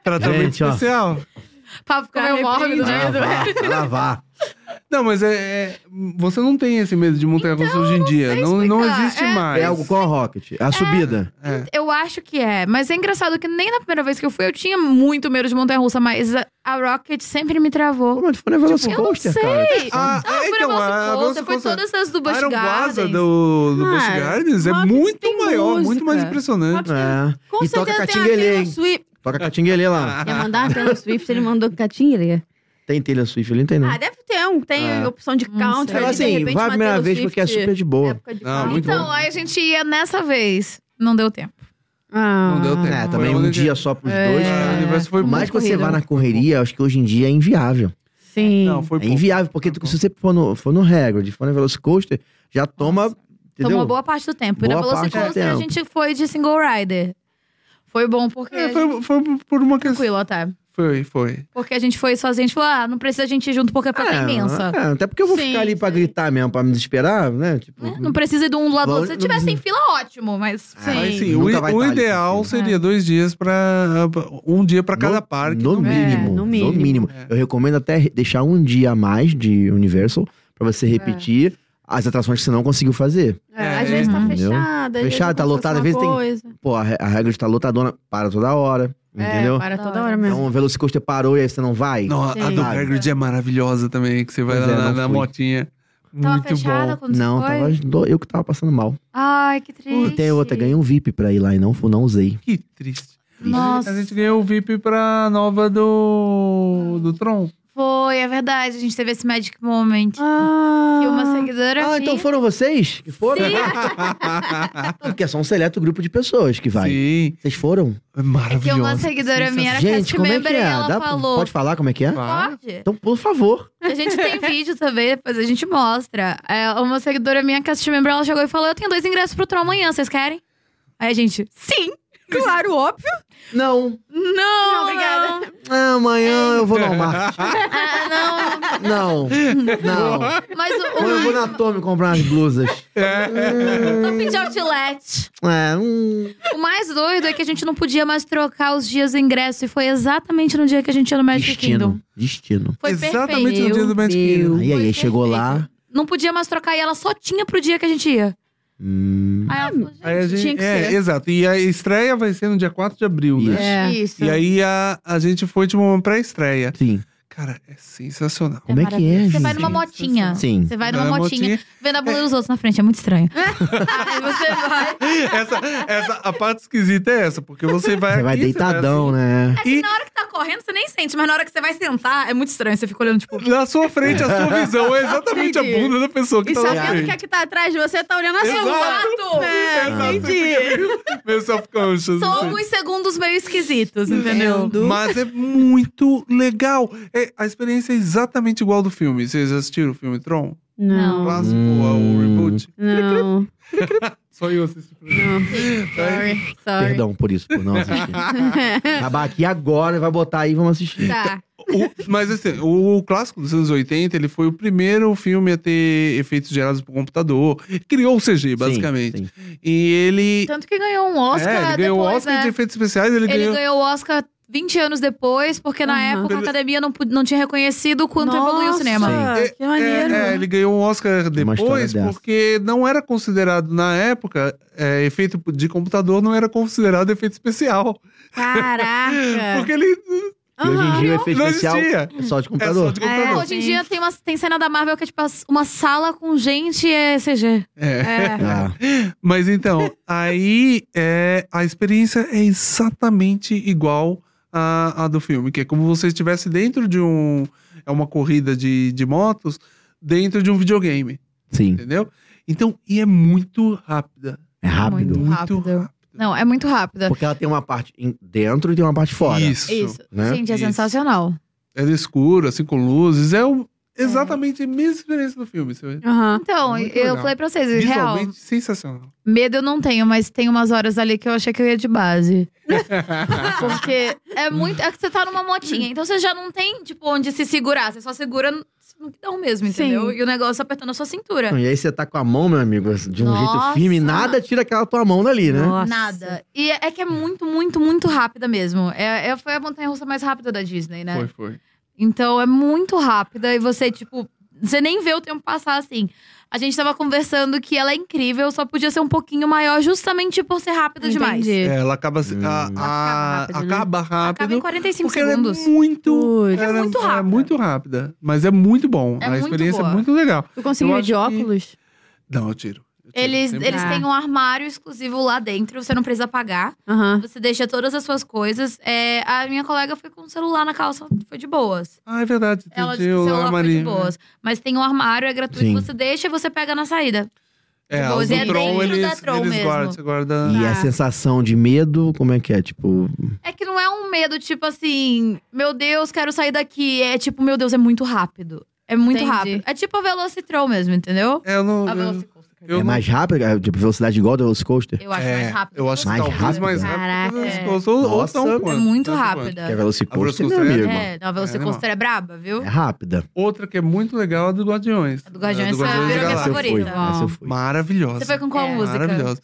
Speaker 3: tratamento
Speaker 2: Gente, ó.
Speaker 3: especial.
Speaker 4: pra ficar
Speaker 1: Cara,
Speaker 4: meio mórbido.
Speaker 1: repreende.
Speaker 4: né?
Speaker 2: Lavar, lavar.
Speaker 3: Não, mas é, é- Você não tem esse medo de montanha russa hoje em dia.
Speaker 4: Então, sei
Speaker 3: Não, não
Speaker 4: explicar,
Speaker 3: existe
Speaker 4: é-
Speaker 3: mais.
Speaker 2: É algo com a Rocket. A subida.
Speaker 3: É.
Speaker 4: Eu acho que é, mas é engraçado que nem na primeira vez que eu fui eu tinha muito medo de montanha-russa, mas a- a Rocket sempre me travou.
Speaker 2: Pô, mas é foi um na
Speaker 4: eu não um
Speaker 2: Velocicoaster,
Speaker 4: sei.
Speaker 2: cara.
Speaker 3: Ah,
Speaker 4: eu fui
Speaker 3: então,
Speaker 4: na
Speaker 3: a- a
Speaker 4: Velocicoaster,
Speaker 3: Velocicoaster-
Speaker 4: fui todas as do
Speaker 3: A
Speaker 4: Busch
Speaker 3: Aeroguasa
Speaker 4: Gardens.
Speaker 3: um do, do Busch
Speaker 1: Ah,
Speaker 3: Gardens é
Speaker 1: rock tem
Speaker 3: muito maior, muito mais
Speaker 1: música.
Speaker 3: impressionante.
Speaker 1: Rock
Speaker 2: É.
Speaker 1: Com
Speaker 2: E
Speaker 1: certeza
Speaker 2: toca
Speaker 1: tem a
Speaker 2: Catinguelê,
Speaker 1: Taylor
Speaker 2: hein?
Speaker 1: Swift.
Speaker 2: Toca Catinguelê lá.
Speaker 1: Ia mandar a Taylor Swift, ele mandou Catinguelê.
Speaker 2: Tem Taylor Swift ali, não tem não.
Speaker 1: Ah, deve ter um. Tem
Speaker 2: Hum. É.
Speaker 1: opção de
Speaker 4: Não
Speaker 1: country.
Speaker 4: sei.
Speaker 1: ali,
Speaker 2: Ela
Speaker 1: de
Speaker 2: assim,
Speaker 1: repente,
Speaker 2: vai a
Speaker 1: uma
Speaker 2: primeira
Speaker 1: Taylor
Speaker 2: vez porque é
Speaker 1: Swift
Speaker 2: super de boa.
Speaker 1: época de
Speaker 3: Não,
Speaker 1: country.
Speaker 3: muito
Speaker 4: então,
Speaker 3: bom.
Speaker 4: aí a gente ia nessa vez. Não deu tempo.
Speaker 1: Ah.
Speaker 3: Não deu tempo.
Speaker 2: É,
Speaker 3: Foi
Speaker 2: também um
Speaker 3: onde-
Speaker 2: dia só pros
Speaker 1: É.
Speaker 2: dois,
Speaker 3: O
Speaker 2: cara.
Speaker 3: universo foi
Speaker 2: Por mais
Speaker 3: muito.
Speaker 2: que você
Speaker 1: corrido,
Speaker 2: vá
Speaker 1: né?
Speaker 2: na correria, eu acho que hoje em dia é inviável.
Speaker 1: Sim.
Speaker 3: Não, foi
Speaker 2: É
Speaker 3: pouco.
Speaker 2: inviável,
Speaker 1: Tá
Speaker 2: porque tu- se você for no, for no Hagrid, for no Velocicoaster, já toma, entendeu?
Speaker 4: Tomou boa parte do tempo. E na
Speaker 2: Boa parte do
Speaker 4: Velocicoaster a
Speaker 2: tempo.
Speaker 4: gente foi de single rider. Foi bom porque.
Speaker 3: É, foi, foi por uma questão.
Speaker 4: Tranquilo até.
Speaker 3: Foi, foi.
Speaker 4: Porque a gente foi sozinha, a gente falou, ah, não precisa a gente ir junto porque a festa é imensa.
Speaker 2: é, até porque eu vou
Speaker 1: Sim,
Speaker 2: ficar ali pra
Speaker 1: sim.
Speaker 2: gritar mesmo, pra me desesperar, né? Tipo,
Speaker 4: Né? Não precisa ir de um do lado do outro. Se
Speaker 2: Vamos-
Speaker 4: tivesse em fila, ótimo, mas.
Speaker 2: Ah,
Speaker 3: Mas
Speaker 1: Sim.
Speaker 3: sim, o,
Speaker 2: Nunca
Speaker 3: i-
Speaker 2: vai
Speaker 3: o
Speaker 2: estar ali,
Speaker 3: ideal
Speaker 2: assim.
Speaker 3: seria dois dias pra. Um dia pra cada
Speaker 2: no-
Speaker 3: parque.
Speaker 2: No,
Speaker 1: menos.
Speaker 2: mínimo,
Speaker 1: É, no
Speaker 2: no mínimo.
Speaker 1: mínimo.
Speaker 3: É.
Speaker 2: Eu recomendo até re- deixar um dia a mais de Universal pra você repetir as atrações que você não conseguiu fazer.
Speaker 1: É,
Speaker 3: É,
Speaker 1: às vezes tá
Speaker 2: entendeu?
Speaker 1: fechada. às vezes
Speaker 2: Fechada, tá
Speaker 1: acontece
Speaker 2: lotada, às
Speaker 1: uma
Speaker 2: vezes tem-
Speaker 1: coisa.
Speaker 2: Pô, a, re- a regra está lotadona, para toda hora, entendeu?
Speaker 1: É, para toda hora mesmo.
Speaker 2: Então o Velocicoaster parou e aí você não vai.
Speaker 3: Não, a- a
Speaker 1: Sim.
Speaker 3: do Hagrid é maravilhosa também, que você vai
Speaker 2: Pois
Speaker 3: lá
Speaker 2: é,
Speaker 3: na,
Speaker 2: não
Speaker 3: na
Speaker 2: fui.
Speaker 3: motinha.
Speaker 4: Tava
Speaker 3: Muito
Speaker 4: fechada
Speaker 3: bom.
Speaker 4: quando
Speaker 2: Não,
Speaker 4: você foi?
Speaker 2: tava do- eu que tava passando mal.
Speaker 4: Ai, que triste.
Speaker 2: E tem outra, ganhei um VIP pra ir lá e não, fu- não usei.
Speaker 3: Que triste.
Speaker 4: Nossa.
Speaker 3: A gente ganhou o VIP pra nova do. do Tron.
Speaker 4: Foi, é verdade. A gente teve esse Magic Moment.
Speaker 1: Ah.
Speaker 4: Que uma seguidora.
Speaker 2: Ah, então
Speaker 4: minha-
Speaker 2: foram vocês que foram?
Speaker 4: Sim.
Speaker 2: Porque é só um seleto grupo de pessoas que vai.
Speaker 3: Sim.
Speaker 2: Vocês foram?
Speaker 3: É
Speaker 4: É que
Speaker 3: maravilhosa.
Speaker 4: uma seguidora minha era
Speaker 2: Gente,
Speaker 4: cast
Speaker 2: como é
Speaker 4: member
Speaker 2: que
Speaker 4: e
Speaker 2: é?
Speaker 4: ela
Speaker 2: Dá pra-
Speaker 4: falou.
Speaker 2: Pode falar como é que é?
Speaker 3: Fala.
Speaker 4: Pode.
Speaker 2: Então, por favor.
Speaker 4: A gente tem vídeo também, depois a gente mostra. É, uma seguidora minha, cast member, ela chegou e falou: Eu tenho dois ingressos pro Tron amanhã, vocês querem? Aí a gente, sim!
Speaker 1: Claro, óbvio.
Speaker 2: Não.
Speaker 4: Não!
Speaker 1: Não, obrigada.
Speaker 4: não.
Speaker 2: Ah, amanhã eu vou no Walmart.
Speaker 4: Ah, não.
Speaker 2: Não. Não.
Speaker 4: Mas o,
Speaker 2: Ou eu vou na Tommy comprar umas blusas.
Speaker 3: É,
Speaker 4: o fim de outlet.
Speaker 2: É, hum.
Speaker 4: O mais doido é que a gente não podia mais trocar os dias do ingresso. E foi exatamente no dia que a gente ia no Magic Kingdom.
Speaker 2: Destino. Destino.
Speaker 4: Foi
Speaker 3: é Exatamente
Speaker 4: perfeito.
Speaker 3: no dia do Magic
Speaker 1: Meu
Speaker 3: Kingdom.
Speaker 2: Aí,
Speaker 4: Foi
Speaker 2: aí, aí chegou lá.
Speaker 4: Não podia mais trocar e ela só tinha pro dia que a gente ia.
Speaker 2: Hum,
Speaker 4: Aí ela falou,
Speaker 3: Aí a gente,
Speaker 1: Tinha que
Speaker 3: é,
Speaker 1: ser.
Speaker 3: exato. E a estreia vai ser no dia 4 de abril, né?
Speaker 1: É.
Speaker 4: Isso.
Speaker 3: E aí a, a gente foi tipo uma pré-estreia.
Speaker 2: sim.
Speaker 3: Cara, é sensacional.
Speaker 2: Como é que é,
Speaker 4: Você vai
Speaker 2: gente?
Speaker 4: numa motinha.
Speaker 2: Sim.
Speaker 4: Você vai numa
Speaker 3: Era
Speaker 4: motinha, vendo a bunda dos outros na frente. É muito estranho. Aí você vai.
Speaker 3: Essa, essa, a parte esquisita é essa, porque você vai.
Speaker 2: Você vai
Speaker 3: aqui,
Speaker 2: deitadão, né?
Speaker 3: assim, e
Speaker 4: Na hora que tá correndo, você nem sente. Mas na hora que você vai sentar, é muito estranho. Você fica olhando, tipo...
Speaker 3: na sua frente, a sua visão é exatamente a
Speaker 1: Entendi.
Speaker 3: bunda da pessoa que
Speaker 1: E
Speaker 3: tá na
Speaker 1: sabendo
Speaker 3: frente.
Speaker 1: que a que tá atrás de você tá olhando a
Speaker 3: Exato.
Speaker 1: sua.
Speaker 4: Exato!
Speaker 1: É,
Speaker 3: Exato,
Speaker 1: entendi.
Speaker 3: você fica meio- Meio self-conscious. assim.
Speaker 4: Somos segundos meio esquisitos, entendeu?
Speaker 3: Mas é muito legal. É, a experiência é exatamente igual do filme. Vocês assistiram o filme Tron? O
Speaker 1: Não,
Speaker 3: clássico,
Speaker 2: Hum.
Speaker 3: o reboot?
Speaker 1: não,
Speaker 3: Só eu assisti. pra mim.
Speaker 1: não. Sorry, sorry.
Speaker 2: Perdão por isso, por não assistir. Acabar aqui agora, vai botar aí e vamos assistir.
Speaker 1: Tá.
Speaker 3: O- mas assim, o clássico dos anos 80, ele foi o primeiro filme a ter efeitos gerados por computador. Criou o CG, basicamente.
Speaker 2: Sim, sim.
Speaker 3: E ele.
Speaker 4: Tanto que ganhou um Oscar
Speaker 3: é, ele ganhou o
Speaker 4: depois,
Speaker 3: Oscar
Speaker 4: né?
Speaker 3: de efeitos especiais, ele,
Speaker 4: Ele
Speaker 3: ganhou.
Speaker 4: ganhou o Oscar 20 anos depois, porque na
Speaker 1: Aham.
Speaker 4: época a academia não, pu- não tinha reconhecido o quanto evoluiu o cinema.
Speaker 1: Nossa, Que maneiro.
Speaker 4: né?
Speaker 3: É, é, ele ganhou um Oscar
Speaker 2: história
Speaker 3: depois
Speaker 2: dessa.
Speaker 3: porque não era considerado, na época, é, efeito de computador não era considerado efeito especial.
Speaker 4: É.
Speaker 1: Caraca.
Speaker 3: é. Porque ele
Speaker 2: E hoje em
Speaker 1: Aham.
Speaker 2: dia o efeito
Speaker 3: não
Speaker 2: especial
Speaker 3: existia.
Speaker 2: é só de
Speaker 3: É só
Speaker 2: computador.
Speaker 3: de
Speaker 4: Pô,
Speaker 3: computador.
Speaker 4: Então, Hoje em
Speaker 1: Sim.
Speaker 4: dia tem, uma, tem cena da Marvel que é tipo as- uma sala com gente e é CG.
Speaker 3: É.
Speaker 1: É.
Speaker 2: Ah,
Speaker 3: Mas então, aí é, a experiência é exatamente igual à, à do filme, que é como você estivesse dentro de um. É uma corrida de, de motos dentro de um videogame,
Speaker 2: sim.
Speaker 3: entendeu? Então, e é muito rápida.
Speaker 2: É rápido.
Speaker 4: Muito.
Speaker 3: Muito
Speaker 4: rápido.
Speaker 3: rápida. rápido.
Speaker 4: Não, é muito rápida.
Speaker 2: Porque ela tem uma parte em- dentro e tem uma parte fora.
Speaker 3: Isso.
Speaker 1: Isso.
Speaker 2: Né?
Speaker 4: Gente, é
Speaker 3: Isso.
Speaker 4: sensacional.
Speaker 3: Era escuro, assim, com luzes. É o- exatamente a mesma experiência do filme. Você vê.
Speaker 8: Aham.
Speaker 4: Então,
Speaker 3: Muito
Speaker 4: eu
Speaker 3: legal.
Speaker 4: falei pra vocês, real,
Speaker 3: Visualmente sensacional.
Speaker 4: medo eu não tenho, mas tem umas horas ali que eu achei que eu ia de base. Porque é muito. É que você tá numa motinha, então você já não tem, tipo, onde se segurar. Você só segura no que dá mesmo, entendeu?
Speaker 1: Sim.
Speaker 4: E o negócio apertando a sua cintura.
Speaker 2: Não, E aí você tá com a mão, meu amigo, de um
Speaker 4: Nossa.
Speaker 2: jeito firme, nada tira aquela tua mão dali, né?
Speaker 8: Nossa.
Speaker 4: Nada. E é é que é muito, muito, muito rápida mesmo. É, é- foi a montanha russa mais rápida da Disney, né?
Speaker 3: Foi, foi.
Speaker 4: Então é muito rápida e você, tipo, você nem vê o tempo passar assim. A gente tava conversando que ela é incrível, só podia ser um pouquinho maior, justamente por ser rápida demais.
Speaker 1: Entendi.
Speaker 3: É, ela acaba. se- a-
Speaker 2: Hum.
Speaker 3: a-
Speaker 1: Acaba rápido, né?
Speaker 3: acaba
Speaker 4: Acaba em
Speaker 3: rápido.
Speaker 4: 45
Speaker 3: Porque ela é
Speaker 4: segundos.
Speaker 3: muito.
Speaker 1: Putz.
Speaker 4: Ela é
Speaker 3: ela
Speaker 4: muito
Speaker 3: ela
Speaker 4: rápida.
Speaker 3: muito rápida. Mas é muito bom.
Speaker 4: É
Speaker 3: a
Speaker 4: muito
Speaker 3: experiência
Speaker 4: boa.
Speaker 3: é muito legal.
Speaker 1: Tu conseguiu
Speaker 3: Eu
Speaker 1: ir de
Speaker 3: acho que-
Speaker 1: óculos?
Speaker 3: Não, eu tiro. Eu tiro
Speaker 4: Eles,
Speaker 3: sempre.
Speaker 4: eles
Speaker 1: Ah.
Speaker 4: têm um armário exclusivo lá dentro, você não precisa pagar.
Speaker 1: Aham.
Speaker 4: Você deixa todas as suas coisas. É, a minha colega foi com o celular na calça, foi de boas.
Speaker 3: Ah, é verdade.
Speaker 4: Ela disse
Speaker 3: tem
Speaker 4: que o celular foi de
Speaker 3: armarinho. né?
Speaker 4: boas. Mas tem um armário, é gratuito,
Speaker 2: Sim.
Speaker 4: você deixa e você pega na saída.
Speaker 3: É,
Speaker 4: boas.
Speaker 3: os
Speaker 4: E é
Speaker 3: do Tron,
Speaker 4: dentro da
Speaker 3: eles,
Speaker 4: Tron
Speaker 3: eles
Speaker 4: mesmo.
Speaker 3: guardam. Você guarda.
Speaker 2: E é- a
Speaker 1: Ah.
Speaker 2: sensação de medo, como é que é? Tipo,
Speaker 4: É que não é um medo, tipo assim, meu Deus, quero sair daqui. É tipo, meu Deus, é muito rápido. É muito
Speaker 1: Entendi.
Speaker 4: rápido. É tipo a Velocitrol mesmo, entendeu?
Speaker 3: É, eu não.
Speaker 4: A
Speaker 3: Eu,
Speaker 4: Velocicoaster.
Speaker 3: eu
Speaker 2: é
Speaker 3: não-
Speaker 2: mais rápido, é, tipo, velocidade igual do Velocicoaster?
Speaker 4: Eu acho
Speaker 3: é,
Speaker 4: mais rápido.
Speaker 3: Eu acho que
Speaker 2: Mais
Speaker 3: talvez
Speaker 2: rápido?
Speaker 3: mais
Speaker 4: Caraca,
Speaker 3: rápido. que
Speaker 4: é.
Speaker 3: as pessoas, ou- ou
Speaker 2: Nossa.
Speaker 3: tão
Speaker 2: É
Speaker 4: É
Speaker 3: quanto,
Speaker 4: muito
Speaker 3: tanto quanto.
Speaker 4: rápida.
Speaker 2: Que é Velocicoaster, meu
Speaker 3: A Velocicoaster
Speaker 2: amigo.
Speaker 4: É, não, a Velocicoaster é, braba, viu?
Speaker 2: É rápida.
Speaker 3: Outra que é muito legal é a do Guardiões.
Speaker 4: A do Guardiões
Speaker 3: É,
Speaker 4: foi a
Speaker 3: da
Speaker 4: minha
Speaker 3: Galáxia.
Speaker 4: favorita.
Speaker 2: foi, essa eu fui.
Speaker 3: Maravilhosa.
Speaker 4: Você foi com qual
Speaker 1: É,
Speaker 4: música?
Speaker 3: Maravilhosa.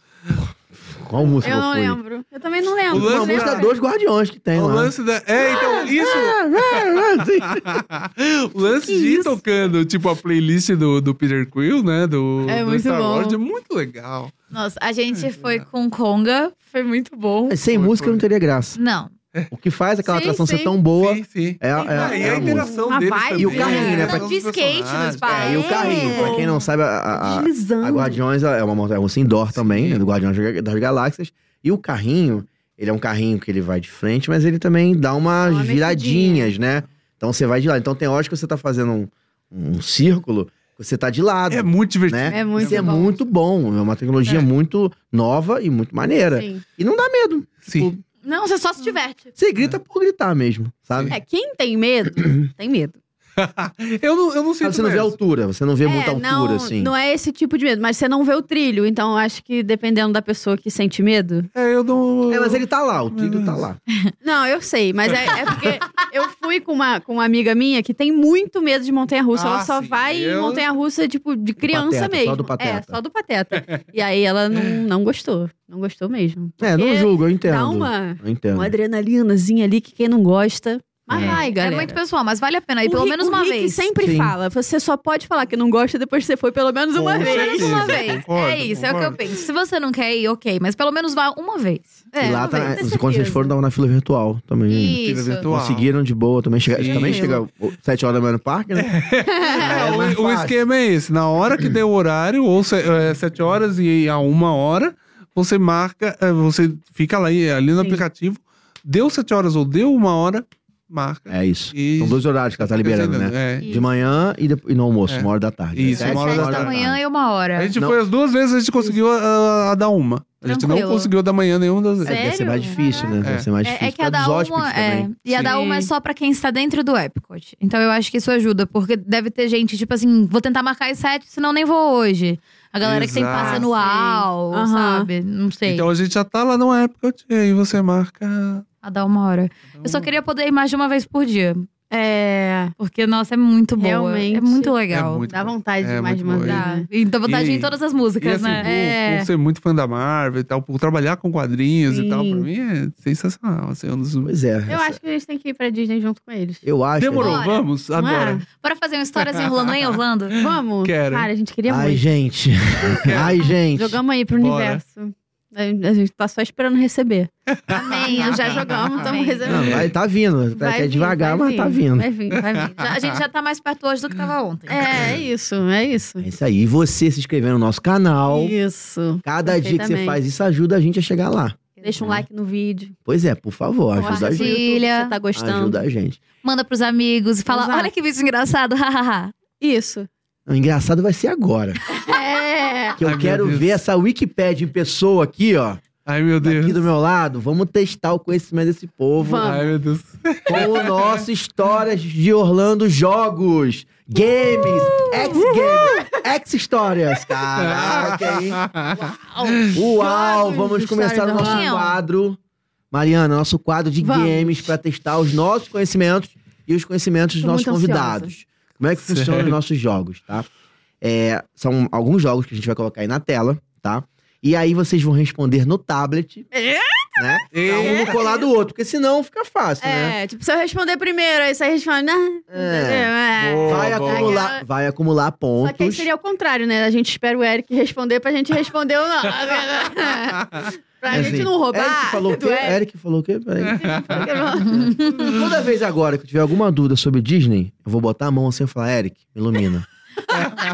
Speaker 2: Qual música
Speaker 1: Eu
Speaker 2: eu
Speaker 1: não
Speaker 2: fui?
Speaker 1: lembro. Eu também não lembro.
Speaker 3: O lance é
Speaker 2: Uma
Speaker 1: Não lembro.
Speaker 2: música dos Guardiões que tem
Speaker 3: O
Speaker 2: lá. é,
Speaker 3: lance da. É, então, isso. o lance de ir tocando, tipo, a playlist do, do Peter Quill, né? Do,
Speaker 1: É
Speaker 3: do
Speaker 1: muito
Speaker 3: Star
Speaker 1: bom.
Speaker 3: Wars, é muito legal.
Speaker 4: Nossa, a gente foi com Conga, foi muito bom.
Speaker 2: Mas Sem
Speaker 3: Foi,
Speaker 2: música
Speaker 3: foi.
Speaker 2: não teria graça.
Speaker 4: Não. é
Speaker 2: O que faz aquela
Speaker 1: Sim,
Speaker 2: atração
Speaker 1: sim.
Speaker 2: ser tão boa
Speaker 3: Sim, sim.
Speaker 2: é, é,
Speaker 3: Ah, e
Speaker 2: é
Speaker 3: a
Speaker 2: a música.
Speaker 3: interação
Speaker 1: Uma
Speaker 3: deles
Speaker 1: vibe,
Speaker 3: também,
Speaker 2: E o carrinho, né, pra-
Speaker 3: com os
Speaker 4: De skate
Speaker 3: personagens.
Speaker 4: nos parques.
Speaker 2: É, e o carrinho, pra quem não sabe, a- a, a, a
Speaker 8: Deslizando.
Speaker 2: Guardiões é uma montanha russa indoor também,
Speaker 3: Sim.
Speaker 2: né, do Guardiões das Galáxias. E o carrinho, ele é um carrinho que ele vai de frente, mas ele também dá umas
Speaker 1: Dá uma
Speaker 2: viradinhas, né? Então você vai de lado. Então tem horas que você tá fazendo um, um círculo, você tá de lado.
Speaker 3: É muito divertido.
Speaker 2: né?
Speaker 1: É muito
Speaker 2: Isso é
Speaker 1: bom.
Speaker 2: muito bom. É uma tecnologia
Speaker 3: É.
Speaker 2: muito nova e muito
Speaker 3: né?
Speaker 2: maneira.
Speaker 1: Sim.
Speaker 2: E não dá medo.
Speaker 3: Sim.
Speaker 4: Não, você só se diverte.
Speaker 2: Você grita por gritar mesmo, sabe?
Speaker 1: É, quem tem medo, tem medo.
Speaker 3: eu, não, eu não sinto
Speaker 2: Sabe, você não vê a
Speaker 3: mesmo.
Speaker 2: altura, você não vê muita altura,
Speaker 1: É, não,
Speaker 2: assim.
Speaker 1: não é esse tipo de medo, mas você não vê o trilho, então eu acho que dependendo da pessoa que sente medo.
Speaker 3: É, eu não.
Speaker 2: É, mas ele tá lá, o trilho tá lá.
Speaker 1: Não, eu sei, mas é, é porque eu fui com uma, com uma amiga minha que tem muito medo de montanha-russa.
Speaker 3: Ah,
Speaker 1: ela só
Speaker 3: sim,
Speaker 1: vai em
Speaker 3: eu-
Speaker 1: montanha-russa, tipo, de criança
Speaker 2: Pateta, só
Speaker 1: mesmo.
Speaker 2: do Pateta.
Speaker 1: É, só do pateta. e aí ela não, não gostou. Não gostou mesmo.
Speaker 2: É, não
Speaker 1: Porque
Speaker 2: julgo, eu entendo.
Speaker 1: Dá uma,
Speaker 2: Eu entendo.
Speaker 1: uma adrenalinazinha ali que quem não gosta. Mas
Speaker 2: É.
Speaker 1: vai, galera.
Speaker 4: É muito pessoal, mas vale a pena ir
Speaker 1: O
Speaker 4: pelo
Speaker 1: Rick-
Speaker 4: menos
Speaker 1: o
Speaker 4: uma
Speaker 1: Rick
Speaker 4: vez.
Speaker 1: sempre
Speaker 2: Sim.
Speaker 1: fala, você só pode falar que não gosta depois que você foi pelo menos uma
Speaker 3: Com
Speaker 1: vez.
Speaker 4: Pelo menos uma
Speaker 3: Sim,
Speaker 4: vez.
Speaker 3: concordo,
Speaker 4: é isso, é o que eu
Speaker 3: concordo.
Speaker 4: penso. Se você não quer ir, ok, mas pelo menos vá uma vez.
Speaker 1: É,
Speaker 2: e lá,
Speaker 1: uma
Speaker 2: tá, Hum,
Speaker 1: vez, com
Speaker 2: quando vocês
Speaker 1: certeza.
Speaker 2: foram, tava na fila virtual também.
Speaker 3: Tira
Speaker 4: Isso.
Speaker 3: virtual.
Speaker 2: Conseguiram de boa, também chega,
Speaker 3: Sim.
Speaker 2: também chega o- sete horas da manhã no parque, né?
Speaker 3: É,
Speaker 2: É mais
Speaker 3: o,
Speaker 2: fácil.
Speaker 3: o
Speaker 2: Hum.
Speaker 3: esquema é esse. Na hora que der o horário, ou se, é, sete horas e a uma hora, você marca, é, você fica lá e- ali no
Speaker 1: Sim.
Speaker 3: aplicativo. Deu sete horas ou deu uma hora, marca.
Speaker 2: É isso.
Speaker 3: E-
Speaker 2: São dois horários que ela tá liberando, né?
Speaker 3: É.
Speaker 2: De manhã e, depois- e no almoço,
Speaker 3: É.
Speaker 2: uma hora da tarde.
Speaker 3: Isso,
Speaker 2: Sete,
Speaker 3: uma hora da
Speaker 4: Sete da
Speaker 3: tarde.
Speaker 4: manhã e uma hora.
Speaker 3: A gente
Speaker 2: Não.
Speaker 3: foi as duas vezes, a gente conseguiu a, a- a dar uma. A gente não
Speaker 4: Tranquilo.
Speaker 3: conseguiu dar manhã nenhuma das
Speaker 2: É,
Speaker 3: vezes.
Speaker 2: deve ser mais
Speaker 4: Sério?
Speaker 2: difícil, né? Deve
Speaker 3: É.
Speaker 2: ser mais
Speaker 4: É,
Speaker 2: difícil.
Speaker 4: é que a da uma é, e a
Speaker 3: Sim.
Speaker 4: da uma é só pra quem está dentro do Epcot. Então eu acho que isso ajuda, porque deve ter gente tipo assim, vou tentar marcar às sete, senão nem vou hoje. A galera que tem
Speaker 3: Exato.
Speaker 4: passe anual,
Speaker 1: Sei. Aham.
Speaker 4: sabe? Não sei.
Speaker 3: Então a gente já tá lá na época e aí você marca.
Speaker 4: a da uma hora. Eu só queria poder ir mais de uma vez por dia,
Speaker 1: É,
Speaker 4: porque nossa é muito boa,
Speaker 1: Realmente.
Speaker 4: é muito legal.
Speaker 3: É muito
Speaker 1: dá
Speaker 3: bom.
Speaker 1: vontade
Speaker 3: É,
Speaker 1: demais de
Speaker 3: muito
Speaker 1: mandar.
Speaker 4: E dá vontade
Speaker 3: E-
Speaker 4: em todas as
Speaker 3: E
Speaker 4: músicas,
Speaker 3: assim,
Speaker 4: né?
Speaker 3: por,
Speaker 4: é.
Speaker 3: por ser muito fã da Marvel e tal, por trabalhar com quadrinhos
Speaker 1: Sim.
Speaker 3: e tal, pra mim é sensacional. Assim, é um dos...
Speaker 2: Pois é.
Speaker 1: Eu acho que a gente tem que ir pra Disney junto com eles.
Speaker 2: Eu acho.
Speaker 3: Demorou,
Speaker 4: Bora.
Speaker 3: vamos?
Speaker 1: Não
Speaker 3: Agora.
Speaker 1: é?
Speaker 4: Bora fazer uma histórias em Orlando, em Orlando?
Speaker 1: Vamos?
Speaker 3: Quero.
Speaker 1: Cara, a gente queria
Speaker 2: é. Ai,
Speaker 1: muito.
Speaker 2: gente. Ai, gente.
Speaker 1: Jogamos aí pro
Speaker 3: Bora.
Speaker 1: universo. A a gente tá só esperando receber.
Speaker 4: Amém,
Speaker 1: Nós já
Speaker 4: amém,
Speaker 1: jogamos,
Speaker 4: amém.
Speaker 1: estamos recebendo.
Speaker 3: É.
Speaker 2: Não, vai, tá vindo. Tá,
Speaker 1: Vai
Speaker 2: é
Speaker 1: vir,
Speaker 2: devagar,
Speaker 1: vai
Speaker 2: mas
Speaker 1: vir,
Speaker 2: tá vindo.
Speaker 1: Vai vir, vai vir.
Speaker 4: Já- a gente já tá mais perto hoje do que tava ontem.
Speaker 1: É, é isso, é isso.
Speaker 2: É isso aí. E você se inscrever no nosso canal.
Speaker 1: Isso.
Speaker 2: Cada dia que você
Speaker 1: Perfeitamente.
Speaker 2: faz isso ajuda a gente a chegar lá.
Speaker 1: Deixa um like no vídeo.
Speaker 2: Pois é, por favor, é. ajuda a
Speaker 1: Compartilha.
Speaker 2: gente.
Speaker 1: Você tá gostando.
Speaker 2: Ajuda a gente.
Speaker 4: Manda pros amigos e fala:
Speaker 1: Exato.
Speaker 4: olha que vídeo engraçado, hahaha.
Speaker 1: Isso.
Speaker 2: O engraçado vai ser agora.
Speaker 1: É.
Speaker 2: Que eu
Speaker 3: Ai, meu
Speaker 2: quero
Speaker 3: Deus.
Speaker 2: ver essa Wikipédia em pessoa aqui, ó.
Speaker 3: Ai, meu
Speaker 2: Aqui do
Speaker 3: Deus.
Speaker 2: meu lado, vamos testar o conhecimento desse povo
Speaker 1: Vamos.
Speaker 3: Ai, meu Deus.
Speaker 2: com o nosso Histórias de Orlando Jogos, Games, X-Games, X-Histórias. Caraca, hein? Uau,
Speaker 1: Jogos
Speaker 2: vamos
Speaker 1: de
Speaker 2: começar
Speaker 1: Histórias
Speaker 2: o nosso
Speaker 4: da União.
Speaker 2: quadro. Mariana, nosso quadro de
Speaker 1: Vamos.
Speaker 2: games para testar os nossos conhecimentos e os conhecimentos dos
Speaker 1: Tô
Speaker 2: nossos
Speaker 1: muito ansiosa.
Speaker 2: convidados. Como é que funcionam os
Speaker 3: Certo.
Speaker 2: nossos jogos, tá? É, são alguns jogos que a gente vai colocar aí na tela, tá? E aí vocês vão responder no tablet, né? Tá um
Speaker 3: Eita.
Speaker 2: colado do outro, porque senão fica fácil, né?
Speaker 1: É, tipo, se eu responder primeiro, aí você responde, né?
Speaker 2: É.
Speaker 1: Entendeu? É.
Speaker 3: Boa,
Speaker 2: Vai
Speaker 3: boa.
Speaker 2: acumular, vai acumular
Speaker 1: Só que aí
Speaker 2: pontos.
Speaker 1: seria o contrário, né? A gente espera o Eric responder pra gente responder o não.
Speaker 3: É
Speaker 1: pra
Speaker 2: É
Speaker 1: gente
Speaker 2: assim,
Speaker 1: não roubar.
Speaker 2: Eric falou o
Speaker 1: do
Speaker 2: quê?
Speaker 1: Eric.
Speaker 2: Eric falou o quê? Peraí.
Speaker 3: Uhum.
Speaker 2: Toda vez agora que eu tiver alguma dúvida sobre Disney, eu vou botar a mão assim e falar, Eric, me ilumina.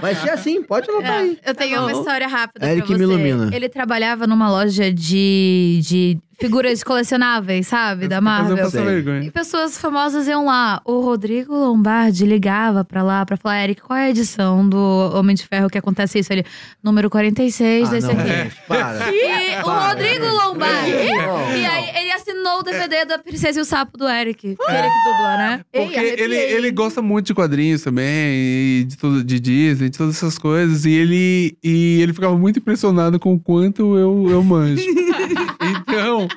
Speaker 2: Vai ser assim, pode
Speaker 1: É.
Speaker 2: anotar aí.
Speaker 4: Eu tenho
Speaker 3: Tá
Speaker 4: uma história rápida
Speaker 2: Eric
Speaker 4: pra
Speaker 2: me
Speaker 4: você.
Speaker 2: ilumina.
Speaker 4: Ele trabalhava numa loja de, de figuras colecionáveis, sabe? Da
Speaker 3: Fazer um
Speaker 4: Marvel.
Speaker 3: passar
Speaker 2: Sei.
Speaker 4: E
Speaker 3: vergonha.
Speaker 4: pessoas famosas iam lá. O Rodrigo Lombardi ligava pra lá pra falar: Eric, qual é a edição do Homem de Ferro que acontece isso ali? Número 46 desse
Speaker 2: Ah, não,
Speaker 4: aqui.
Speaker 2: gente, para.
Speaker 4: E o
Speaker 2: Para,
Speaker 4: Rodrigo
Speaker 2: gente.
Speaker 4: Lombardi.
Speaker 2: Não,
Speaker 4: E
Speaker 2: não.
Speaker 4: aí ele assinou o DVD da Princesa e o Sapo do Eric. Que ele que dubla, né?
Speaker 3: Porque ele, ele gosta muito de quadrinhos também, e de, tudo, de Disney, de todas essas coisas. E ele, e ele ficava muito impressionado com o quanto eu, eu manjo. então,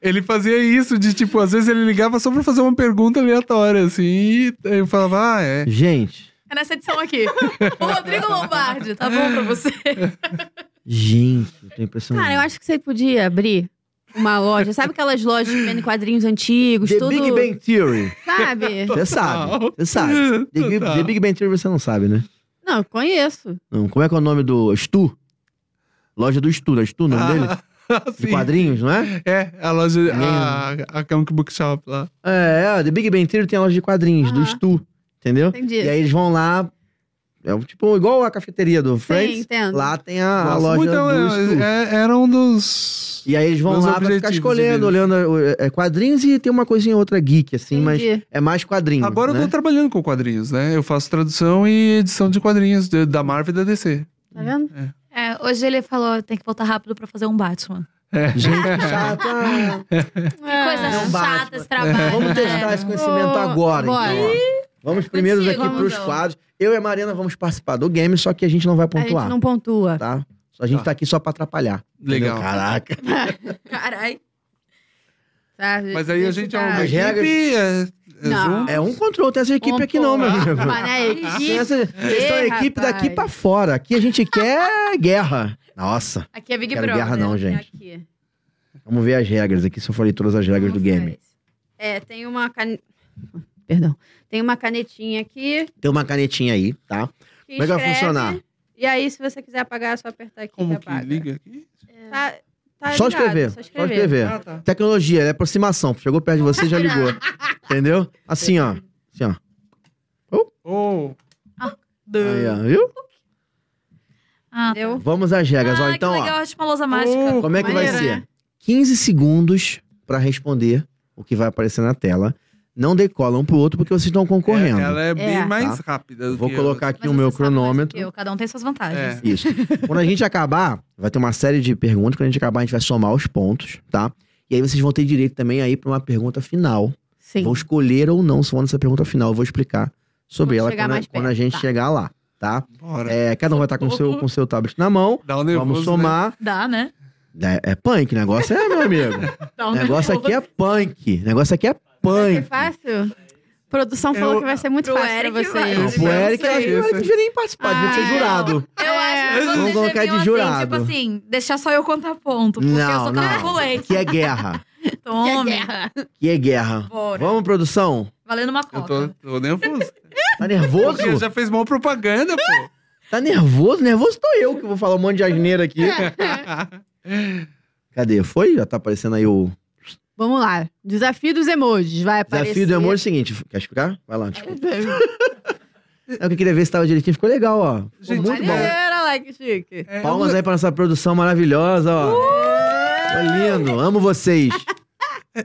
Speaker 3: ele fazia isso de tipo, às vezes ele ligava só pra fazer uma pergunta aleatória, assim. E eu falava, ah, é.
Speaker 2: Gente,
Speaker 4: É nessa edição aqui. O Rodrigo Lombardi, tá bom pra você?
Speaker 2: gente, eu tô impressionado.
Speaker 1: Cara, eu acho que você podia abrir uma loja. Sabe aquelas lojas que vendem quadrinhos antigos,
Speaker 2: The
Speaker 1: tudo.
Speaker 2: Big Bang Theory.
Speaker 1: Sabe?
Speaker 2: Você sabe, você sabe. The, Big-
Speaker 3: Total.
Speaker 2: The Big Bang Theory você não sabe, né?
Speaker 1: Não, eu conheço.
Speaker 2: Não, como é que é o nome do Stu? Loja do Stu, né? Stu, o nome dele?
Speaker 3: Ah,
Speaker 2: De
Speaker 3: sim.
Speaker 2: quadrinhos, não é?
Speaker 3: É, a loja, a, a Comic Book Shop lá.
Speaker 2: É, é, The Big Bang Theory tem a loja de quadrinhos do
Speaker 1: Aham.
Speaker 2: Stu, entendeu?
Speaker 1: Entendi.
Speaker 2: E aí eles vão lá, é um tipo igual a cafeteria do
Speaker 1: Sim,
Speaker 2: Friends,
Speaker 1: entendo.
Speaker 2: lá tem Ah, a, a
Speaker 3: Nossa,
Speaker 2: loja
Speaker 3: muito-
Speaker 2: do Stu.
Speaker 3: é, Era um dos...
Speaker 2: E aí eles vão
Speaker 3: Meus
Speaker 2: lá pra ficar
Speaker 3: objetivos de
Speaker 2: escolhendo,
Speaker 3: vida.
Speaker 2: olhando é, é, quadrinhos e tem uma coisinha ou outra geek, assim, mas
Speaker 1: Entendi.
Speaker 2: é mais quadrinho.
Speaker 3: Agora eu
Speaker 2: né?
Speaker 3: tô trabalhando com quadrinhos, né? Eu faço tradução e edição de quadrinhos de- da Marvel e da DC.
Speaker 1: Tá vendo?
Speaker 4: É, hoje ele falou: tem que voltar rápido pra fazer um Batman.
Speaker 2: Gente, que chato. ah,
Speaker 4: Que coisa
Speaker 1: Ah.
Speaker 2: um
Speaker 4: chata
Speaker 2: Batman.
Speaker 4: esse trabalho.
Speaker 2: vamos testar
Speaker 4: né?
Speaker 2: esse conhecimento
Speaker 1: É. Ô,
Speaker 2: agora. então,
Speaker 1: bora.
Speaker 2: ó. Vamos primeiro
Speaker 4: Contigo,
Speaker 2: daqui
Speaker 4: vamos,
Speaker 2: pros
Speaker 4: ó.
Speaker 2: quadros. Eu e a Mariana vamos participar do game, só que a gente não vai
Speaker 1: A gente
Speaker 2: pontuar,
Speaker 1: não pontua.
Speaker 2: tá? A gente tá aqui só pra atrapalhar. entendeu?
Speaker 3: Legal.
Speaker 2: Caraca.
Speaker 1: Tá Carai. Tá,
Speaker 3: Mas aí a
Speaker 1: deixa
Speaker 3: gente é
Speaker 1: eu
Speaker 3: uma
Speaker 1: dar-
Speaker 2: As
Speaker 3: equipe,
Speaker 2: regras-
Speaker 3: é, é
Speaker 1: Não.
Speaker 3: Zoom.
Speaker 2: É um contra o outro, tem essa equipe
Speaker 4: Um
Speaker 2: aqui não, meu
Speaker 4: contra.
Speaker 2: amigo.
Speaker 1: Mas, né,
Speaker 2: Tem
Speaker 1: equipe-
Speaker 2: essa- Vocês são a
Speaker 1: Ih,
Speaker 2: equipe
Speaker 1: rapaz.
Speaker 2: daqui pra fora. Aqui a gente quer guerra. Nossa,
Speaker 4: Aqui é Big
Speaker 2: Quero
Speaker 4: Brother.
Speaker 2: guerra não,
Speaker 4: é
Speaker 1: né?
Speaker 2: gente.
Speaker 4: aqui.
Speaker 2: vamos ver as regras aqui, se eu falei todas as regras do
Speaker 4: Vamos
Speaker 2: game.
Speaker 4: ver.
Speaker 1: É, tem uma cane... Perdão. Tem uma canetinha aqui.
Speaker 2: Tem uma canetinha aí, tá?
Speaker 1: que
Speaker 2: Como é que vai
Speaker 1: escreve,
Speaker 2: funcionar?
Speaker 1: E aí, se você quiser apagar, é só apertar aqui e
Speaker 3: Como que
Speaker 1: apaga.
Speaker 3: liga aqui?
Speaker 1: Tá, tá
Speaker 2: só,
Speaker 1: ligado,
Speaker 2: escrever,
Speaker 1: Só
Speaker 2: só
Speaker 1: escrever.
Speaker 2: escrever.
Speaker 3: Ah, tá.
Speaker 2: Tecnologia, é aproximação. Chegou perto de você, já ligou. Entendeu? Assim, ó. Assim, ó.
Speaker 3: Oh,
Speaker 2: Aí, ó. Viu?
Speaker 4: Ah,
Speaker 1: Entendeu?
Speaker 2: Vamos às regras. ó,
Speaker 4: ah,
Speaker 2: então,
Speaker 4: que
Speaker 2: ó.
Speaker 4: legal, acho uma lousa mágica.
Speaker 3: Oh,
Speaker 2: Como é que vai
Speaker 1: Maneiro,
Speaker 2: ser?
Speaker 1: né?
Speaker 2: 15 segundos pra responder o que vai aparecer na tela. Não decola um pro outro porque vocês estão
Speaker 3: É,
Speaker 2: concorrendo. Tá.
Speaker 3: ela é bem
Speaker 1: É.
Speaker 3: mais rápida. do
Speaker 2: Vou
Speaker 3: que
Speaker 2: colocar
Speaker 3: eu.
Speaker 2: aqui
Speaker 4: Mas
Speaker 2: o meu
Speaker 4: você sabe mais
Speaker 2: cronômetro. É.
Speaker 4: que eu, Cada um tem suas
Speaker 3: é-
Speaker 4: vantagens.
Speaker 2: Isso. Quando a gente acabar, vai ter uma série de perguntas. Quando a gente acabar, a gente vai somar os pontos, tá? E aí vocês vão ter direito também aí pra uma pergunta final.
Speaker 1: Sim.
Speaker 2: Vão escolher ou não se vão nessa pergunta final. Eu vou explicar sobre
Speaker 1: Vamos
Speaker 2: ela
Speaker 1: chegar
Speaker 2: quando,
Speaker 1: mais
Speaker 2: quando a
Speaker 1: perto,
Speaker 2: gente
Speaker 1: tá.
Speaker 2: chegar lá, tá?
Speaker 3: Bora.
Speaker 2: É, cada um vai estar com o seu, com o seu tablet na mão.
Speaker 3: Dá um nervoso,
Speaker 2: Vamos somar.
Speaker 4: Dá, né?
Speaker 2: É, é punk, o negócio é, meu amigo.
Speaker 4: Dá
Speaker 2: O negócio aqui é punk. O negócio aqui é
Speaker 1: Vai ser
Speaker 2: punk.
Speaker 1: fácil? A produção falou que vai ser muito
Speaker 4: Pro
Speaker 1: fácil
Speaker 4: Eric
Speaker 1: pra
Speaker 4: vai.
Speaker 2: Não,
Speaker 1: vocês.
Speaker 2: pro Eric, é eu acho que o Eric não devia nem participar, devia ser
Speaker 1: Ah,
Speaker 2: jurado.
Speaker 4: Eu
Speaker 1: É.
Speaker 4: acho que
Speaker 2: Vamos
Speaker 4: vocês
Speaker 2: colocar
Speaker 4: deviam,
Speaker 2: de
Speaker 4: assim,
Speaker 2: jurado.
Speaker 4: tipo assim, deixar só eu contar ponto. Porque eu
Speaker 2: Não,
Speaker 4: sou Então,
Speaker 2: não.
Speaker 4: calculante.
Speaker 2: Aqui é guerra.
Speaker 4: Tome.
Speaker 2: Aqui é guerra.
Speaker 4: Bora.
Speaker 2: Vamos, produção?
Speaker 4: Valendo uma
Speaker 3: Eu
Speaker 4: coca.
Speaker 3: tô, tô nervoso.
Speaker 2: Tá nervoso?
Speaker 3: Porque já fez mal propaganda, pô.
Speaker 2: Tá nervoso? Nervoso tô eu que vou falar um monte de asneira aqui. Cadê? Foi? Já tá aparecendo aí o.
Speaker 1: Vamos lá. Desafio dos emojis. Vai aparecer.
Speaker 2: Desafio do emoji é o seguinte. Quer explicar? Vai lá, desculpa. É o que eu queria ver se tava direitinho. Ficou legal, ó. Ficou
Speaker 3: Gente,
Speaker 2: muito bom.
Speaker 1: Maneira, lá, que chique.
Speaker 3: É,
Speaker 2: Palmas aí pra nossa produção maravilhosa, ó. Foi lindo. Amo vocês.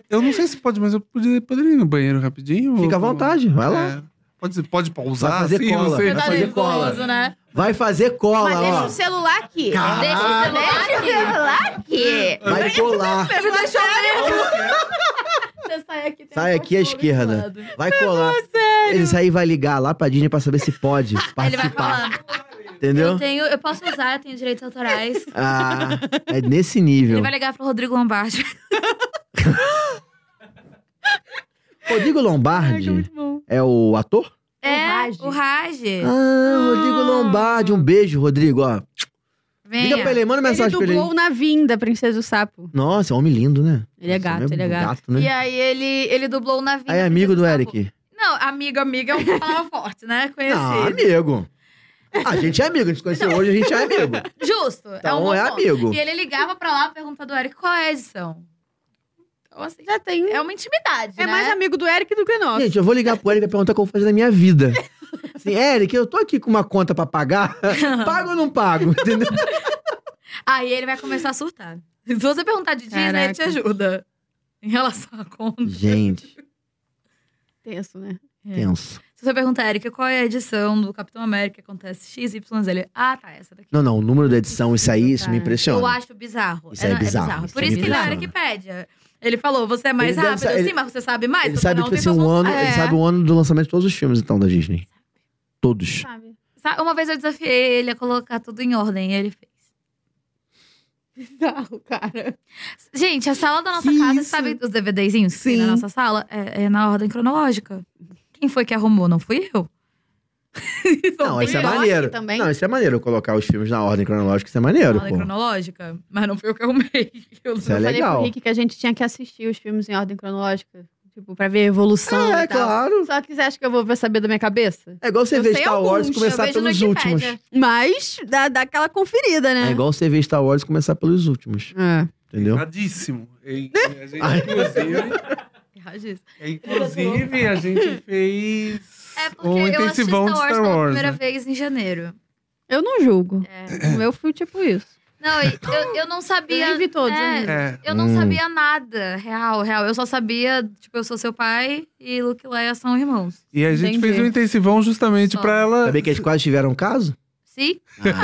Speaker 3: Eu não sei se pode, mas eu podia- poderia ir no banheiro rapidinho.
Speaker 2: Fica à
Speaker 3: Ou-
Speaker 2: vontade, vai lá.
Speaker 3: É. Pode, pode pausar
Speaker 2: fazer
Speaker 3: assim,
Speaker 2: cola.
Speaker 3: não sei.
Speaker 2: Vai fazer
Speaker 4: nervoso,
Speaker 2: cola.
Speaker 4: né?
Speaker 2: Vai fazer cola,
Speaker 1: Mas deixa
Speaker 2: ó.
Speaker 1: o celular aqui.
Speaker 2: Caralho.
Speaker 1: Deixa o celular aqui.
Speaker 2: Vai colar.
Speaker 1: Ele deixou
Speaker 4: Você sai aqui, tem
Speaker 2: Sai
Speaker 4: um
Speaker 2: aqui à
Speaker 4: cachorro do
Speaker 2: esquerda.
Speaker 4: lado.
Speaker 2: Vai colar. Ele sair vai ligar lá pra Disney pra saber se pode
Speaker 4: Aí ele vai
Speaker 2: participar.
Speaker 4: falando. Eu
Speaker 2: Entendeu?
Speaker 4: tenho, eu posso usar, tenho direitos autorais.
Speaker 2: Ah, é nesse
Speaker 4: Ele
Speaker 2: nível.
Speaker 4: vai ligar pro Rodrigo Lombardi.
Speaker 2: Rodrigo Lombardi é o ator?
Speaker 4: É,
Speaker 8: Raj.
Speaker 4: o Raj.
Speaker 2: Ah, Rodrigo Lombardi. Um beijo, Rodrigo, ó.
Speaker 4: Vem.
Speaker 2: Liga pra ele, manda
Speaker 1: Ele
Speaker 2: mensagem pra ele.
Speaker 1: dublou na vinda, Princesa do Sapo.
Speaker 2: Nossa, é um homem lindo, né?
Speaker 1: Ele é
Speaker 2: Nossa,
Speaker 1: gato, ele é gato.
Speaker 2: né?
Speaker 4: E aí ele, ele dublou o tá navio.
Speaker 2: Aí é amigo do Eric.
Speaker 4: Não, amigo, amigo é uma palavra forte, né?
Speaker 2: Ah,
Speaker 4: Conhecido.
Speaker 2: amigo. A gente é amigo, a gente se conheceu hoje, a gente é amigo.
Speaker 4: Justo. é um
Speaker 2: Então
Speaker 4: bom
Speaker 2: é
Speaker 4: ponto.
Speaker 2: amigo.
Speaker 4: E ele ligava pra lá perguntar do Eric qual é a edição. Então, assim,
Speaker 1: Já tem.
Speaker 4: é uma intimidade,
Speaker 1: É
Speaker 4: né?
Speaker 1: mais amigo do Eric do que nosso.
Speaker 2: Gente, eu vou ligar pro Eric pra perguntar como fazer na minha vida. Assim, Eric, eu tô aqui com uma conta pra pagar. Pago ou não pago? Entendeu?
Speaker 4: Aí ele vai começar a surtar. Se você perguntar de Disney,
Speaker 1: Caraca.
Speaker 4: ele te ajuda. Em relação à conta. É.
Speaker 2: Gente,
Speaker 1: Tenso, né?
Speaker 2: tenso.
Speaker 4: Se você perguntar, Erika, qual é a edição do Capitão América que acontece XYZ? Ele, ah, tá, essa daqui.
Speaker 2: Não, não, o número da edição, isso aí, isso me
Speaker 4: Eu
Speaker 2: impressiona.
Speaker 4: acho bizarro.
Speaker 2: Isso é bizarro, isso
Speaker 4: Por
Speaker 2: me
Speaker 4: isso que na
Speaker 2: impressiona.
Speaker 4: Wikipedia, ele falou, você é mais
Speaker 2: Ele deve
Speaker 4: rápido,
Speaker 2: sa- ele-
Speaker 4: sim, mas você sabe mais.
Speaker 2: Ele
Speaker 4: Eu
Speaker 2: sabe,
Speaker 4: falei,
Speaker 2: tipo assim,
Speaker 4: não, tem
Speaker 2: um
Speaker 4: noção.
Speaker 2: ano, ele
Speaker 1: É.
Speaker 2: sabe o ano do lançamento de todos os filmes, então, da Disney. Todos.
Speaker 1: Sabe?
Speaker 4: Sabe, Uma vez eu desafiei ele a colocar tudo em ordem, e ele fez.
Speaker 1: Bizarro, cara.
Speaker 4: Gente, a sala da nossa
Speaker 3: Que
Speaker 4: casa,
Speaker 3: isso?
Speaker 4: sabe os DVDzinhos que tem na
Speaker 3: Sim.
Speaker 4: nossa sala? É, é na ordem cronológica. Quem foi que arrumou? Não fui eu.
Speaker 2: Não,
Speaker 4: Tem
Speaker 2: isso é
Speaker 1: York
Speaker 2: maneiro.
Speaker 1: também.
Speaker 2: Não, isso é maneiro, eu colocar os filmes na ordem cronológica, isso é maneiro,
Speaker 4: ordem
Speaker 2: pô.
Speaker 4: cronológica, mas não foi eu que arrumei. Eu
Speaker 2: Isso é
Speaker 1: Falei pro
Speaker 2: legal.
Speaker 1: Rick que a gente tinha que assistir os filmes em ordem cronológica. Tipo, pra ver a evolução
Speaker 2: É,
Speaker 1: e tal.
Speaker 2: claro.
Speaker 1: Só que você acha que eu vou saber da minha cabeça?
Speaker 2: É igual você
Speaker 4: Eu
Speaker 2: ver
Speaker 4: sei
Speaker 2: Star Wars e
Speaker 4: alguns, eu
Speaker 2: começar
Speaker 4: vejo no
Speaker 2: pelos
Speaker 4: Wikipedia.
Speaker 2: últimos.
Speaker 1: Mas dá, dá aquela conferida, né?
Speaker 2: É igual você ver Star Wars e começar pelos últimos,
Speaker 1: É.
Speaker 2: entendeu?
Speaker 3: Erradíssimo. E- a gente,
Speaker 2: Ai.
Speaker 3: inclusive,
Speaker 1: É
Speaker 3: é,
Speaker 4: Erradíssimo.
Speaker 3: inclusive, a gente fez
Speaker 4: É porque
Speaker 3: um
Speaker 4: eu assisti Star
Speaker 3: intensivão
Speaker 4: Wars,
Speaker 3: de Star
Speaker 4: pela
Speaker 3: Wars.
Speaker 4: primeira
Speaker 3: né?
Speaker 4: vez em janeiro.
Speaker 1: Eu não julgo.
Speaker 4: É.
Speaker 1: O meu fui tipo isso.
Speaker 4: Não, e eu, eu não sabia.
Speaker 1: Eu nem vi todos
Speaker 4: é,
Speaker 1: ainda.
Speaker 3: É.
Speaker 4: Eu não
Speaker 2: Hum.
Speaker 4: sabia nada real, real. Eu só sabia, tipo, eu sou seu pai e Luke e Leia são irmãos.
Speaker 3: E a gente
Speaker 1: Entendi.
Speaker 3: fez um intensivão justamente
Speaker 4: Só.
Speaker 3: pra ela.
Speaker 2: Sabia que eles quase tiveram um caso? Ah.
Speaker 4: Sim? Ah, eu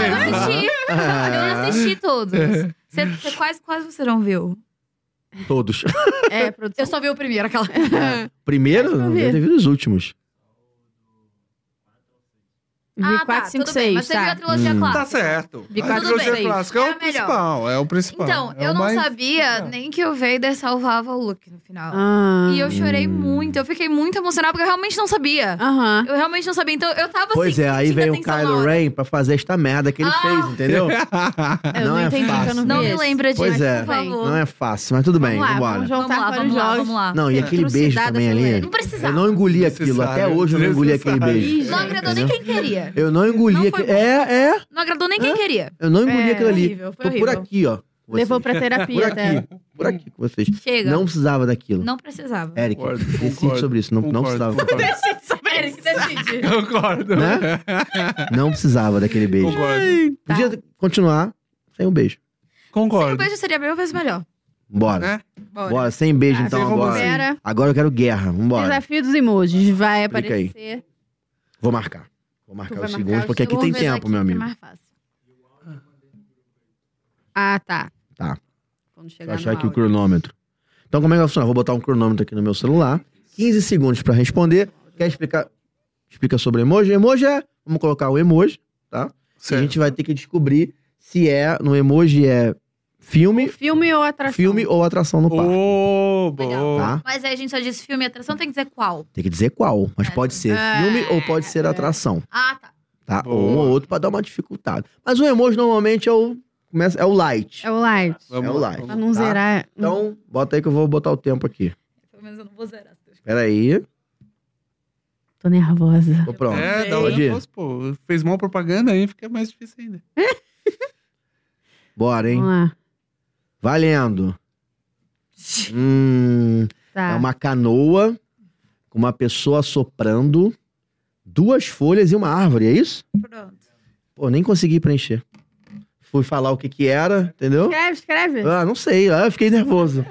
Speaker 4: assisti. Eu assisti todos.
Speaker 2: É.
Speaker 4: Você, você quase, quase você não viu.
Speaker 2: Todos.
Speaker 1: É, produção.
Speaker 4: Eu só vi o primeiro, aquela.
Speaker 2: Primeiro, não deve ter vindo os últimos.
Speaker 1: Vi
Speaker 4: ah,
Speaker 1: 4,
Speaker 4: tá,
Speaker 1: 5,
Speaker 4: tudo bem. Mas
Speaker 1: 6,
Speaker 4: você viu a
Speaker 1: tá.
Speaker 4: trilogia
Speaker 2: Hum.
Speaker 3: Tá
Speaker 4: clássica.
Speaker 3: certo.
Speaker 1: De
Speaker 3: A
Speaker 1: quatro
Speaker 3: trilogia
Speaker 4: seis.
Speaker 3: clássica é,
Speaker 4: É a
Speaker 3: o
Speaker 4: melhor.
Speaker 3: principal. É o principal.
Speaker 4: Então,
Speaker 3: É o
Speaker 4: eu não
Speaker 3: mais-
Speaker 4: sabia
Speaker 3: legal.
Speaker 4: nem que o Vader salvava o Luke no final.
Speaker 1: Ah.
Speaker 4: E eu chorei
Speaker 2: Hum. Ah.
Speaker 4: muito. Eu fiquei muito emocionada porque eu realmente não sabia.
Speaker 1: Aham.
Speaker 4: Eu realmente não sabia. Então eu tava
Speaker 2: Pois
Speaker 4: assim.
Speaker 2: é, aí
Speaker 4: sentindo
Speaker 2: vem o
Speaker 4: atenção na
Speaker 2: Kylo
Speaker 4: hora.
Speaker 2: Ren pra fazer esta merda que ele
Speaker 4: Ah!
Speaker 2: fez, entendeu?
Speaker 1: Eu
Speaker 2: Não
Speaker 1: não,
Speaker 2: é
Speaker 1: entendi que eu
Speaker 2: fácil.
Speaker 1: não vi
Speaker 4: Não me
Speaker 1: esse.
Speaker 4: lembra disso,
Speaker 2: Pois é.
Speaker 4: por favor.
Speaker 2: Não é fácil, mas tudo bem,
Speaker 1: vamos lá,
Speaker 2: vambora.
Speaker 1: vamos juntar
Speaker 4: Vamos lá,
Speaker 1: vários
Speaker 4: vamos lá,
Speaker 1: jogos.
Speaker 4: vamos lá. assim, né?
Speaker 2: Não, e
Speaker 1: Ser
Speaker 2: aquele beijo
Speaker 1: trucidada
Speaker 2: também
Speaker 1: pelo
Speaker 2: ali.
Speaker 1: Eric.
Speaker 4: Não precisava.
Speaker 2: Eu não engoli aquilo, até
Speaker 3: Necessário,
Speaker 2: hoje eu não engoli aquele
Speaker 3: necessário.
Speaker 2: beijo.
Speaker 4: Não agradou nem quem queria.
Speaker 2: Eu não engoli
Speaker 4: Não foi
Speaker 2: aquele.
Speaker 4: bom.
Speaker 2: É, é.
Speaker 4: Não agradou nem quem queria.
Speaker 2: Eu não engoli
Speaker 1: É,
Speaker 2: aquilo ali.
Speaker 4: horrível, foi
Speaker 2: Tô por
Speaker 4: horrível.
Speaker 2: aqui, ó. com
Speaker 1: Levou
Speaker 2: vocês.
Speaker 1: pra terapia
Speaker 2: Por
Speaker 1: até.
Speaker 2: aqui, por aqui com vocês.
Speaker 4: Chega.
Speaker 2: Não É. precisava daquilo.
Speaker 4: Não precisava.
Speaker 2: Eric,
Speaker 3: Concordo,
Speaker 2: decide
Speaker 3: concordo,
Speaker 2: sobre isso. Não, não precisava.
Speaker 3: concordo,
Speaker 1: né?
Speaker 3: concordo.
Speaker 4: Eric, decide.
Speaker 3: Concordo.
Speaker 2: Né? Não precisava daquele beijo.
Speaker 3: Concordo.
Speaker 2: Podia continuar sem um beijo.
Speaker 4: O
Speaker 3: Concordo.
Speaker 4: beijo seria mil vezes melhor.
Speaker 2: Bora.
Speaker 3: Né?
Speaker 4: Bora.
Speaker 2: Bora, sem beijo
Speaker 1: Ah,
Speaker 2: então
Speaker 3: sem
Speaker 2: agora.
Speaker 1: bobeira.
Speaker 2: Agora eu quero guerra. Vambora.
Speaker 1: Desafio dos emojis. Vai
Speaker 2: Explica aí.
Speaker 1: aparecer.
Speaker 2: Vou marcar. Vou
Speaker 1: Tu
Speaker 2: marcar
Speaker 1: vai
Speaker 2: os
Speaker 1: marcar
Speaker 2: segundos,
Speaker 1: os
Speaker 2: porque aqui tem
Speaker 4: Vamos ver
Speaker 2: tempo,
Speaker 4: daqui,
Speaker 2: meu
Speaker 4: que é
Speaker 2: amigo.
Speaker 4: mais fácil.
Speaker 1: Ah, tá.
Speaker 2: Tá.
Speaker 1: Quando
Speaker 2: Vou
Speaker 1: chegar
Speaker 2: achar
Speaker 1: no
Speaker 2: aqui o
Speaker 1: áudio.
Speaker 2: cronômetro. Então, como é que vai funcionar? Vou botar um cronômetro aqui no meu celular. 15 segundos pra responder. Quer explicar? Explica sobre emoji. Emoji é. Vamos colocar o emoji. E a
Speaker 3: Certo.
Speaker 2: gente vai ter que descobrir se é. No emoji é filme,
Speaker 1: Filme ou atração?
Speaker 2: filme ou atração no parque.
Speaker 3: Ô, boa.
Speaker 2: Tá?
Speaker 4: Mas aí a gente só disse filme e atração, tem que dizer qual.
Speaker 2: Tem que dizer qual. Mas pode ser
Speaker 1: É.
Speaker 2: filme ou pode ser atração.
Speaker 4: Ah, tá.
Speaker 2: Tá?
Speaker 3: Boa.
Speaker 2: Ou um ou outro pra dar uma dificuldade. Mas o emoji normalmente é o. começa- É o light.
Speaker 1: É o Uhum. light.
Speaker 3: Vamos
Speaker 2: É o
Speaker 3: lá,
Speaker 2: like.
Speaker 1: Pra
Speaker 3: vamos lá.
Speaker 1: não
Speaker 2: Tá.
Speaker 1: zerar.
Speaker 2: Então, bota aí que eu vou botar o tempo aqui.
Speaker 4: Pelo menos eu não vou zerar. se Deus quiser.
Speaker 2: Peraí.
Speaker 1: Tô nervosa.
Speaker 2: Tô pronto.
Speaker 3: É, dá
Speaker 2: Pode ir?
Speaker 3: uma pô. Fez mal propaganda aí, fica mais difícil ainda.
Speaker 2: Bora, hein?
Speaker 1: Vamos lá.
Speaker 2: Valendo. Hum,
Speaker 1: Tá.
Speaker 2: É uma canoa com uma pessoa soprando duas folhas e uma árvore, é isso?
Speaker 4: Pronto.
Speaker 2: Pô, nem consegui preencher. Fui falar o que que era, entendeu?
Speaker 1: Escreve, escreve.
Speaker 2: Ah, não sei. Ah, eu fiquei nervoso.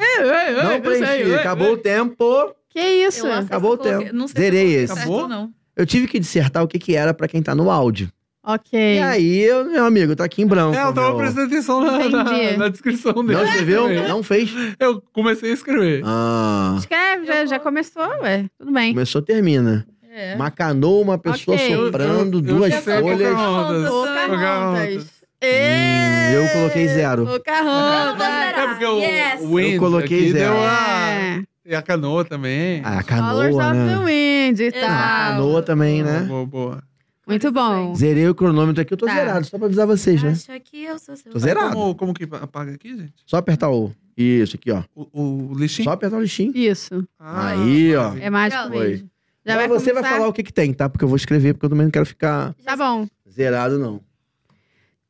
Speaker 1: É,
Speaker 2: Não
Speaker 1: sei,
Speaker 2: preenchi.
Speaker 1: ei,
Speaker 2: Acabou o tempo.
Speaker 1: Que isso?
Speaker 4: Eu não sei se
Speaker 2: Acabou
Speaker 4: eu
Speaker 2: o tempo.
Speaker 4: coloquei- Não sei se
Speaker 2: Zerei
Speaker 4: eu coloquei
Speaker 2: esse.
Speaker 4: certo
Speaker 3: Acabou?
Speaker 4: ou não.
Speaker 2: Eu tive que dissertar o que, que era pra quem tá no áudio.
Speaker 1: Ok.
Speaker 2: E aí, eu- meu amigo, tá aqui em branco.
Speaker 3: É, eu tava
Speaker 2: meu.
Speaker 3: prestando atenção na, na-
Speaker 1: Entendi.
Speaker 3: na descrição dele.
Speaker 2: Não escreveu? Não fez?
Speaker 3: Eu comecei a escrever.
Speaker 2: Ah.
Speaker 1: Escreve, já, já começou, ué. Tudo bem.
Speaker 2: Começou, termina.
Speaker 1: É.
Speaker 2: Macanou uma pessoa
Speaker 1: Ok.
Speaker 2: soprando,
Speaker 3: Eu- eu- eu
Speaker 2: duas
Speaker 3: já sei qual que é o
Speaker 2: folhas.
Speaker 3: Pocahontas.
Speaker 1: Pocahontas.
Speaker 3: Pocahontas.
Speaker 1: Ê!
Speaker 2: eu coloquei zero.
Speaker 4: Eu vou
Speaker 1: Pocahontas.
Speaker 4: zerar.
Speaker 3: É porque o,
Speaker 4: Yes.
Speaker 3: o wind
Speaker 2: Eu coloquei
Speaker 3: aqui
Speaker 2: zero.
Speaker 3: deu a...
Speaker 1: É.
Speaker 3: E a canoa também.
Speaker 2: Ah, a
Speaker 1: Colors
Speaker 2: canoa,
Speaker 1: of the
Speaker 2: né?
Speaker 1: Wind e
Speaker 4: Exato.
Speaker 2: Ah, A
Speaker 1: tal.
Speaker 2: canoa também, né?
Speaker 3: Boa, boa.
Speaker 1: tá? Muito bom.
Speaker 2: Zerei o cronômetro aqui, eu tô
Speaker 1: Tá.
Speaker 2: zerado, só pra avisar vocês, né?
Speaker 4: Acha que eu sou seu
Speaker 2: Tô zerado.
Speaker 3: Como, como que apaga aqui, gente?
Speaker 2: Só apertar o. Isso, aqui, ó.
Speaker 3: O, o lixinho?
Speaker 2: Só apertar o lixinho.
Speaker 1: Isso.
Speaker 3: Ah,
Speaker 2: Aí, ó.
Speaker 1: É mágico
Speaker 4: Foi.
Speaker 1: mesmo. Já
Speaker 2: Mas
Speaker 1: vai
Speaker 2: Então você vai
Speaker 1: começar?
Speaker 2: falar o que, que tem, tá? Porque eu vou escrever, porque eu também não quero ficar
Speaker 1: Tá bom.
Speaker 2: zerado, não.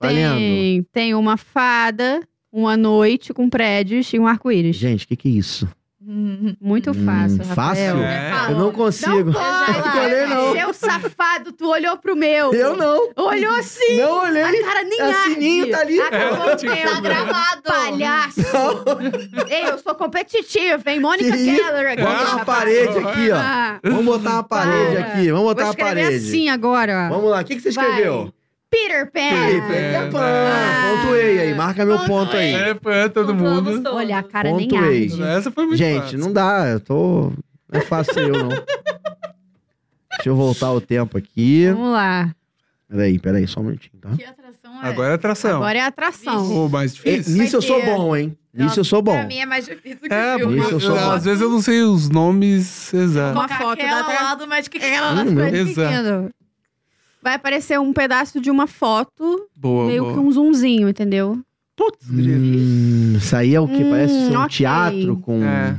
Speaker 2: Valendo.
Speaker 1: Tem, tem uma fada, uma noite com prédios e um arco-íris.
Speaker 2: Gente, o que, que é isso?
Speaker 4: Hum,
Speaker 1: Muito
Speaker 2: Hum,
Speaker 1: fácil, Rafael.
Speaker 2: fácil?
Speaker 3: É.
Speaker 2: Eu não consigo.
Speaker 1: Não
Speaker 4: Eu não
Speaker 1: olhei,
Speaker 2: olhei, não.
Speaker 1: Seu safado, tu olhou pro meu.
Speaker 2: Eu não.
Speaker 1: Olhou assim.
Speaker 2: Não olhei.
Speaker 1: A cara nem
Speaker 2: É
Speaker 1: arde.
Speaker 2: sininho, tá ali.
Speaker 1: Acabou o
Speaker 3: Tipo,
Speaker 1: tempo.
Speaker 4: Tá gravado.
Speaker 1: Palhaço. Ei, eu sou competitiva, hein? Mônica
Speaker 2: Que isso?
Speaker 1: Keller aqui.
Speaker 2: Bota uma
Speaker 1: rapaz.
Speaker 2: parede aqui, ó.
Speaker 1: Ah,
Speaker 2: Vamos botar uma parede
Speaker 1: Para.
Speaker 2: aqui. Vamos
Speaker 1: vou
Speaker 2: botar uma
Speaker 1: escrever
Speaker 2: parede.
Speaker 1: assim agora, ó.
Speaker 2: Vamos lá. O que, que você
Speaker 1: Vai. É.
Speaker 2: escreveu?
Speaker 1: Peter Pan.
Speaker 3: Peter.
Speaker 2: Eita, pã. Pontuei aí. Marca meu ponto aí.
Speaker 3: É, é todo
Speaker 4: pontuamos
Speaker 3: mundo.
Speaker 4: todos.
Speaker 1: Olha, a cara nem
Speaker 2: Pontuei.
Speaker 1: arde.
Speaker 3: Essa foi muito
Speaker 2: Gente,
Speaker 3: fácil.
Speaker 2: não dá. Eu tô. Não é fácil ser eu, não. Deixa eu voltar o tempo aqui.
Speaker 1: Vamos lá.
Speaker 2: Peraí, peraí, só um minutinho, tá?
Speaker 4: Que atração é?
Speaker 3: Agora é atração.
Speaker 1: Agora é a atração.
Speaker 3: O mais
Speaker 2: É,
Speaker 3: difícil.
Speaker 2: nisso eu sou bom, hein? Nisso eu sou bom.
Speaker 4: né? Pra mim é mais difícil que
Speaker 3: É,
Speaker 4: filme.
Speaker 2: Isso, eu sou bom.
Speaker 3: às vezes eu não sei os nomes exatos.
Speaker 1: Uma foto da
Speaker 4: aquela
Speaker 1: atração.
Speaker 4: lá do Magic Kingdom.
Speaker 2: Hum, meu-
Speaker 3: Exato.
Speaker 1: Pequeno. Vai aparecer um pedaço de uma foto,
Speaker 3: Boa,
Speaker 1: meio
Speaker 3: boa.
Speaker 1: que um zoomzinho, entendeu?
Speaker 3: Putz,
Speaker 2: Hum, isso aí é o que?
Speaker 1: Hum,
Speaker 2: parece ser um
Speaker 1: ok.
Speaker 2: teatro com.
Speaker 3: É.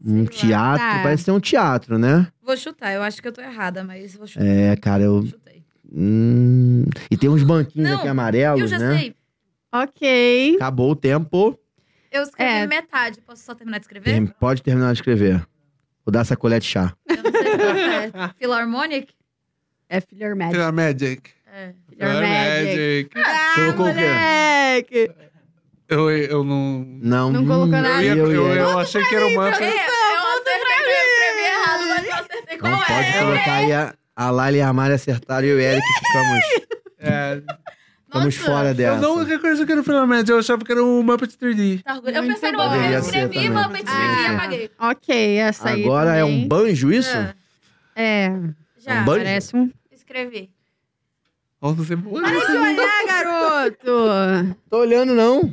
Speaker 2: Um
Speaker 4: Sei lá.
Speaker 2: teatro.
Speaker 1: Tá.
Speaker 2: Parece ser um teatro, né?
Speaker 4: Vou chutar, eu acho que eu tô errada, mas vou chutar.
Speaker 2: É, cara, eu.
Speaker 4: Chutei.
Speaker 2: Hum, e tem uns banquinhos
Speaker 4: Não,
Speaker 2: aqui amarelos,
Speaker 4: Eu já
Speaker 2: né?
Speaker 4: sei.
Speaker 1: Ok.
Speaker 2: Acabou o tempo.
Speaker 4: Eu escrevi
Speaker 1: É.
Speaker 4: metade. Posso só terminar de escrever?
Speaker 2: Tem- Pode terminar de escrever. Vou dar essa colher de chá.
Speaker 4: Eu não sei se tá certo. Philharmonic?
Speaker 1: É Filler Magic.
Speaker 3: Thriller Magic.
Speaker 4: É.
Speaker 1: Filler Magic.
Speaker 3: Tá.
Speaker 1: Ah,
Speaker 2: Colocou o quê?
Speaker 1: moleque!
Speaker 3: Eu, eu não.
Speaker 2: Não,
Speaker 1: Não colocou nada.
Speaker 3: Eu, ia-
Speaker 2: Eu,
Speaker 3: eu,
Speaker 2: ia-
Speaker 3: eu achei que era uma.
Speaker 4: É, Eu, eu acertei, eu escrevi errado, mas eu acertei qual
Speaker 2: Não pode
Speaker 4: é.
Speaker 2: colocar aí a, a Lali e a Mari acertaram e eu e o Eric ficamos,
Speaker 3: É,
Speaker 2: ficamos
Speaker 4: Nossa,
Speaker 2: fora
Speaker 3: eu
Speaker 2: dessa.
Speaker 3: não reconheço que era o Thriller Magic, eu achava que era um Muppet 3D.
Speaker 4: Tá orgulhoso. Eu
Speaker 1: Muito
Speaker 4: pensei no
Speaker 1: bom.
Speaker 4: outro, eu
Speaker 1: Deveria
Speaker 2: ser
Speaker 4: escrevi,
Speaker 2: também.
Speaker 4: mas
Speaker 1: Ah.
Speaker 4: e apaguei.
Speaker 1: Ok, essa aí.
Speaker 2: Agora é um
Speaker 1: também.
Speaker 2: banjo isso?
Speaker 4: Ah.
Speaker 1: É,
Speaker 4: Já,
Speaker 2: Um banjo?
Speaker 1: parece um.
Speaker 4: escrevi.
Speaker 3: Nossa, você olha
Speaker 1: Para de
Speaker 3: essa-
Speaker 1: olhar, garoto!
Speaker 2: Tô olhando não.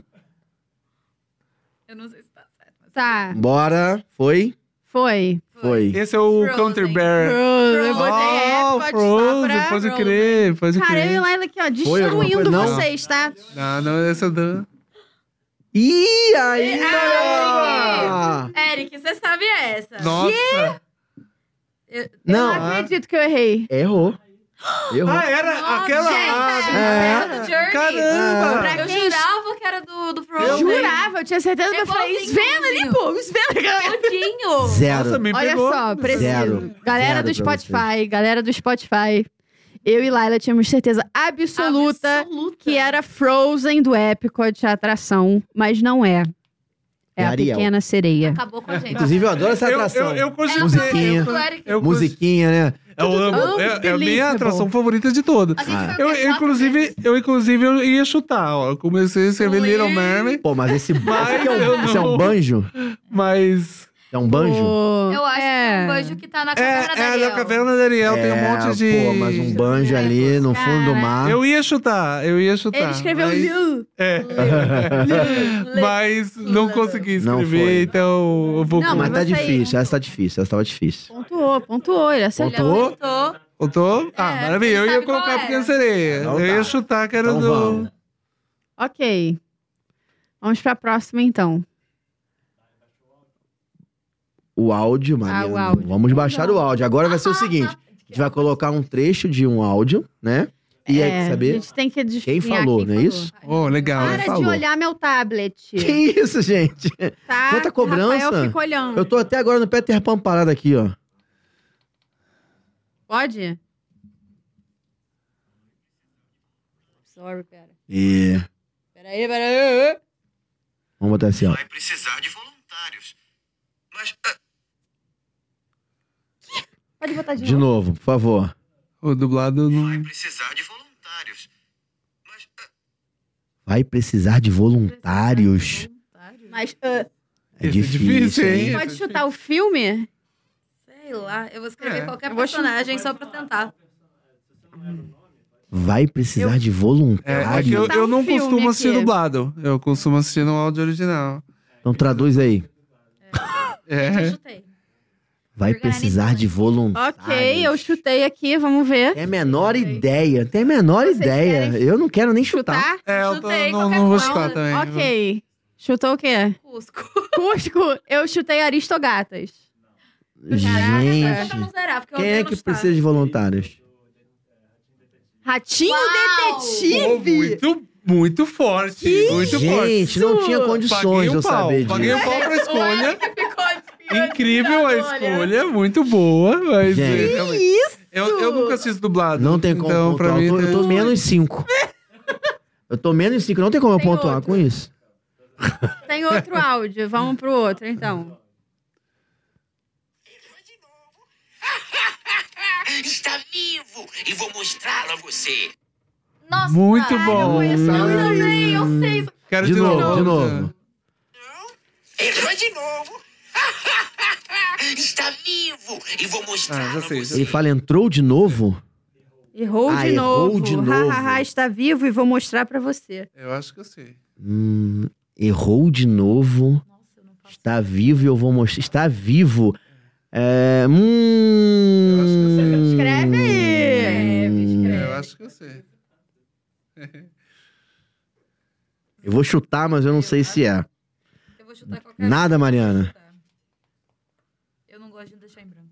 Speaker 4: Eu não sei se tá certo. mas-
Speaker 1: Tá,
Speaker 2: Bora. Foi?
Speaker 1: foi.
Speaker 2: Foi.
Speaker 3: Esse é o
Speaker 4: Frozen.
Speaker 3: Country Bear.
Speaker 1: Frozen, eu botei
Speaker 3: Oh,
Speaker 1: Epcot só
Speaker 3: Frozen,
Speaker 1: pra...
Speaker 3: pode crer, pode
Speaker 1: Cara, eu e
Speaker 3: crer.
Speaker 1: Laila aqui, ó,
Speaker 2: Foi alguma coisa?
Speaker 1: destruindo
Speaker 2: Não.
Speaker 1: vocês, tá?
Speaker 3: Não, não, essa dan.
Speaker 2: E aí?
Speaker 4: Ah, Eric, você sabe essa.
Speaker 3: Nossa!
Speaker 1: Eu não
Speaker 2: Não.
Speaker 1: acredito que eu errei.
Speaker 2: Errou. Errou.
Speaker 3: Ah, era
Speaker 4: Nossa,
Speaker 3: aquela.
Speaker 4: gente,
Speaker 3: ah,
Speaker 4: era
Speaker 2: é.
Speaker 4: do Journey.
Speaker 3: Caramba!
Speaker 1: Pra
Speaker 4: Eu
Speaker 1: quem-
Speaker 4: jurava que era do, do Frozen.
Speaker 1: Eu jurava, eu tinha certeza que eu falei,
Speaker 4: igualzinho,
Speaker 1: Sven ali, pô, Sven
Speaker 4: assim."
Speaker 1: galera.
Speaker 4: Tadinho.
Speaker 2: Zero.
Speaker 3: Nossa, me
Speaker 1: Olha
Speaker 3: pegou.
Speaker 1: só, preciso.
Speaker 2: Zero.
Speaker 1: Galera
Speaker 2: Zero
Speaker 1: do
Speaker 2: pra
Speaker 1: Spotify, galera do Spotify. Eu e Laila tínhamos certeza absoluta,
Speaker 4: Absoluta.
Speaker 1: que era Frozen do Epcot, a atração, mas não é. É
Speaker 2: É
Speaker 1: a
Speaker 2: Ariel.
Speaker 1: pequena sereia.
Speaker 4: Acabou com a gente.
Speaker 2: Inclusive, eu adoro essa
Speaker 3: Eu,
Speaker 2: atração.
Speaker 3: eu, eu
Speaker 4: Ela falou
Speaker 3: consigo.
Speaker 2: Musiquinha.
Speaker 4: do Eric.
Speaker 3: Eu consigo.
Speaker 2: Musiquinha, né?
Speaker 3: Eu amo. É, é a minha
Speaker 1: Unbelievable. Assim,
Speaker 3: atração favorita de todas.
Speaker 4: A gente
Speaker 2: Ah.
Speaker 4: foi
Speaker 3: Eu,
Speaker 4: o quê?
Speaker 3: eu,
Speaker 4: Quatro
Speaker 3: inclusive,
Speaker 4: vezes?
Speaker 3: eu, inclusive, eu ia chutar, ó. Eu comecei a escrever
Speaker 4: Ui.
Speaker 3: Little Mermaid,
Speaker 2: Pô, mas esse,
Speaker 3: Mas
Speaker 2: esse aqui é
Speaker 3: eu
Speaker 2: um,
Speaker 3: não-
Speaker 2: esse é um banjo?
Speaker 3: mas.
Speaker 2: É um banjo?
Speaker 1: Pô,
Speaker 4: Eu acho que é
Speaker 1: é.
Speaker 4: um banjo que tá na
Speaker 3: É,
Speaker 4: caverna da
Speaker 3: é
Speaker 4: Ariel.
Speaker 3: da Caverna da Ariel, tem um
Speaker 2: É,
Speaker 3: monte de.
Speaker 2: Pô, mas um banjo ali no fundo do mar.
Speaker 3: Eu ia chutar, eu ia chutar.
Speaker 2: Tá,
Speaker 1: Ele escreveu
Speaker 3: mas...
Speaker 1: Liu.
Speaker 3: É.
Speaker 4: Lê.
Speaker 3: mas não consegui
Speaker 2: Não
Speaker 3: escrever,
Speaker 2: foi.
Speaker 3: então eu vou.
Speaker 1: Não,
Speaker 2: Não, mas
Speaker 1: mas
Speaker 2: tá
Speaker 1: você-
Speaker 2: difícil, essa tá difícil, essa tava difícil.
Speaker 1: Pontuou, pontuou, ele
Speaker 4: Ele
Speaker 1: acertou.
Speaker 2: Pontuou?
Speaker 4: acertou.
Speaker 3: Eu tô. Ah,
Speaker 4: É,
Speaker 3: maravilha. Eu
Speaker 4: ele
Speaker 3: ia
Speaker 4: sabe qual
Speaker 3: colocar a
Speaker 4: era.
Speaker 3: pequena sereia.
Speaker 2: Então
Speaker 3: eu ia
Speaker 2: tá.
Speaker 3: chutar que era
Speaker 2: Então
Speaker 3: do.
Speaker 2: vamos.
Speaker 1: Ok. Vamos pra próxima, então.
Speaker 2: O
Speaker 3: Ah,
Speaker 2: áudio, Mariana.
Speaker 1: o áudio.
Speaker 2: Vamos baixar o áudio. Agora vai ser o seguinte: a gente vai colocar um trecho de um áudio, né? E aí,
Speaker 1: É,
Speaker 2: quer saber
Speaker 1: A gente tem que
Speaker 2: quem
Speaker 1: adivinhar
Speaker 3: ah,
Speaker 2: falou, não é isso?
Speaker 3: Oh, legal.
Speaker 1: Para de
Speaker 2: falou.
Speaker 1: olhar meu tablet.
Speaker 2: Que isso, gente?
Speaker 1: Tá?
Speaker 2: Quanta
Speaker 1: Que o Rafael
Speaker 2: cobrança.
Speaker 1: fica olhando.
Speaker 2: Eu tô até agora no Peter Pan parado aqui, ó.
Speaker 1: Pode?
Speaker 4: Sorry, pera.
Speaker 2: E.
Speaker 4: Pera aí, pera aí.
Speaker 2: Vamos botar assim, ó.
Speaker 9: vai precisar de voluntários. Mas ah,
Speaker 4: Pode botar de
Speaker 2: De novo, por favor.
Speaker 3: O dublado
Speaker 9: Vai
Speaker 3: não.
Speaker 9: precisar de voluntários. Mas ah,
Speaker 2: Vai precisar de voluntários.
Speaker 1: Mas ah,
Speaker 2: É
Speaker 3: Esse é
Speaker 2: difícil,
Speaker 3: difícil,
Speaker 2: hein?
Speaker 3: hein?
Speaker 1: pode chutar o filme?
Speaker 4: Sei lá, eu vou escrever
Speaker 3: É.
Speaker 4: qualquer
Speaker 1: Eu vou chutar.
Speaker 4: personagem só pra tentar.
Speaker 2: Vai precisar de
Speaker 3: É, é que
Speaker 2: voluntários.
Speaker 3: eu,
Speaker 1: Tá um
Speaker 3: eu não
Speaker 1: filme
Speaker 3: costumo assistir
Speaker 1: aqui.
Speaker 3: dublado. Eu costumo assistir no áudio original.
Speaker 2: Então traduz aí.
Speaker 4: Eu
Speaker 3: É.
Speaker 4: chutei.
Speaker 2: Vai precisar de voluntários.
Speaker 1: Ok, eu chutei aqui, vamos ver.
Speaker 2: Tem a menor ideia, tem a menor
Speaker 1: Vocês
Speaker 2: ideia. Eu não quero nem chutar.
Speaker 1: Chutar?
Speaker 3: É, eu tô-
Speaker 4: Chutei
Speaker 3: não,
Speaker 4: qualquer
Speaker 3: não vou
Speaker 4: coisa.
Speaker 3: chutar também.
Speaker 1: Ok. Chutou o quê?
Speaker 4: Cusco.
Speaker 1: Cusco, eu chutei Aristogatas. tá
Speaker 4: Caraca, pra
Speaker 2: Gente,
Speaker 4: não zerar, porque eu
Speaker 2: É. quem é
Speaker 4: odeio
Speaker 2: que
Speaker 4: chutar.
Speaker 2: precisa de voluntários?
Speaker 1: Ratinho
Speaker 4: Uau!
Speaker 3: Pô,
Speaker 1: detetive!
Speaker 3: muito, muito forte. muito forte.
Speaker 2: Gente, não tinha
Speaker 3: Paguei
Speaker 2: condições de
Speaker 3: o
Speaker 2: eu
Speaker 3: pau.
Speaker 2: saber
Speaker 3: Paguei
Speaker 2: disso.
Speaker 3: o pau pra escolha.
Speaker 4: Ficou
Speaker 3: Incrível a escolha, muito boa. Mas
Speaker 2: Gente.
Speaker 3: é, realmente- eu, eu nunca assisto dublado.
Speaker 2: Não tem como
Speaker 3: Então, pra
Speaker 2: pontuar.
Speaker 3: mim,
Speaker 2: eu, tô, eu tô
Speaker 3: tá-
Speaker 2: menos 5. eu tô menos 5, não tem como eu
Speaker 1: Tem
Speaker 2: pontuar
Speaker 1: outro.
Speaker 2: com isso.
Speaker 1: Tem outro áudio, vamos pro outro então.
Speaker 9: está vivo e vou mostrá-lo a você.
Speaker 4: Nossa,
Speaker 3: Muito
Speaker 4: eu
Speaker 3: bom.
Speaker 4: conheço ela também, eu sei.
Speaker 3: Quero né?
Speaker 2: De novo, de novo.
Speaker 9: Errou de novo. está vivo e vou
Speaker 3: Ah,
Speaker 9: mostrá-lo
Speaker 3: já
Speaker 9: a
Speaker 3: sei,
Speaker 9: você.
Speaker 3: já sei.
Speaker 2: Ele fala, entrou de novo?
Speaker 1: Errou
Speaker 2: Ah,
Speaker 1: de
Speaker 2: errou
Speaker 1: novo.
Speaker 2: de
Speaker 1: Ha,
Speaker 2: novo.
Speaker 1: ha, ha, está vivo e vou mostrar pra você.
Speaker 3: Eu acho que eu sei.
Speaker 2: Hum, errou de novo. Está vivo e eu vou mostrar. Está vivo. É, hum,
Speaker 1: Escreve aí.
Speaker 2: É.
Speaker 3: Eu acho que eu sei.
Speaker 2: Eu vou chutar, mas eu não sei se é.
Speaker 4: Eu vou chutar qualquer
Speaker 2: Nada, Mariana.
Speaker 4: Eu não gosto de deixar em branco.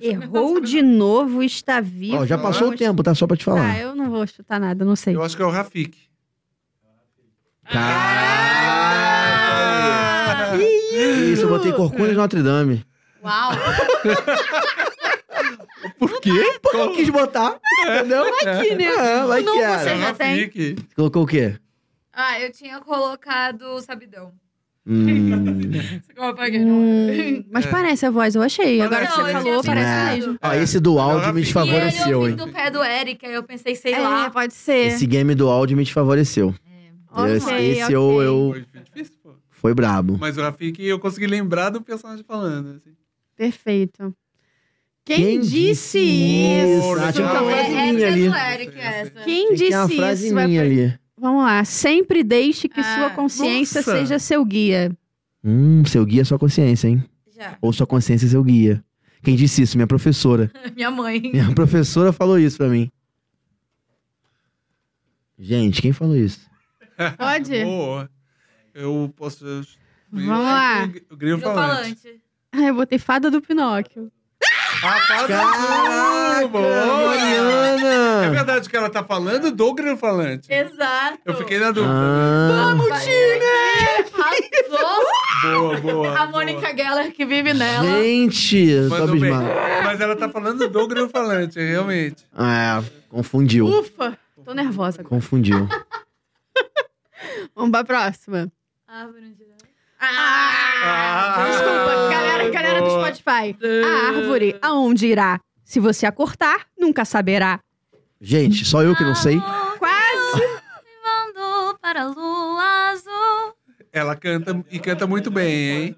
Speaker 1: Errou de novo, está vivo.
Speaker 2: Ó, já passou o tempo, tá? Só pra te
Speaker 1: Ah,
Speaker 2: falar.
Speaker 1: eu não vou chutar nada, não sei.
Speaker 3: Eu acho que é o Rafik.
Speaker 2: Tá.
Speaker 3: Ah,
Speaker 1: Ah.
Speaker 2: Caralho! Isso, eu botei Corcunda de Notre Dame.
Speaker 4: Uau!
Speaker 3: Por quê?
Speaker 2: Eu quis botar, entendeu? Vai que, né? É, vai que
Speaker 1: Não,
Speaker 2: era.
Speaker 1: você
Speaker 3: É o
Speaker 1: já tem.
Speaker 3: Rafik.
Speaker 2: Colocou o quê?
Speaker 4: Ah, eu tinha colocado Sabidão.
Speaker 2: Hum.
Speaker 4: Você colocou aqui?
Speaker 1: Hum,
Speaker 2: É.
Speaker 1: mas parece a voz, eu achei. Agora que
Speaker 3: Não,
Speaker 1: você
Speaker 3: eu
Speaker 1: falou,
Speaker 4: tinha
Speaker 1: parece
Speaker 2: pensado.
Speaker 1: mesmo.
Speaker 3: É,
Speaker 2: Ó, Ah, esse do áudio me
Speaker 4: E ele eu
Speaker 2: desfavoreceu,
Speaker 4: vim
Speaker 2: hein?
Speaker 4: do pé do Eric, aí eu pensei, sei
Speaker 1: É,
Speaker 4: lá.
Speaker 1: pode ser.
Speaker 2: Esse game do áudio me desfavoreceu.
Speaker 1: Ok,
Speaker 2: esse esse
Speaker 1: ok.
Speaker 2: eu, eu.
Speaker 3: Foi difícil, pô.
Speaker 2: Foi brabo.
Speaker 3: Mas o Rafik eu consegui lembrar do personagem falando. assim.
Speaker 1: Perfeito. Quem, disse isso?
Speaker 2: Ah, tinha uma
Speaker 3: Não, é-
Speaker 2: frase
Speaker 3: é
Speaker 2: minha ali.
Speaker 4: do Eric, essa.
Speaker 1: Quem
Speaker 2: Tinha que ter
Speaker 1: disse
Speaker 2: uma frase
Speaker 1: isso? Vai
Speaker 2: minha
Speaker 1: pra-
Speaker 2: ali.
Speaker 1: Vamos lá. Sempre deixe que
Speaker 4: Ah.
Speaker 1: sua consciência
Speaker 3: Nossa.
Speaker 1: seja seu guia.
Speaker 2: Hum, seu guia é sua consciência, hein?
Speaker 4: Já.
Speaker 2: Ou sua consciência é seu guia. Quem disse isso? Minha professora.
Speaker 4: Minha mãe.
Speaker 2: Minha professora falou isso pra mim. Gente, quem falou isso?
Speaker 1: Pode?
Speaker 3: Boa. Eu posso.
Speaker 1: Vamos lá.
Speaker 3: O grilo
Speaker 4: Grilo
Speaker 3: falante.
Speaker 4: falante.
Speaker 1: Ah, eu botei fada do Pinóquio.
Speaker 3: Ah, fala do grilo, boa. É
Speaker 2: Mariana!
Speaker 3: verdade que ela tá falando do grilo falante.
Speaker 4: Exato.
Speaker 3: Eu fiquei na dúvida.
Speaker 2: Ah,
Speaker 4: Arrasou
Speaker 3: Boa, boa.
Speaker 4: a Mônica Geller que vive nela.
Speaker 2: gente! eu Tô
Speaker 3: Mandou bem.
Speaker 2: abismado.
Speaker 3: Mas ela tá falando do grilo falante, realmente.
Speaker 2: Ah, confundiu.
Speaker 1: Ufa! Tô nervosa agora.
Speaker 2: Confundiu.
Speaker 1: Vamos pra próxima.
Speaker 4: Árvore de Natal.
Speaker 3: Ah,
Speaker 1: Desculpa, galera, galera do
Speaker 3: boa.
Speaker 1: Spotify. A árvore aonde irá? Se você a cortar, nunca saberá.
Speaker 2: Gente, só eu que não sei.
Speaker 1: Quase!
Speaker 4: Quando para a lua azul,
Speaker 3: Ela canta e canta muito bem, hein?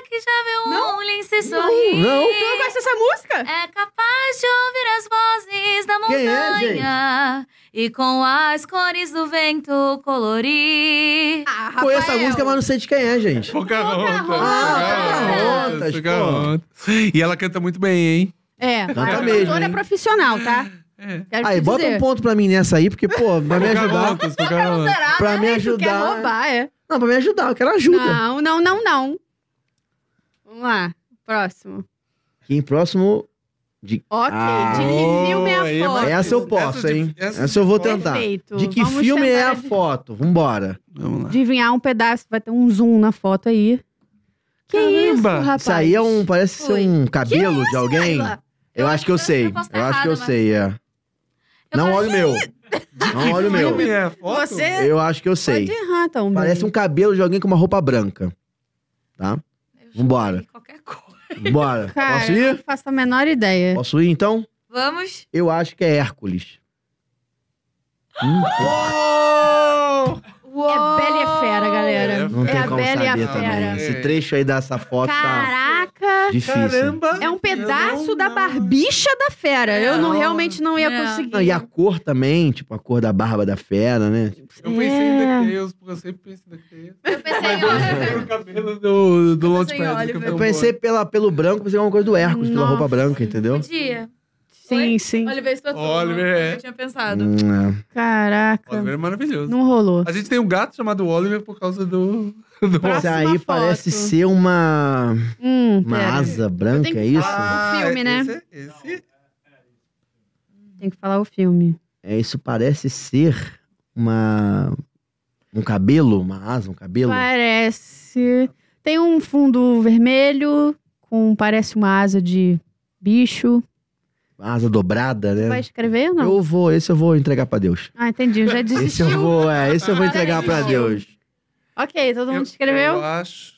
Speaker 4: aqui já vê um lince sorrir.
Speaker 1: Tu não conhece essa música?
Speaker 4: É capaz de ouvir as vozes da
Speaker 2: Quem é,
Speaker 4: montanha e com as cores do vento colorir.
Speaker 1: Ah,
Speaker 2: Conheço a música, mas não sei de quem é, gente.
Speaker 3: Pocahontas.
Speaker 2: Pocahontas,
Speaker 3: Pocahontas. E ela canta muito bem, hein?
Speaker 1: É,
Speaker 2: Canta
Speaker 1: a
Speaker 2: mesmo,
Speaker 1: cantora é
Speaker 2: hein?
Speaker 1: profissional, tá?
Speaker 3: É.
Speaker 1: Quero
Speaker 2: Aí,
Speaker 1: te
Speaker 2: bota
Speaker 1: dizer.
Speaker 2: um ponto pra mim nessa aí, porque, pô, vai me ajudar.
Speaker 3: Pocahontas, Pocahontas.
Speaker 1: Será?
Speaker 2: Pra me
Speaker 1: Tu quer
Speaker 2: ajudar.
Speaker 1: roubar, é?
Speaker 2: Não, pra me ajudar, eu quero ajuda.
Speaker 1: Não, não, não, não. Vamos lá. Próximo.
Speaker 2: Quem próximo
Speaker 1: Ok,
Speaker 2: Ah,
Speaker 1: de
Speaker 3: boa,
Speaker 1: que filme é
Speaker 3: aí é
Speaker 1: a foto?
Speaker 3: mais-
Speaker 2: Essa eu posso,
Speaker 3: Essa de-
Speaker 2: hein?
Speaker 3: essa
Speaker 2: Essa,
Speaker 3: de
Speaker 2: eu vou
Speaker 3: foto.
Speaker 2: tentar.
Speaker 1: Perfeito.
Speaker 2: De que
Speaker 1: Vamos
Speaker 2: filme é
Speaker 1: tentar
Speaker 2: a foto? Vambora.
Speaker 3: Vamos lá.
Speaker 1: Adivinhar um pedaço, vai ter um zoom na foto aí. Que isso,
Speaker 3: Caramba.
Speaker 1: rapaz?
Speaker 2: Isso aí é um. Parece
Speaker 4: Foi.
Speaker 2: ser um cabelo de alguém.
Speaker 4: Laila?
Speaker 2: Eu acho que eu sei.
Speaker 4: Eu posso
Speaker 2: Eu
Speaker 4: estar
Speaker 2: acho que eu
Speaker 4: errada,
Speaker 2: sei, é.
Speaker 4: Eu
Speaker 2: Não
Speaker 4: acho
Speaker 2: olha o meu. Não olha o meu.
Speaker 3: Filme é foto?
Speaker 1: Você
Speaker 2: Eu acho que eu
Speaker 1: pode
Speaker 2: sei.
Speaker 1: errar, então.
Speaker 2: Parece um cabelo de alguém com uma roupa branca. Tá?
Speaker 4: Eu
Speaker 2: Vambora.
Speaker 4: chutei Qualquer coisa.
Speaker 2: Bora.
Speaker 1: Cara,
Speaker 2: Posso
Speaker 1: eu
Speaker 2: ir?
Speaker 1: não faço a menor ideia.
Speaker 2: Posso ir então?
Speaker 4: Vamos.
Speaker 2: Eu acho que é Hércules. Hum, porra,
Speaker 4: Uou!
Speaker 1: É Bela e a Fera, galera.
Speaker 2: não
Speaker 1: é
Speaker 2: tem
Speaker 1: a
Speaker 2: como
Speaker 1: Bela e a
Speaker 2: saber
Speaker 1: Fera.
Speaker 2: também. Esse trecho aí dessa foto
Speaker 1: Caraca!
Speaker 2: tá difícil.
Speaker 3: Caramba!
Speaker 1: É um
Speaker 3: eu
Speaker 1: pedaço
Speaker 3: não- É.
Speaker 1: da barbicha da fera. Eu não
Speaker 3: Não.
Speaker 1: realmente não ia
Speaker 4: Não.
Speaker 1: conseguir.
Speaker 2: Não, e a cor também, tipo, a cor da barba da fera, né?
Speaker 3: Eu pensei em
Speaker 1: É.
Speaker 3: DuckTales, porque eu sempre penso em DuckTales.
Speaker 4: Eu pensei em
Speaker 3: Tem
Speaker 4: Oliver.
Speaker 3: o cabelo do, do Launchpad.
Speaker 1: Senhor
Speaker 3: do
Speaker 1: Oliver.
Speaker 3: Capitão
Speaker 2: Eu pensei pela, pelo branco, pensei em alguma coisa do Hércules, pela
Speaker 1: Nossa.
Speaker 2: roupa branca, entendeu?
Speaker 4: Podia.
Speaker 1: Sim,
Speaker 4: Oi?
Speaker 1: sim.
Speaker 4: Oliver Stotton.
Speaker 3: Oliver, é.
Speaker 4: Eu tinha pensado.
Speaker 2: Hum, é.
Speaker 3: Boa.
Speaker 1: Caraca.
Speaker 3: Oliver é maravilhoso.
Speaker 1: Não rolou.
Speaker 3: A gente tem um gato chamado Oliver por causa do... do...
Speaker 1: Pra-
Speaker 2: é. Isso
Speaker 1: Próxima
Speaker 2: aí
Speaker 1: foto.
Speaker 2: parece ser uma,
Speaker 1: Hum,
Speaker 2: uma
Speaker 1: pera.
Speaker 2: asa branca,
Speaker 1: tenho
Speaker 2: é
Speaker 1: que
Speaker 2: isso?
Speaker 1: falar. O filme, né?
Speaker 3: Ah, esse- esse-
Speaker 1: Tem que falar o filme.
Speaker 2: É, isso parece ser uma... Um cabelo, uma asa, um cabelo.
Speaker 1: Parece. Tem um fundo vermelho com parece uma asa de bicho.
Speaker 2: Uma asa dobrada, né?
Speaker 1: Vai escrever ou não?
Speaker 2: Eu vou, esse eu vou entregar pra Deus.
Speaker 1: Ah, entendi. Já
Speaker 2: Esse
Speaker 1: desistiu.
Speaker 2: eu vou, é, esse eu vou entregar pra Deus.
Speaker 1: Ok, todo mundo
Speaker 3: eu-
Speaker 1: escreveu.
Speaker 3: Eu acho...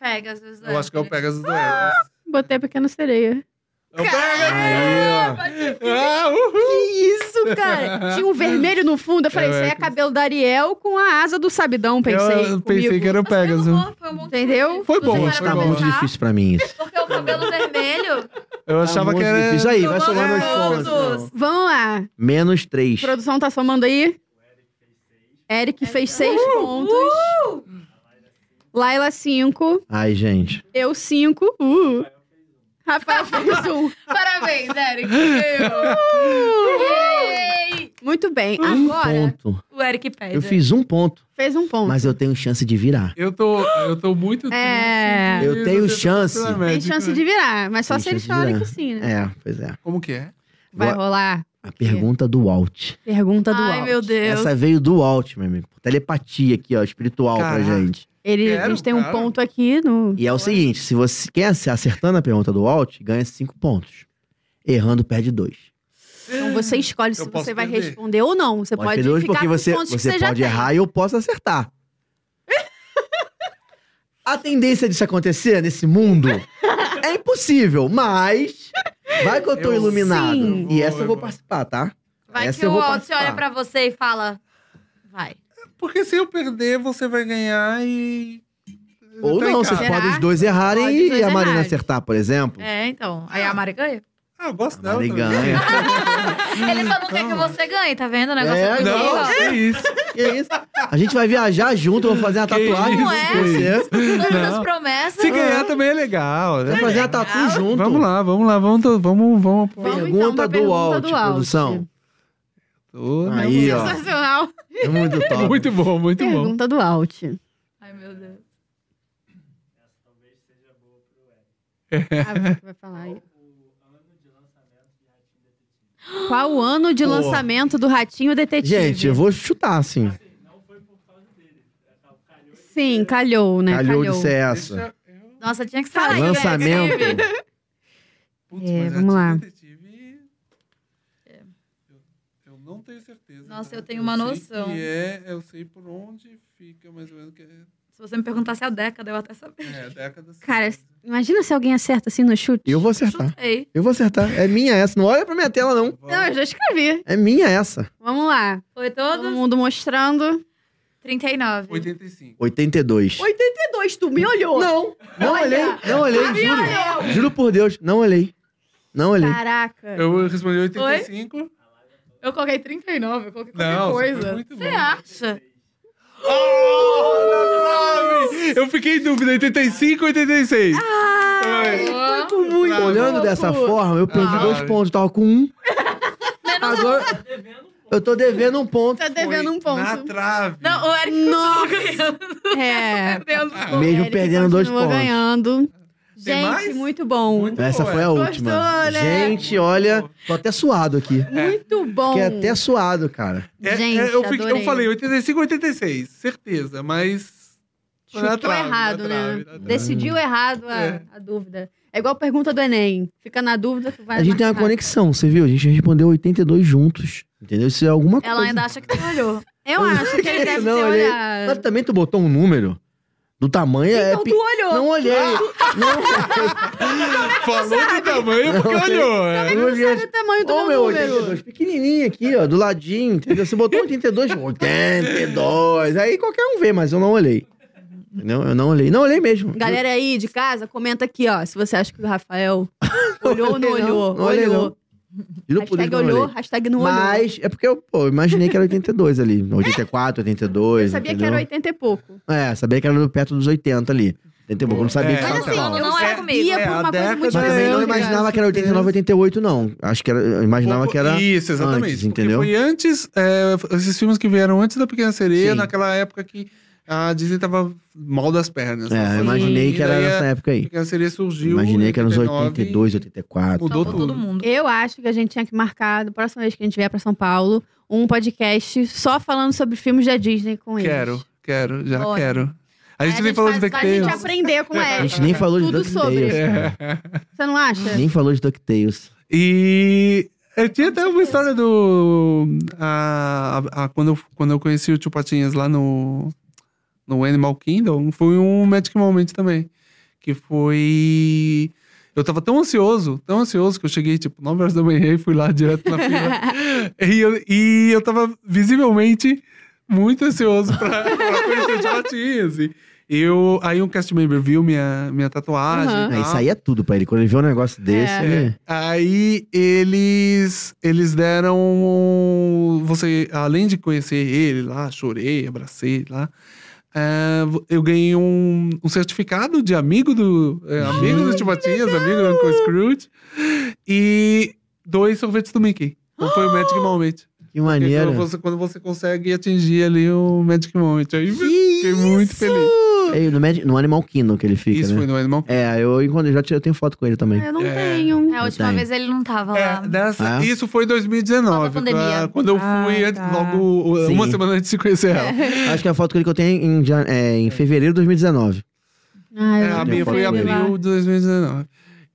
Speaker 4: Pega as duas
Speaker 3: Eu acho que é o Pegasus do
Speaker 1: Ah,
Speaker 3: Hércules.
Speaker 1: Botei a pequena sereia.
Speaker 3: É o
Speaker 1: é,
Speaker 3: Pegasus! Ah, uhul!
Speaker 1: Que isso, cara? Tinha um vermelho no fundo. Eu falei,
Speaker 3: É,
Speaker 1: isso aí é
Speaker 3: Hércules.
Speaker 1: cabelo da Ariel com a asa do Sabidão, pensei.
Speaker 3: Eu pensei que era o Pegasus.
Speaker 4: Foi um monte
Speaker 1: Entendeu?
Speaker 4: de-
Speaker 3: Foi
Speaker 4: dos
Speaker 3: bom,
Speaker 4: caras
Speaker 3: foi
Speaker 4: pra
Speaker 2: tá
Speaker 3: bom.
Speaker 2: muito
Speaker 4: botar,
Speaker 2: difícil pra mim isso.
Speaker 4: Porque o cabelo vermelho.
Speaker 3: Eu achava
Speaker 2: tá
Speaker 3: que
Speaker 2: muito
Speaker 3: era...
Speaker 2: difícil. Aí, vai
Speaker 4: Tomando
Speaker 2: somar meus
Speaker 4: todos.
Speaker 2: pontos. não.
Speaker 1: Vamos lá.
Speaker 2: Menos três.
Speaker 1: Produção tá somando aí? Eric fez seis pontos. Uh! Laila, cinco.
Speaker 2: Ai, gente.
Speaker 1: Eu, cinco. Uh. Rafael fez um.
Speaker 4: Parabéns, Eric. Eu. Yay!
Speaker 1: Muito bem.
Speaker 2: Um
Speaker 1: Agora,
Speaker 2: ponto.
Speaker 4: O Eric pede.
Speaker 2: Eu
Speaker 1: é.
Speaker 2: fiz um ponto,
Speaker 1: fez um ponto.
Speaker 2: mas eu tenho chance de virar.
Speaker 3: Eu tô, eu tô muito triste.
Speaker 1: É.
Speaker 3: de-
Speaker 2: Eu
Speaker 3: do
Speaker 2: tenho
Speaker 3: Doutor
Speaker 2: chance.
Speaker 3: Médico.
Speaker 1: Tem chance de virar, mas só
Speaker 2: Tem
Speaker 1: se ele
Speaker 2: chance de
Speaker 1: histórico
Speaker 2: virar.
Speaker 1: sim, né?
Speaker 2: É, pois é.
Speaker 3: Como que é?
Speaker 1: Vai
Speaker 2: Boa.
Speaker 1: rolar.
Speaker 2: A pergunta do Walt.
Speaker 1: Pergunta do
Speaker 4: Ai,
Speaker 1: alto.
Speaker 4: meu Deus.
Speaker 2: Essa veio do Walt, meu amigo. Telepatia aqui, ó, espiritual pra
Speaker 3: Caraca.
Speaker 2: gente.
Speaker 1: Ele,
Speaker 3: Quero,
Speaker 1: a gente tem um
Speaker 3: cara.
Speaker 1: ponto aqui no.
Speaker 2: E é o seguinte, se você quer acertando a pergunta do Walt, ganha cinco pontos. Errando, perde dois.
Speaker 1: Então você escolhe se
Speaker 3: Eu posso
Speaker 1: você vai
Speaker 3: perder?
Speaker 1: responder ou não. Você pode,
Speaker 2: perder dois
Speaker 1: ficar
Speaker 2: porque
Speaker 1: com os
Speaker 2: você,
Speaker 1: pontos que
Speaker 2: você
Speaker 1: você já
Speaker 2: pode
Speaker 1: tem.
Speaker 2: errar e eu posso acertar. a tendência disso acontecer nesse mundo é impossível, mas vai que eu tô
Speaker 3: Eu-
Speaker 2: iluminado.
Speaker 3: Sim.
Speaker 2: E essa eu vou
Speaker 3: Boa,
Speaker 2: participar, tá?
Speaker 4: Vai
Speaker 2: Essa
Speaker 4: que
Speaker 2: eu
Speaker 4: o
Speaker 2: vou
Speaker 4: Walt
Speaker 2: participar.
Speaker 4: olha pra você e fala. Vai.
Speaker 3: Porque se eu perder, você vai ganhar e.
Speaker 2: Ou
Speaker 3: Tá em
Speaker 2: não,
Speaker 3: casa.
Speaker 2: vocês
Speaker 1: Então Será?
Speaker 2: podem os dois errarem
Speaker 1: Pode os
Speaker 2: e
Speaker 1: dois
Speaker 2: a Marina
Speaker 1: errarem.
Speaker 2: acertar, por exemplo.
Speaker 4: É, então. Aí a Mari ganha.
Speaker 3: Ah, eu gosto
Speaker 2: A
Speaker 3: dela.
Speaker 2: Mari
Speaker 3: também.
Speaker 2: ganha.
Speaker 4: Ele só não quer que você ganhe, tá vendo? O negócio
Speaker 2: Hum, É,
Speaker 4: é, muito
Speaker 3: Não,
Speaker 4: igual.
Speaker 3: que isso.
Speaker 2: que isso? A gente vai viajar junto, vou fazer uma
Speaker 3: Que
Speaker 2: tatuagem
Speaker 4: isso,
Speaker 2: com
Speaker 4: que
Speaker 2: você.
Speaker 4: Todas as
Speaker 3: Não.
Speaker 4: promessas.
Speaker 3: Se ganhar também é legal.
Speaker 2: Ah. Vai
Speaker 3: Né?
Speaker 2: fazer uma tatu junto.
Speaker 3: Vamos lá, vamos lá, vamos. to- Vamos, vamos.
Speaker 1: Vamos então
Speaker 2: Pergunta
Speaker 1: pra
Speaker 2: do
Speaker 1: pergunta
Speaker 2: Walt,
Speaker 1: do Walt.
Speaker 2: produção.
Speaker 3: Tô-
Speaker 2: Aí, ó.
Speaker 1: Sensacional.
Speaker 2: É muito top.
Speaker 3: Muito bom, muito bom.
Speaker 1: Pergunta do Alt.
Speaker 4: Ai, meu Deus.
Speaker 1: Ah, você que vai falar aí. Qual o ano de lançamento do Ratinho Detetive?
Speaker 2: Gente, eu vou chutar, assim.
Speaker 1: Sim, calhou, né?
Speaker 2: Calhou, de ser essa.
Speaker 3: Deixa-
Speaker 4: Nossa, tinha que saber.
Speaker 2: Lançamento.
Speaker 3: Putz,
Speaker 1: É,
Speaker 3: mas
Speaker 1: vamos lá.
Speaker 3: Ativa Detetive- Eu- Eu não tenho certeza.
Speaker 4: É. Nossa,
Speaker 3: tá?
Speaker 4: eu tenho uma
Speaker 3: sei
Speaker 4: noção.
Speaker 3: que é, eu sei por onde fica, mais ou menos. Que é,
Speaker 4: Se você me perguntasse a década, eu até sabia.
Speaker 3: é década.
Speaker 1: Cara, imagina se alguém acerta assim no chute.
Speaker 2: Eu vou acertar.
Speaker 4: Chutei.
Speaker 2: Eu vou acertar. É minha essa. Não olha pra minha tela, não.
Speaker 1: Não, eu já escrevi.
Speaker 2: É minha essa.
Speaker 1: Vamos lá.
Speaker 4: Foi
Speaker 1: Todo
Speaker 4: todo?
Speaker 1: mundo mostrando.
Speaker 4: 39.
Speaker 3: 85.
Speaker 2: 82.
Speaker 1: 82, tu me olhou.
Speaker 2: Não. Não
Speaker 1: Olha.
Speaker 2: olhei. Não olhei, juro. Juro por Deus. Não olhei. Não olhei.
Speaker 1: Caraca.
Speaker 3: Eu respondi 85.
Speaker 4: Eu coloquei 39, eu coloquei qualquer
Speaker 3: Não, você foi
Speaker 4: coisa.
Speaker 3: muito
Speaker 4: Você
Speaker 3: bom.
Speaker 4: acha?
Speaker 3: Eu fiquei em dúvida, 85 ou 86?
Speaker 1: Ah!
Speaker 3: Ai,
Speaker 4: Ó,
Speaker 1: Tô muito
Speaker 2: Olhando
Speaker 1: louco.
Speaker 2: dessa forma, eu perdi
Speaker 3: Ah.
Speaker 2: dois pontos. Eu tava com um.
Speaker 4: Menos um.
Speaker 2: Agora. Eu tô devendo um ponto.
Speaker 1: Tá devendo um ponto.
Speaker 3: Na trave.
Speaker 4: Não, o Eric Nossa. ganhando.
Speaker 1: É.
Speaker 4: Perdendo.
Speaker 3: Ah,
Speaker 2: Mesmo
Speaker 1: Eric
Speaker 2: perdendo dois
Speaker 1: continua
Speaker 2: pontos.
Speaker 1: ganhando.
Speaker 3: Tem
Speaker 1: Gente,
Speaker 3: mais?
Speaker 1: muito bom. Muito,
Speaker 3: Muito
Speaker 2: Essa
Speaker 3: boa,
Speaker 2: foi a
Speaker 3: essa.
Speaker 2: última.
Speaker 1: um Gostou, né?
Speaker 2: Gente, olha. Tô até suado aqui.
Speaker 1: bom.
Speaker 2: Fiquei até suado, cara.
Speaker 3: É,
Speaker 1: Gente,
Speaker 3: é, eu, fiquei- eu
Speaker 1: adorei.
Speaker 3: falei 85 ou 86, certeza, mas. foi na
Speaker 1: Chutou
Speaker 3: trave,
Speaker 1: errado,
Speaker 3: na
Speaker 1: né?
Speaker 3: trave, na trave.
Speaker 1: Decidiu errado a,
Speaker 3: É.
Speaker 1: a dúvida. É igual a pergunta do Enem. Fica na dúvida, tu vai
Speaker 2: A gente tem uma
Speaker 1: marcar.
Speaker 2: conexão, você viu? A gente respondeu 82 juntos. Entendeu? Isso é alguma coisa.
Speaker 4: Ela ainda acha que tu olhou.
Speaker 1: Eu acho que ele deve
Speaker 2: Não, é-
Speaker 1: ter
Speaker 2: olhei.
Speaker 1: olhado.
Speaker 2: Mas também tu botou um número Do tamanho é.
Speaker 1: Então
Speaker 2: pe-
Speaker 1: tu olhou. tá
Speaker 2: Não olhei. Não
Speaker 3: Falou do tamanho porque olhou. é.
Speaker 1: Como é que tu
Speaker 2: olhei.
Speaker 1: sabe o tamanho do
Speaker 2: Ô, meu
Speaker 1: meu número?
Speaker 2: 82, pequenininho aqui, ó, do ladinho, entendeu? Você botou 82, 82, aí qualquer um vê, mas eu não olhei. Não, eu não olhei, não olhei mesmo.
Speaker 1: Galera aí de casa, comenta aqui, ó, se você acha que o Rafael olhou ou não
Speaker 2: olhei, não.
Speaker 1: olhou.
Speaker 2: Não olhei, não.
Speaker 1: Olhou.
Speaker 2: Juro por Deus,
Speaker 1: Hashtag
Speaker 2: não olhei.
Speaker 1: olhou, hashtag não olhou.
Speaker 2: Mas é porque eu pô, imaginei que era 82 ali, 84, 82,
Speaker 1: Eu sabia que
Speaker 2: entendeu?
Speaker 1: era 80 e pouco.
Speaker 2: É, sabia que era do perto dos 80 ali. 80 e pouco, eu não sabia
Speaker 3: É,
Speaker 2: que
Speaker 4: Mas
Speaker 2: tava
Speaker 4: assim,
Speaker 2: falando.
Speaker 4: não era
Speaker 3: É,
Speaker 4: comigo.
Speaker 1: Ia por uma
Speaker 3: a
Speaker 1: coisa muito
Speaker 3: década
Speaker 2: Mas
Speaker 3: é
Speaker 2: também não
Speaker 1: diferente,
Speaker 2: imaginava
Speaker 1: cara.
Speaker 2: que era 89, 88, não. Acho que era, eu imaginava que era...
Speaker 3: Isso, exatamente.
Speaker 2: antes,
Speaker 3: porque
Speaker 2: entendeu?
Speaker 3: Foi antes, é, esses filmes que vieram antes da Pequena Sereia,
Speaker 2: Sim.
Speaker 3: naquela época que a Disney tava mal das pernas. né?
Speaker 2: É, eu imaginei que era
Speaker 3: daí a
Speaker 2: nessa época aí.
Speaker 3: Pequena Sereia surgiu.
Speaker 2: Imaginei que era uns
Speaker 3: 89,
Speaker 2: 82, 84.
Speaker 3: Mudou
Speaker 4: Salvou
Speaker 3: tudo.
Speaker 4: todo
Speaker 2: Uhum.
Speaker 4: mundo.
Speaker 1: Eu acho que a gente tinha que marcar, da próxima vez que a gente vier pra São Paulo, um podcast só falando sobre filmes da Disney com eles.
Speaker 3: Quero, quero, já
Speaker 4: Olha.
Speaker 3: quero. A gente
Speaker 4: Aí a
Speaker 3: nem
Speaker 4: gente
Speaker 3: falou de
Speaker 4: faz-
Speaker 1: Pra gente
Speaker 3: DuckTales.
Speaker 1: aprender com
Speaker 2: É, A
Speaker 1: eles.
Speaker 2: gente nem falou de
Speaker 1: Tudo sobre.
Speaker 2: DuckTales.
Speaker 3: É.
Speaker 2: cara.
Speaker 1: Você não acha?
Speaker 2: Nem falou de DuckTales.
Speaker 3: E eu tinha até uma história do. A, a- a- quando, eu, quando eu conheci o Tio Patinhas lá no, no Animal Kingdom, foi um Magic Moment também. Que foi. Eu tava tão ansioso, tão ansioso que eu cheguei tipo 9 horas da manhã e fui lá direto na fila. e, eu, e eu tava visivelmente muito ansioso pra, pra conhecer o Tio Patinhas. E eu, aí um cast member viu minha, minha tatuagem.
Speaker 1: Aham.
Speaker 3: e
Speaker 2: É, isso
Speaker 3: tal.
Speaker 2: aí é tudo pra ele. Quando ele vê um negócio desse,
Speaker 1: É.
Speaker 2: ele-
Speaker 3: Aí eles eles deram um- você além de conhecer ele lá, chorei, abracei lá. é, vo- eu ganhei um, um certificado de amigo do é, amigo do Tio Matias, amigo do Uncle Scrooge e dois sorvetes do Mickey. Então foi o Magic Moment.
Speaker 2: que
Speaker 3: Porque
Speaker 2: maneiro.
Speaker 3: Quando você, quando você consegue atingir ali o Magic Moment. Aí eu fiquei muito feliz.
Speaker 2: É, no, Mad- no Animal Kingdom que ele fica,
Speaker 3: Isso
Speaker 2: né?
Speaker 3: foi no Animal
Speaker 2: É, eu encontrei, já tirei, eu tenho foto com ele também.
Speaker 1: Ah, Eu não
Speaker 3: É.
Speaker 1: tenho.
Speaker 4: É, a última
Speaker 2: tenho.
Speaker 4: vez ele não tava lá.
Speaker 3: É, dessa-
Speaker 2: É?
Speaker 3: Isso foi em 2019,
Speaker 4: Só da Ah. pandemia.
Speaker 3: tá? quando eu fui
Speaker 8: Ah,
Speaker 3: antes-
Speaker 8: tá.
Speaker 3: logo uh, uma
Speaker 2: Sim.
Speaker 3: semana antes de conhecer ela.
Speaker 2: Acho que é a foto com ele que eu tenho em, ja- é, em fevereiro de 2019.
Speaker 1: Ah,
Speaker 3: É, a
Speaker 2: Eu
Speaker 3: minha
Speaker 2: tenho
Speaker 3: foi em
Speaker 2: foto dele.
Speaker 3: abril de 2019.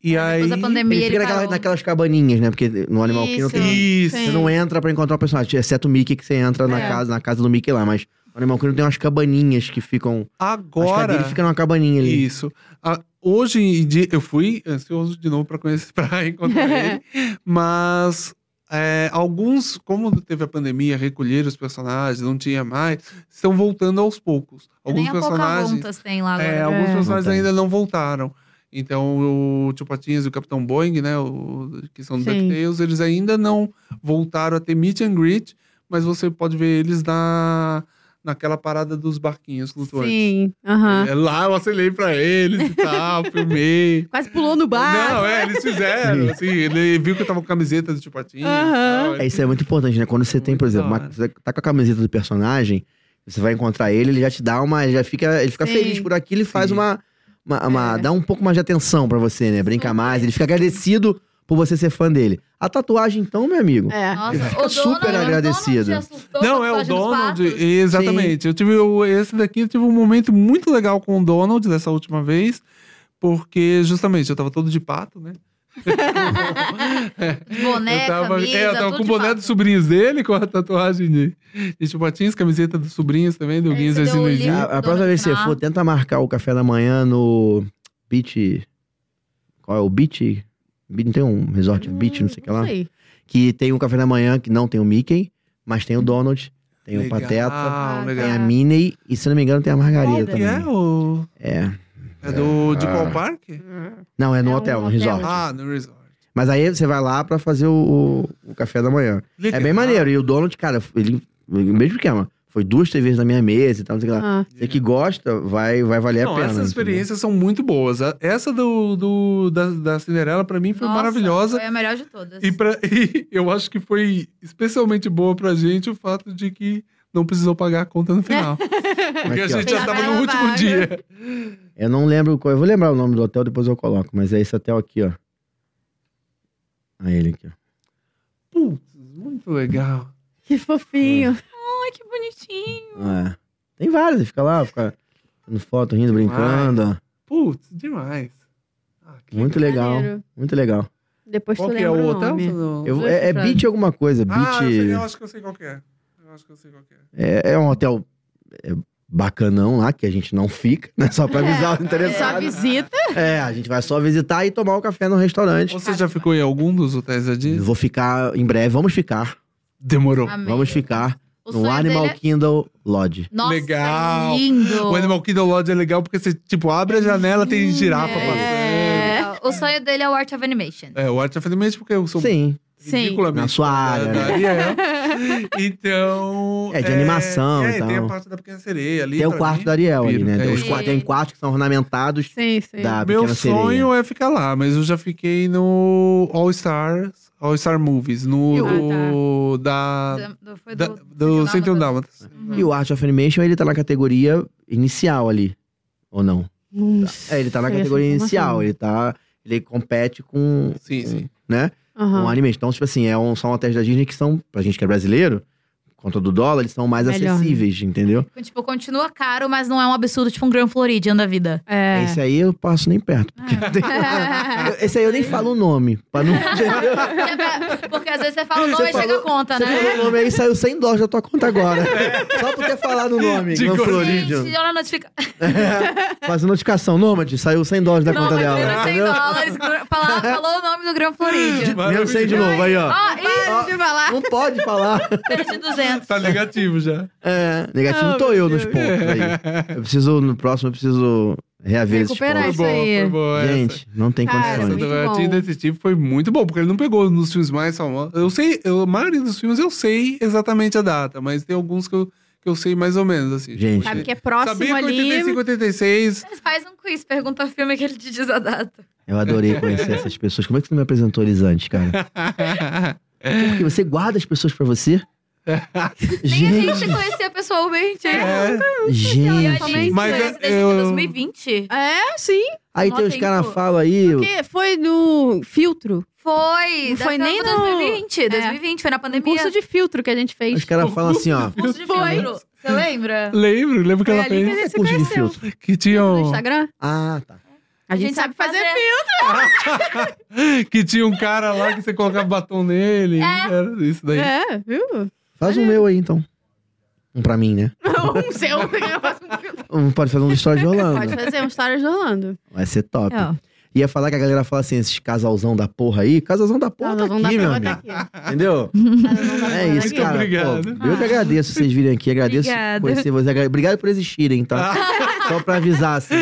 Speaker 3: E aí.
Speaker 4: Ah, Depois da pandemia
Speaker 2: Ele
Speaker 4: ele,
Speaker 2: fica naquela-
Speaker 4: parou.
Speaker 2: naquelas cabaninhas, né? Porque no Animal
Speaker 4: Isso.
Speaker 2: Kingdom tem...
Speaker 3: Isso.
Speaker 2: Você não entra pra encontrar o personagem, exceto o Mickey que você entra na,
Speaker 1: É.
Speaker 2: casa, na casa do Mickey lá, mas no Animal Kingdom tem umas cabaninhas que ficam... Acho que a
Speaker 3: Agora.
Speaker 2: dele fica numa cabaninha ali.
Speaker 3: Isso. Ah, hoje em dia, eu fui ansioso de novo para conhecer, para encontrar ele, mas é, alguns, como teve a pandemia, recolheram os personagens, não tinha mais, estão voltando aos poucos. Alguns
Speaker 4: É, Nem a
Speaker 3: personagens.
Speaker 4: Pocahontas tem lá agora.
Speaker 3: É, alguns
Speaker 1: É.
Speaker 3: personagens
Speaker 2: Não tem.
Speaker 3: ainda não voltaram. Então, o Tio Patinhas e o Capitão Boeing, né? o- que são do
Speaker 1: Sim.
Speaker 3: DuckTales, eles ainda não voltaram a ter meet and greet, mas você pode ver eles na, naquela parada dos barquinhos flutuantes.
Speaker 1: Sim, aham.
Speaker 3: É, lá eu acelei pra eles e tal, filmei.
Speaker 1: Quase pulou no bar.
Speaker 3: Não, é, eles fizeram, assim, ele viu que eu tava com camiseta do Tio Patinhas. e
Speaker 1: Aham.
Speaker 3: tal,
Speaker 2: É, isso é muito importante, né? Quando você tem, por
Speaker 3: Muito
Speaker 2: exemplo,
Speaker 3: da
Speaker 2: uma-
Speaker 3: hora.
Speaker 2: você tá com a camiseta do personagem, você vai encontrar ele, ele já te dá uma. Ele já fica, ele fica
Speaker 1: Sim.
Speaker 2: feliz por aquilo e faz
Speaker 3: Sim.
Speaker 2: uma. uma- uma-
Speaker 1: É.
Speaker 2: Dá um pouco mais de atenção pra você, né? Brinca mais, ele fica agradecido por você ser fã dele. A tatuagem, então, meu amigo.
Speaker 1: É.
Speaker 4: Nossa,
Speaker 2: fica
Speaker 4: o
Speaker 2: super
Speaker 4: Donald,
Speaker 2: agradecido.
Speaker 4: O Donald te assustou com
Speaker 3: Não,
Speaker 4: a
Speaker 3: é o
Speaker 4: tatuagem nos
Speaker 3: Donald.
Speaker 4: patos?
Speaker 3: Exatamente. Eu tive o- esse daqui, eu tive um momento muito legal com o Donald dessa última vez, porque justamente eu tava todo de pato, né?
Speaker 4: Boné,
Speaker 3: eu tava,
Speaker 4: camisa,
Speaker 3: é, eu tava
Speaker 4: tudo
Speaker 3: com o
Speaker 4: de
Speaker 3: boné
Speaker 4: pato.
Speaker 3: dos sobrinhos dele, com a tatuagem de, de Chupatinhas, camiseta dos sobrinhos também, do assim,
Speaker 4: Aí você
Speaker 3: Guinzo e
Speaker 4: deu o
Speaker 1: É,
Speaker 3: Zinuizinho.
Speaker 4: livro.
Speaker 2: A, a próxima vez que você
Speaker 4: Donald
Speaker 2: for, tenta marcar o café da manhã no Beach. Qual é o Beach? Beach- Não tem um resort, Beach, não sei o que lá.
Speaker 1: Hum, sei.
Speaker 2: Que tem um café da manhã que não tem o Mickey, mas tem o Donald, tem o
Speaker 3: Legal, Ah,
Speaker 2: Pateta.
Speaker 4: Ah, tá.
Speaker 3: legal.
Speaker 2: Tem É a Minnie e, se não me engano, tem a
Speaker 3: Qual
Speaker 2: Margarida
Speaker 3: que é
Speaker 2: também.
Speaker 3: o...
Speaker 2: É.
Speaker 3: É do... De
Speaker 2: Ah.
Speaker 3: qual parque?
Speaker 2: Não, é no
Speaker 1: É um
Speaker 2: hotel, no
Speaker 1: hotel.
Speaker 2: resort.
Speaker 3: Ah, no Resort.
Speaker 2: Mas aí você vai lá pra fazer o, o- o café da manhã. É
Speaker 3: Legal.
Speaker 2: bem maneiro. E o Donald, cara, ele... Mesmo esquema. Foi duas TVs na minha mesa e tal, não sei o que lá.
Speaker 1: Ah.
Speaker 2: Você que gosta, vai, vai valer
Speaker 3: Não,
Speaker 2: a pena.
Speaker 3: essas experiências são muito boas. A- Essa do, do- da, da Cinderela, pra mim, foi
Speaker 4: Nossa,
Speaker 3: maravilhosa.
Speaker 4: Foi a melhor de todas.
Speaker 3: E, pra, e eu acho que foi especialmente boa pra gente o fato de que não precisou pagar a conta no final. Porque a
Speaker 2: Aqui, ó.
Speaker 3: gente já tava no
Speaker 1: Pegaram a
Speaker 3: último
Speaker 1: vaga.
Speaker 3: dia.
Speaker 2: Eu não lembro qual. Eu vou lembrar o nome do hotel, depois eu coloco. Mas é esse hotel aqui, ó. Aí ele aqui, ó.
Speaker 3: Putz, muito legal.
Speaker 1: Que fofinho.
Speaker 4: Ai, que bonitinho.
Speaker 2: É. Tem vários, ele fica lá, fica dando foto, rindo, brincando. ó.
Speaker 3: Putz, demais. Ah, que
Speaker 2: Muito É, legal,
Speaker 1: Maneiro.
Speaker 2: muito legal.
Speaker 1: Depois
Speaker 3: Qual
Speaker 1: tu
Speaker 3: que é
Speaker 1: lembra
Speaker 3: o
Speaker 1: o
Speaker 3: hotel?
Speaker 1: nome.
Speaker 2: Eu- é, é
Speaker 1: Frase.
Speaker 2: beach alguma coisa,
Speaker 3: Ah, eu, sei,
Speaker 2: beach...
Speaker 3: eu acho que eu sei qual que é. Eu acho que eu sei qual que é.
Speaker 2: É, é um hotel é, bacanão lá, que a gente não fica, né? Só pra
Speaker 4: É,
Speaker 2: avisar os
Speaker 1: Só
Speaker 2: interessados.
Speaker 1: visita.
Speaker 2: É, a gente vai só visitar e tomar o café no restaurante.
Speaker 3: Você já ficou em algum dos hotéis da Disney?
Speaker 2: Vou ficar em breve, vamos ficar.
Speaker 3: Demorou.
Speaker 4: Amém.
Speaker 2: Vamos ficar
Speaker 4: O
Speaker 2: no
Speaker 4: sonho
Speaker 2: Animal
Speaker 4: dele é-
Speaker 2: Kindle Lodge.
Speaker 4: Nossa,
Speaker 3: Legal.
Speaker 4: lindo.
Speaker 3: O Animal Kingdom Lodge é legal porque você, tipo, abre a janela, tem girafa
Speaker 1: É.
Speaker 3: passando.
Speaker 4: O sonho dele é o Art of Animation.
Speaker 3: É, o Art of Animation, porque eu sou
Speaker 2: Sim,
Speaker 1: Sim.
Speaker 3: ridiculamente...
Speaker 2: na sua área, né?
Speaker 3: Daria eu. Então...
Speaker 2: É, de animação
Speaker 3: é,
Speaker 2: e
Speaker 3: tem a
Speaker 2: tal.
Speaker 3: parte da pequena sereia ali.
Speaker 2: Tem o
Speaker 3: pra
Speaker 2: quarto
Speaker 3: mim.
Speaker 2: da Ariel ali, né?
Speaker 3: Piro,
Speaker 2: Tem, os
Speaker 3: é.
Speaker 2: qua- tem quartos que são ornamentados
Speaker 1: Sim, sim.
Speaker 2: da
Speaker 3: Meu
Speaker 2: Pequena Sereia.
Speaker 3: sonho é ficar lá, mas eu já fiquei no All Stars, All Star Movies, no
Speaker 1: Eu-
Speaker 3: do- da,
Speaker 4: Do- foi
Speaker 3: Ah, da,
Speaker 4: do- né?
Speaker 3: do Centro Dálmatas.
Speaker 4: Uhum.
Speaker 2: E o Art of Animation, ele tá na categoria inicial ali, ou não? É, ele tá na
Speaker 1: Sei essa
Speaker 2: categoria inicial,
Speaker 1: informação.
Speaker 2: ele tá... Ele compete com,
Speaker 3: Sim, sim.
Speaker 2: né,
Speaker 1: Aham.
Speaker 2: com animes. Então, tipo assim, é um, são hotéis da Disney que são, pra gente que é brasileiro, por conta do dólar, eles são mais
Speaker 1: Melhor, né?
Speaker 2: acessíveis, entendeu?
Speaker 4: Tipo, continua caro, mas não é um absurdo, tipo um Grand Floridian da vida.
Speaker 1: É.
Speaker 2: Esse aí eu passo nem perto. porque não tem- Esse aí eu nem falo o nome, pra não...
Speaker 4: Porque às vezes você fala o nome
Speaker 2: Você
Speaker 4: e chega a
Speaker 2: falou-
Speaker 4: conta,
Speaker 2: Você
Speaker 4: né?
Speaker 2: falou o nome aí, saiu 100 dólares da tua conta agora. Só por ter falado o nome.
Speaker 3: De
Speaker 2: Grand
Speaker 3: coisa.
Speaker 2: Floridian.
Speaker 4: Gente, olha a notificação.
Speaker 2: Faz a notificação, Nômade, saiu 100 dólares da conta dela.
Speaker 4: 100
Speaker 2: entendeu?
Speaker 4: é dólares. fala- falou o nome do Grand Floridian.
Speaker 2: Menos 100 de novo, aí ó.
Speaker 4: Ó,
Speaker 1: Para de falar.
Speaker 2: Não pode falar.
Speaker 4: perdi 200.
Speaker 3: Tá negativo já.
Speaker 2: É, negativo tô eu nos pontos aí. Eu preciso, no próximo eu preciso reaver esses
Speaker 1: Recuperar
Speaker 3: Foi
Speaker 2: pontos.
Speaker 1: isso aí.
Speaker 3: boa, foi boa essa.
Speaker 2: Gente, não tem
Speaker 1: Cara,
Speaker 3: Essa
Speaker 1: muito
Speaker 2: condições.
Speaker 3: do Gatinho
Speaker 1: bom.
Speaker 3: Detetive foi muito bom, porque ele não pegou nos filmes mais famosos. Eu sei, eu, a maioria dos filmes eu sei exatamente a data, mas tem alguns que eu, que eu sei mais ou menos, assim.
Speaker 2: Gente.
Speaker 1: Sabe que é próximo
Speaker 3: Sabia que
Speaker 1: ali.
Speaker 3: 85, 86...
Speaker 4: Mas Faz um quiz, pergunta filme que ele te diz a data.
Speaker 2: Eu adorei conhecer essas pessoas. Como é que tu não me apresentou eles antes, cara? Porque você guarda as pessoas pra você?
Speaker 4: Nem a
Speaker 2: Gente,
Speaker 4: gente conhecia pessoalmente.
Speaker 3: É.
Speaker 2: gente.
Speaker 3: Mas,
Speaker 4: Mas desde
Speaker 3: eu-
Speaker 4: 2020.
Speaker 1: É, sim.
Speaker 2: Aí tem os
Speaker 4: Notem,
Speaker 2: caras
Speaker 4: pô.
Speaker 2: falam aí.
Speaker 1: Porque foi no filtro.
Speaker 4: Foi.
Speaker 1: Não
Speaker 4: da
Speaker 1: foi
Speaker 4: Cannes
Speaker 1: nem no-
Speaker 4: 2020. 2020, foi na
Speaker 1: Um
Speaker 4: pandemia.
Speaker 1: curso de filtro que a gente fez. tipo,
Speaker 2: Os caras falam assim, ó.
Speaker 4: Curso de
Speaker 1: Foi.
Speaker 4: filtro. Você lembra?
Speaker 3: Lembro, lembro que
Speaker 1: Foi
Speaker 3: ela
Speaker 1: É ali que
Speaker 3: fez.
Speaker 1: a gente se
Speaker 2: Curso de
Speaker 1: conheceu.
Speaker 2: filtro.
Speaker 3: Que tinha
Speaker 1: No
Speaker 3: um,
Speaker 1: Instagram.
Speaker 2: Ah, tá.
Speaker 1: A gente sabe fazer filtro.
Speaker 3: que tinha um cara lá que você colocava batom nele. Era isso daí.
Speaker 1: É, viu?
Speaker 2: Faz um meu aí, então. Um pra mim, né?
Speaker 1: Um seu. eu faço um filtro.
Speaker 2: Um pode fazer um história de
Speaker 1: Pode
Speaker 2: Orlando.
Speaker 1: fazer um Stories de Orlando.
Speaker 2: Vai ser top.
Speaker 4: É, ó.
Speaker 2: Ia falar que a galera fala assim, esses casalzão da porra aí. Casalzão da porra
Speaker 1: Não,
Speaker 2: tá
Speaker 1: não, não dá
Speaker 2: aqui, meu
Speaker 1: pra
Speaker 2: amigo.
Speaker 1: botar aqui.
Speaker 2: Entendeu? É isso,
Speaker 3: Muito
Speaker 2: cara.
Speaker 3: obrigado.
Speaker 2: Pô, eu que agradeço vocês virem aqui. Agradeço
Speaker 4: Obrigada.
Speaker 2: conhecer vocês. Agra- Obrigado por existirem, tá? Só pra avisar, assim.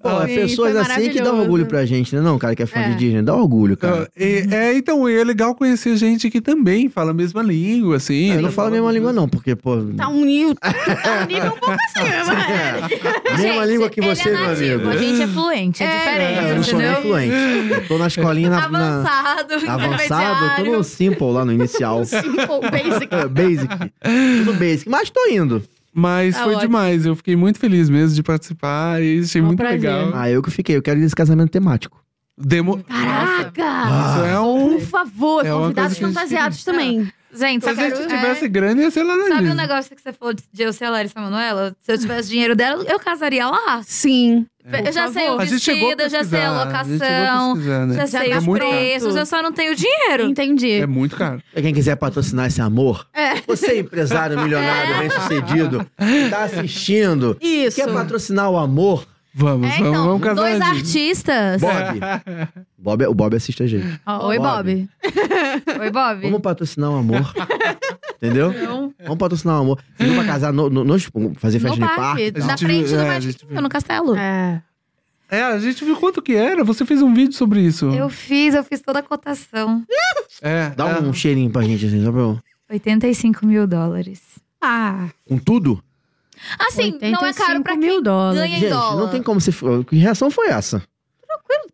Speaker 2: Pô,
Speaker 1: Ah,
Speaker 2: é
Speaker 1: sim,
Speaker 2: pessoas
Speaker 1: foi
Speaker 2: assim que dão
Speaker 1: maravilhoso.
Speaker 2: orgulho pra gente, né? Não, cara, que é fã
Speaker 1: É.
Speaker 2: de Disney. Dá orgulho, cara.
Speaker 3: É, é, então, é legal conhecer gente que também fala a mesma língua, assim.
Speaker 2: Eu não falo a mesma língua, não, porque, pô... É,
Speaker 1: Tá um nível, tá um nível um pouco acima, mas...
Speaker 2: Mesma
Speaker 4: Gente,
Speaker 2: língua que
Speaker 4: ele
Speaker 2: você,
Speaker 4: é
Speaker 2: meu
Speaker 4: nativo,
Speaker 2: amigo.
Speaker 4: A gente é fluente, é,
Speaker 1: É,
Speaker 2: É, eu não
Speaker 4: diferente,
Speaker 2: sou nem
Speaker 4: entendeu?
Speaker 2: fluente. Eu tô na escolinha na, na-
Speaker 4: Avançado,
Speaker 2: avançado, eu tô no simple lá no inicial.
Speaker 1: Simple, assim, um basic.
Speaker 2: É, basic. Tô no basic, mas tô indo.
Speaker 3: Mas
Speaker 1: Tá
Speaker 3: foi
Speaker 1: ótimo.
Speaker 3: demais. Eu fiquei muito feliz mesmo de participar e achei
Speaker 1: Foi um
Speaker 3: muito
Speaker 1: prazer.
Speaker 3: legal.
Speaker 2: Ah, eu que fiquei, eu quero ir nesse casamento temático.
Speaker 3: Demo...
Speaker 1: Caraca!
Speaker 2: Ah,
Speaker 3: Isso é um.
Speaker 1: Por favor,
Speaker 3: É uma
Speaker 1: convidados
Speaker 3: coisa que a gente
Speaker 1: fantasiados também.
Speaker 4: Gente,
Speaker 3: Se a
Speaker 4: eu quero-
Speaker 3: gente
Speaker 4: é,
Speaker 3: tivesse grana, ia ser lá na
Speaker 4: Sabe o
Speaker 3: Disney.
Speaker 4: um negócio que você falou de eu ser a Larissa Manoela? Se eu tivesse dinheiro dela, eu casaria lá.
Speaker 1: Sim.
Speaker 4: eu já sei o
Speaker 3: A gente chegou a
Speaker 4: vestido, eu já sei a
Speaker 3: pesquisar, a gente chegou a
Speaker 4: locação,
Speaker 3: pesquisar, né?
Speaker 4: já sei
Speaker 1: É Então,
Speaker 4: os
Speaker 3: muito caro.
Speaker 4: preços, eu só não tenho dinheiro.
Speaker 1: Entendi.
Speaker 3: É muito caro.
Speaker 2: Pra quem quiser patrocinar esse amor, você é empresário, milionário,
Speaker 4: É.
Speaker 2: bem-sucedido, que tá assistindo,
Speaker 1: Isso.
Speaker 2: quer patrocinar o amor,
Speaker 3: Vamos,
Speaker 4: É,
Speaker 3: vamos,
Speaker 4: então,
Speaker 3: vamos casar
Speaker 4: dois
Speaker 3: na Disney.
Speaker 4: artistas.
Speaker 2: Bob. Bob. é, O Bob assiste a gente.
Speaker 4: Ó,
Speaker 1: Oi, Bob.
Speaker 4: Oi, Bob.
Speaker 2: Vamos patrocinar o amor. Entendeu? Vamos patrocinar o amor. Vocês vão pra casar no, no, nos- fazer
Speaker 4: No
Speaker 2: festa de
Speaker 4: parque,
Speaker 2: parque. um,
Speaker 3: A
Speaker 4: na
Speaker 3: gente
Speaker 4: frente
Speaker 3: viu-
Speaker 4: do
Speaker 3: é, a
Speaker 4: Magic
Speaker 3: gente viu.
Speaker 4: Kingdom, no castelo.
Speaker 1: É.
Speaker 3: É, a gente viu quanto que era. Você fez um vídeo sobre isso.
Speaker 4: Eu fiz, eu fiz toda a cotação.
Speaker 3: É,
Speaker 2: Dá
Speaker 3: é.
Speaker 2: um cheirinho pra gente, assim, só pra eu...
Speaker 4: 85 mil dólares.
Speaker 1: Ah,
Speaker 2: Com tudo?
Speaker 4: Assim, não é caro pra
Speaker 1: 85
Speaker 4: quem
Speaker 1: mil dólares.
Speaker 4: ganha em
Speaker 2: Gente,
Speaker 4: dólar.
Speaker 2: não tem como você... Que reação foi essa?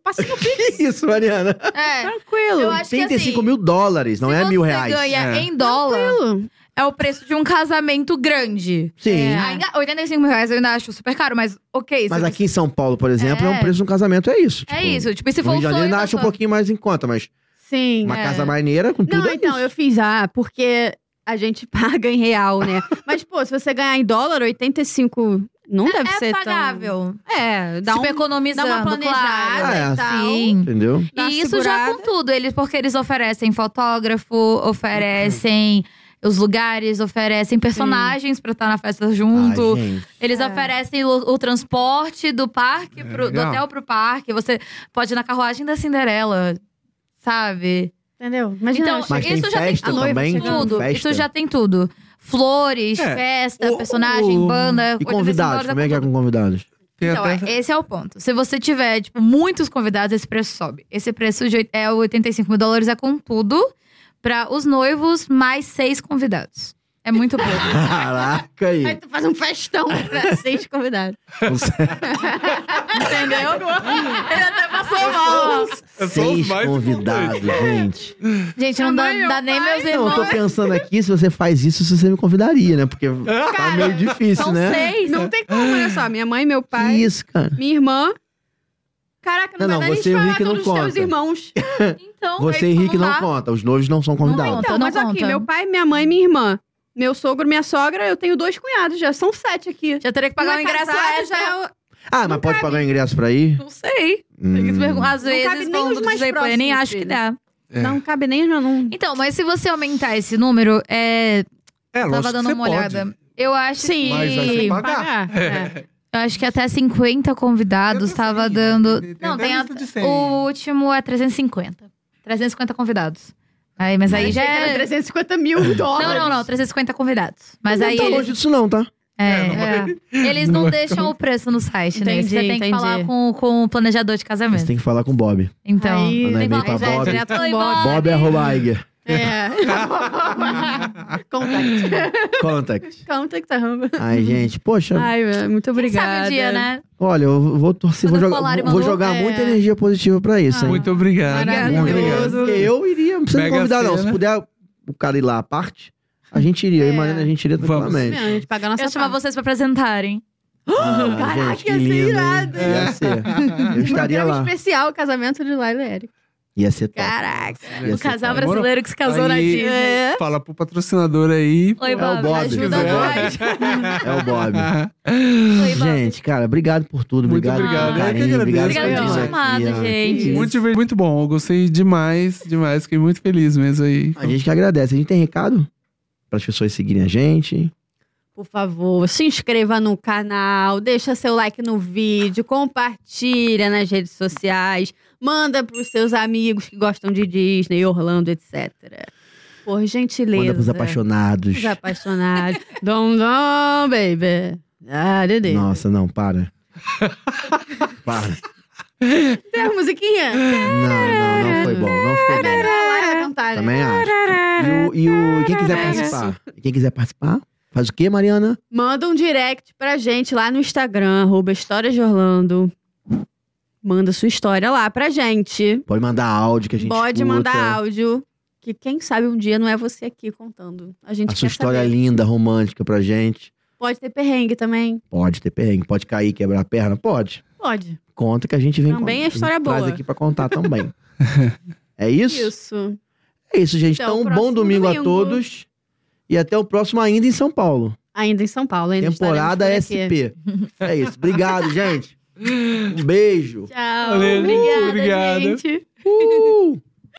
Speaker 1: Passa no
Speaker 2: Que isso, Mariana?
Speaker 4: É,
Speaker 1: tranquilo.
Speaker 4: eu acho que
Speaker 2: 35
Speaker 4: assim,
Speaker 2: mil dólares, não
Speaker 4: se
Speaker 2: é
Speaker 4: você
Speaker 2: mil reais.
Speaker 4: ganha
Speaker 3: É.
Speaker 4: em dólar,
Speaker 1: Tranquilo.
Speaker 4: é o preço de um casamento grande.
Speaker 2: Sim.
Speaker 4: É, ainda, 85 mil reais eu ainda acho super caro, mas ok.
Speaker 2: Mas
Speaker 4: se-
Speaker 2: aqui em São Paulo, por exemplo, é, um
Speaker 4: É.
Speaker 2: preço de um casamento, é isso.
Speaker 4: É
Speaker 2: tipo,
Speaker 4: isso, tipo, e se
Speaker 2: No
Speaker 4: for
Speaker 2: Rio
Speaker 4: um
Speaker 2: de Janeiro
Speaker 4: sonho
Speaker 2: ainda
Speaker 4: da
Speaker 2: acha um
Speaker 4: sua-
Speaker 2: pouquinho mais em conta, mas
Speaker 1: Sim.
Speaker 2: uma
Speaker 4: É.
Speaker 2: casa maneira com tudo
Speaker 1: Não,
Speaker 2: é
Speaker 1: então,
Speaker 2: isso.
Speaker 1: eu fiz, ah, porque a gente paga em real, né? Mas, pô, se você ganhar em dólar, 85 não deve
Speaker 4: É
Speaker 1: ser tão-
Speaker 4: pagável.
Speaker 1: É, dá
Speaker 4: tipo,
Speaker 1: um...
Speaker 4: economizando,
Speaker 1: dá uma planejada
Speaker 4: claro.
Speaker 2: e
Speaker 1: tal.
Speaker 4: Sim.
Speaker 2: Entendeu?
Speaker 1: Dá uma
Speaker 4: E isso já
Speaker 1: segurada.
Speaker 4: com tudo, eles, porque eles oferecem fotógrafo, oferecem
Speaker 2: Uhum.
Speaker 4: Os lugares oferecem personagens pra estar na festa junto.
Speaker 2: Ah, gente.
Speaker 4: Eles
Speaker 1: É.
Speaker 4: oferecem o, o transporte do parque,
Speaker 3: É,
Speaker 4: pro, do
Speaker 3: legal.
Speaker 4: hotel pro parque. Você pode ir na carruagem da Cinderela, sabe?
Speaker 1: Entendeu? Imagina.
Speaker 4: Então,
Speaker 1: eu
Speaker 2: Mas
Speaker 4: isso
Speaker 2: tem
Speaker 4: já tem
Speaker 2: festa
Speaker 1: a noiva
Speaker 2: também?
Speaker 1: chegando.
Speaker 4: tudo.
Speaker 2: Tem festa?
Speaker 4: Isso já tem tudo. Flores,
Speaker 3: É.
Speaker 4: festa,
Speaker 2: O-
Speaker 4: personagem,
Speaker 2: o-
Speaker 4: banda.
Speaker 2: E convidados, como é que é com convidados?
Speaker 3: Tem
Speaker 4: Então,
Speaker 3: até...
Speaker 4: é, esse é o ponto. Se você tiver, tipo, muitos convidados, esse preço sobe. Esse preço de, oit- é 85 mil dólares, é com tudo. Pra os noivos, mais seis convidados. É muito pouco.
Speaker 2: Caraca aí.
Speaker 1: Aí tu faz um festão pra seis convidados.
Speaker 2: é
Speaker 1: Entendeu? Ele até passou mal.
Speaker 3: É só os
Speaker 2: Seis
Speaker 3: mais
Speaker 2: convidados, gente.
Speaker 4: Gente, não dá,
Speaker 1: Também eu
Speaker 4: dá nem
Speaker 1: faço.
Speaker 4: meus
Speaker 2: Não, eu
Speaker 4: irmãos.
Speaker 2: tô pensando aqui, se você faz isso, se você me convidaria, né? Porque tá
Speaker 1: Cara,
Speaker 2: meio difícil,
Speaker 4: São
Speaker 2: né?
Speaker 4: seis.
Speaker 1: Não tem como, olha só. Minha mãe, meu
Speaker 2: Que
Speaker 1: pai,
Speaker 2: isso, cara.
Speaker 1: minha irmã. Caraca, não, vai
Speaker 2: Não, não,
Speaker 1: dar nem
Speaker 2: você e o
Speaker 1: falar
Speaker 2: Rick não
Speaker 1: todos os teus
Speaker 2: conta.
Speaker 1: irmãos.
Speaker 4: Então,
Speaker 2: Você e
Speaker 4: aí,
Speaker 2: Henrique
Speaker 4: como
Speaker 2: não
Speaker 4: dá?
Speaker 2: conta, os noivos não são convidados.
Speaker 4: conta.
Speaker 1: Então,
Speaker 4: não
Speaker 1: mas aqui,
Speaker 4: conta.
Speaker 1: meu pai, minha mãe e minha irmã. Meu sogro, minha sogra, eu tenho dois cunhados já. São sete aqui.
Speaker 4: Já teria que
Speaker 1: Não
Speaker 4: pagar
Speaker 1: é
Speaker 4: um ingresso
Speaker 1: casado,
Speaker 4: extra.
Speaker 1: já
Speaker 2: Ah, mas pode pagar o ingresso pra ir?
Speaker 4: Não sei. Tem que
Speaker 2: Hum.
Speaker 4: se perguntar. Às
Speaker 1: Não cabe
Speaker 4: vezes,
Speaker 1: nem
Speaker 4: falando
Speaker 1: os
Speaker 4: do
Speaker 1: mais
Speaker 4: depois, eu nem
Speaker 1: próximos,
Speaker 4: acho que
Speaker 1: filho.
Speaker 4: dá.
Speaker 3: É.
Speaker 1: Não cabe nem, não. não.
Speaker 4: Então, mas se você aumentar esse número, é...
Speaker 3: É, lógico
Speaker 4: tava
Speaker 3: que
Speaker 4: dando
Speaker 3: você
Speaker 4: uma
Speaker 3: pode.
Speaker 4: olhada. Eu acho
Speaker 1: Sim,
Speaker 3: Mas vai ser
Speaker 2: assim,
Speaker 4: que...
Speaker 3: pago.
Speaker 1: É.
Speaker 4: Eu acho que até 50
Speaker 3: Eu
Speaker 4: convidados
Speaker 3: não
Speaker 4: tava
Speaker 3: sei,
Speaker 4: dando...
Speaker 3: tem- tem
Speaker 4: não,
Speaker 3: até
Speaker 4: tem a...
Speaker 3: lista de 100.
Speaker 4: O último é 350. 350 convidados. Aí, mas aí já
Speaker 1: Achei que era
Speaker 4: é...
Speaker 1: 350 mil dólares.
Speaker 4: Não, não, não. 350 convidados. Mas
Speaker 2: Não
Speaker 4: aí
Speaker 2: tá
Speaker 4: eles...
Speaker 2: longe disso não, tá?
Speaker 4: É, é. Eles não,
Speaker 3: Não é
Speaker 4: deixam o preço no site, né?
Speaker 1: Entendi,
Speaker 4: Você tem que
Speaker 1: entendi.
Speaker 4: falar com, com o planejador de
Speaker 2: Você
Speaker 4: casamento.
Speaker 2: tem que falar com o Bob.
Speaker 4: Então,
Speaker 1: Aí-
Speaker 4: tem que
Speaker 2: Mandar
Speaker 4: falar
Speaker 2: e-mail pra
Speaker 4: com-
Speaker 2: Bob.
Speaker 1: direto
Speaker 4: Oi,
Speaker 1: com o Bob.
Speaker 2: Bob arroba Iger.
Speaker 1: É. Contact.
Speaker 2: Contact.
Speaker 1: Contact, arroba.
Speaker 2: Ai, gente, poxa,
Speaker 1: tá Ai, velho, muito
Speaker 4: Quem sabe
Speaker 1: obrigada.
Speaker 4: um dia, né?
Speaker 2: olha, eu vou torcer, vou
Speaker 4: Quando o
Speaker 2: jogar,
Speaker 4: Polari
Speaker 2: vou
Speaker 4: mandou,
Speaker 2: jogar
Speaker 1: é.
Speaker 2: muita energia positiva pra isso, hein?
Speaker 3: Muito obrigado.
Speaker 1: Maravilhoso.
Speaker 3: Muito obrigado.
Speaker 2: Porque Eu iria, não precisa me
Speaker 3: Mega
Speaker 2: convidar, não. Se
Speaker 3: Sena.
Speaker 2: puder o cara ir lá à parte, a gente iria. Eu
Speaker 1: É.
Speaker 2: e Mariana, a gente iria
Speaker 3: Vamos.
Speaker 2: tranquilamente.
Speaker 1: Não, a gente paga a nossa
Speaker 4: Eu chamar
Speaker 1: parte.
Speaker 4: vocês pra apresentarem.
Speaker 2: Ah,
Speaker 1: Caraca,
Speaker 2: gente, que
Speaker 1: ia ser
Speaker 2: lindo, hein?
Speaker 1: irado.
Speaker 2: Ia ser. Eu estaria
Speaker 1: Programa
Speaker 2: lá.
Speaker 1: especial, casamento de Laila e Eric.
Speaker 2: Ia ser top.
Speaker 1: Caraca. é
Speaker 2: Ia
Speaker 4: O
Speaker 2: ser
Speaker 4: casal
Speaker 2: top.
Speaker 4: brasileiro que se casou na
Speaker 3: Aí- é.
Speaker 4: Disney.
Speaker 3: Fala pro patrocinador aí.
Speaker 4: Oi,
Speaker 2: É o
Speaker 4: Bob.
Speaker 2: Bob.
Speaker 4: Ajuda
Speaker 1: né?
Speaker 2: é o Bob.
Speaker 4: nós.
Speaker 2: É o Bob.
Speaker 4: Oi, Bob.
Speaker 2: Gente, cara, obrigado por tudo.
Speaker 3: Muito
Speaker 2: Obrigado,
Speaker 4: obrigado.
Speaker 2: pelo
Speaker 4: Eu que
Speaker 2: carinho. Obrigado
Speaker 3: agradeço.
Speaker 2: pela
Speaker 3: Obrigado pelo
Speaker 4: chamado,
Speaker 2: simpatia.
Speaker 4: gente.
Speaker 2: Que isso.
Speaker 3: Muito, divertido, muito bom. Eu gostei demais, demais. Fiquei muito feliz mesmo aí.
Speaker 2: A gente que agradece. A gente tem recado? Para as pessoas seguirem a gente.
Speaker 1: Por favor, se inscreva no canal, deixa seu like no vídeo, compartilha nas redes sociais, manda pros seus amigos que gostam de Disney, Orlando, etc. Por gentileza.
Speaker 2: Manda pros apaixonados.
Speaker 1: Os apaixonados. dom, dom, baby. Ah, Dedê.
Speaker 2: Nossa, não, para. para.
Speaker 1: Tem a musiquinha?
Speaker 2: Não, não, não foi bom. Não ficou bom.
Speaker 1: Vai cantar, né?
Speaker 2: É. Também acho. E, o, e o- quem quiser participar? Quem quiser participar, faz o quê, Mariana?
Speaker 1: Manda um direct pra gente lá no Instagram, arroba Histórias de Orlando. Manda sua história lá pra gente.
Speaker 2: Pode mandar áudio que a gente
Speaker 1: Pode
Speaker 2: escuta.
Speaker 1: mandar áudio. Que quem sabe um dia não é você aqui contando. A gente
Speaker 2: A sua
Speaker 1: quer
Speaker 2: história é
Speaker 1: saber.
Speaker 2: linda, romântica pra gente.
Speaker 1: Pode ter perrengue também.
Speaker 2: Pode ter perrengue, pode cair, quebrar a perna, pode.
Speaker 1: Pode.
Speaker 2: Conta que a gente vem
Speaker 1: Também
Speaker 2: contar.
Speaker 1: é história
Speaker 2: a gente Traz
Speaker 1: boa.
Speaker 2: aqui pra contar também. é isso?
Speaker 1: Isso.
Speaker 2: É isso, gente.
Speaker 1: Então,
Speaker 2: Então, bom
Speaker 1: próximo
Speaker 2: domingo, a
Speaker 1: domingo.
Speaker 2: todos. E até o próximo ainda em São Paulo.
Speaker 1: Ainda em São Paulo. Ainda
Speaker 2: temporada
Speaker 1: estaremos tá por aqui.
Speaker 2: SP. É isso. Obrigado, gente. Um beijo.
Speaker 1: Tchau.
Speaker 3: Valeu.
Speaker 1: Obrigada,
Speaker 3: Obrigado.
Speaker 1: gente.
Speaker 2: Uh!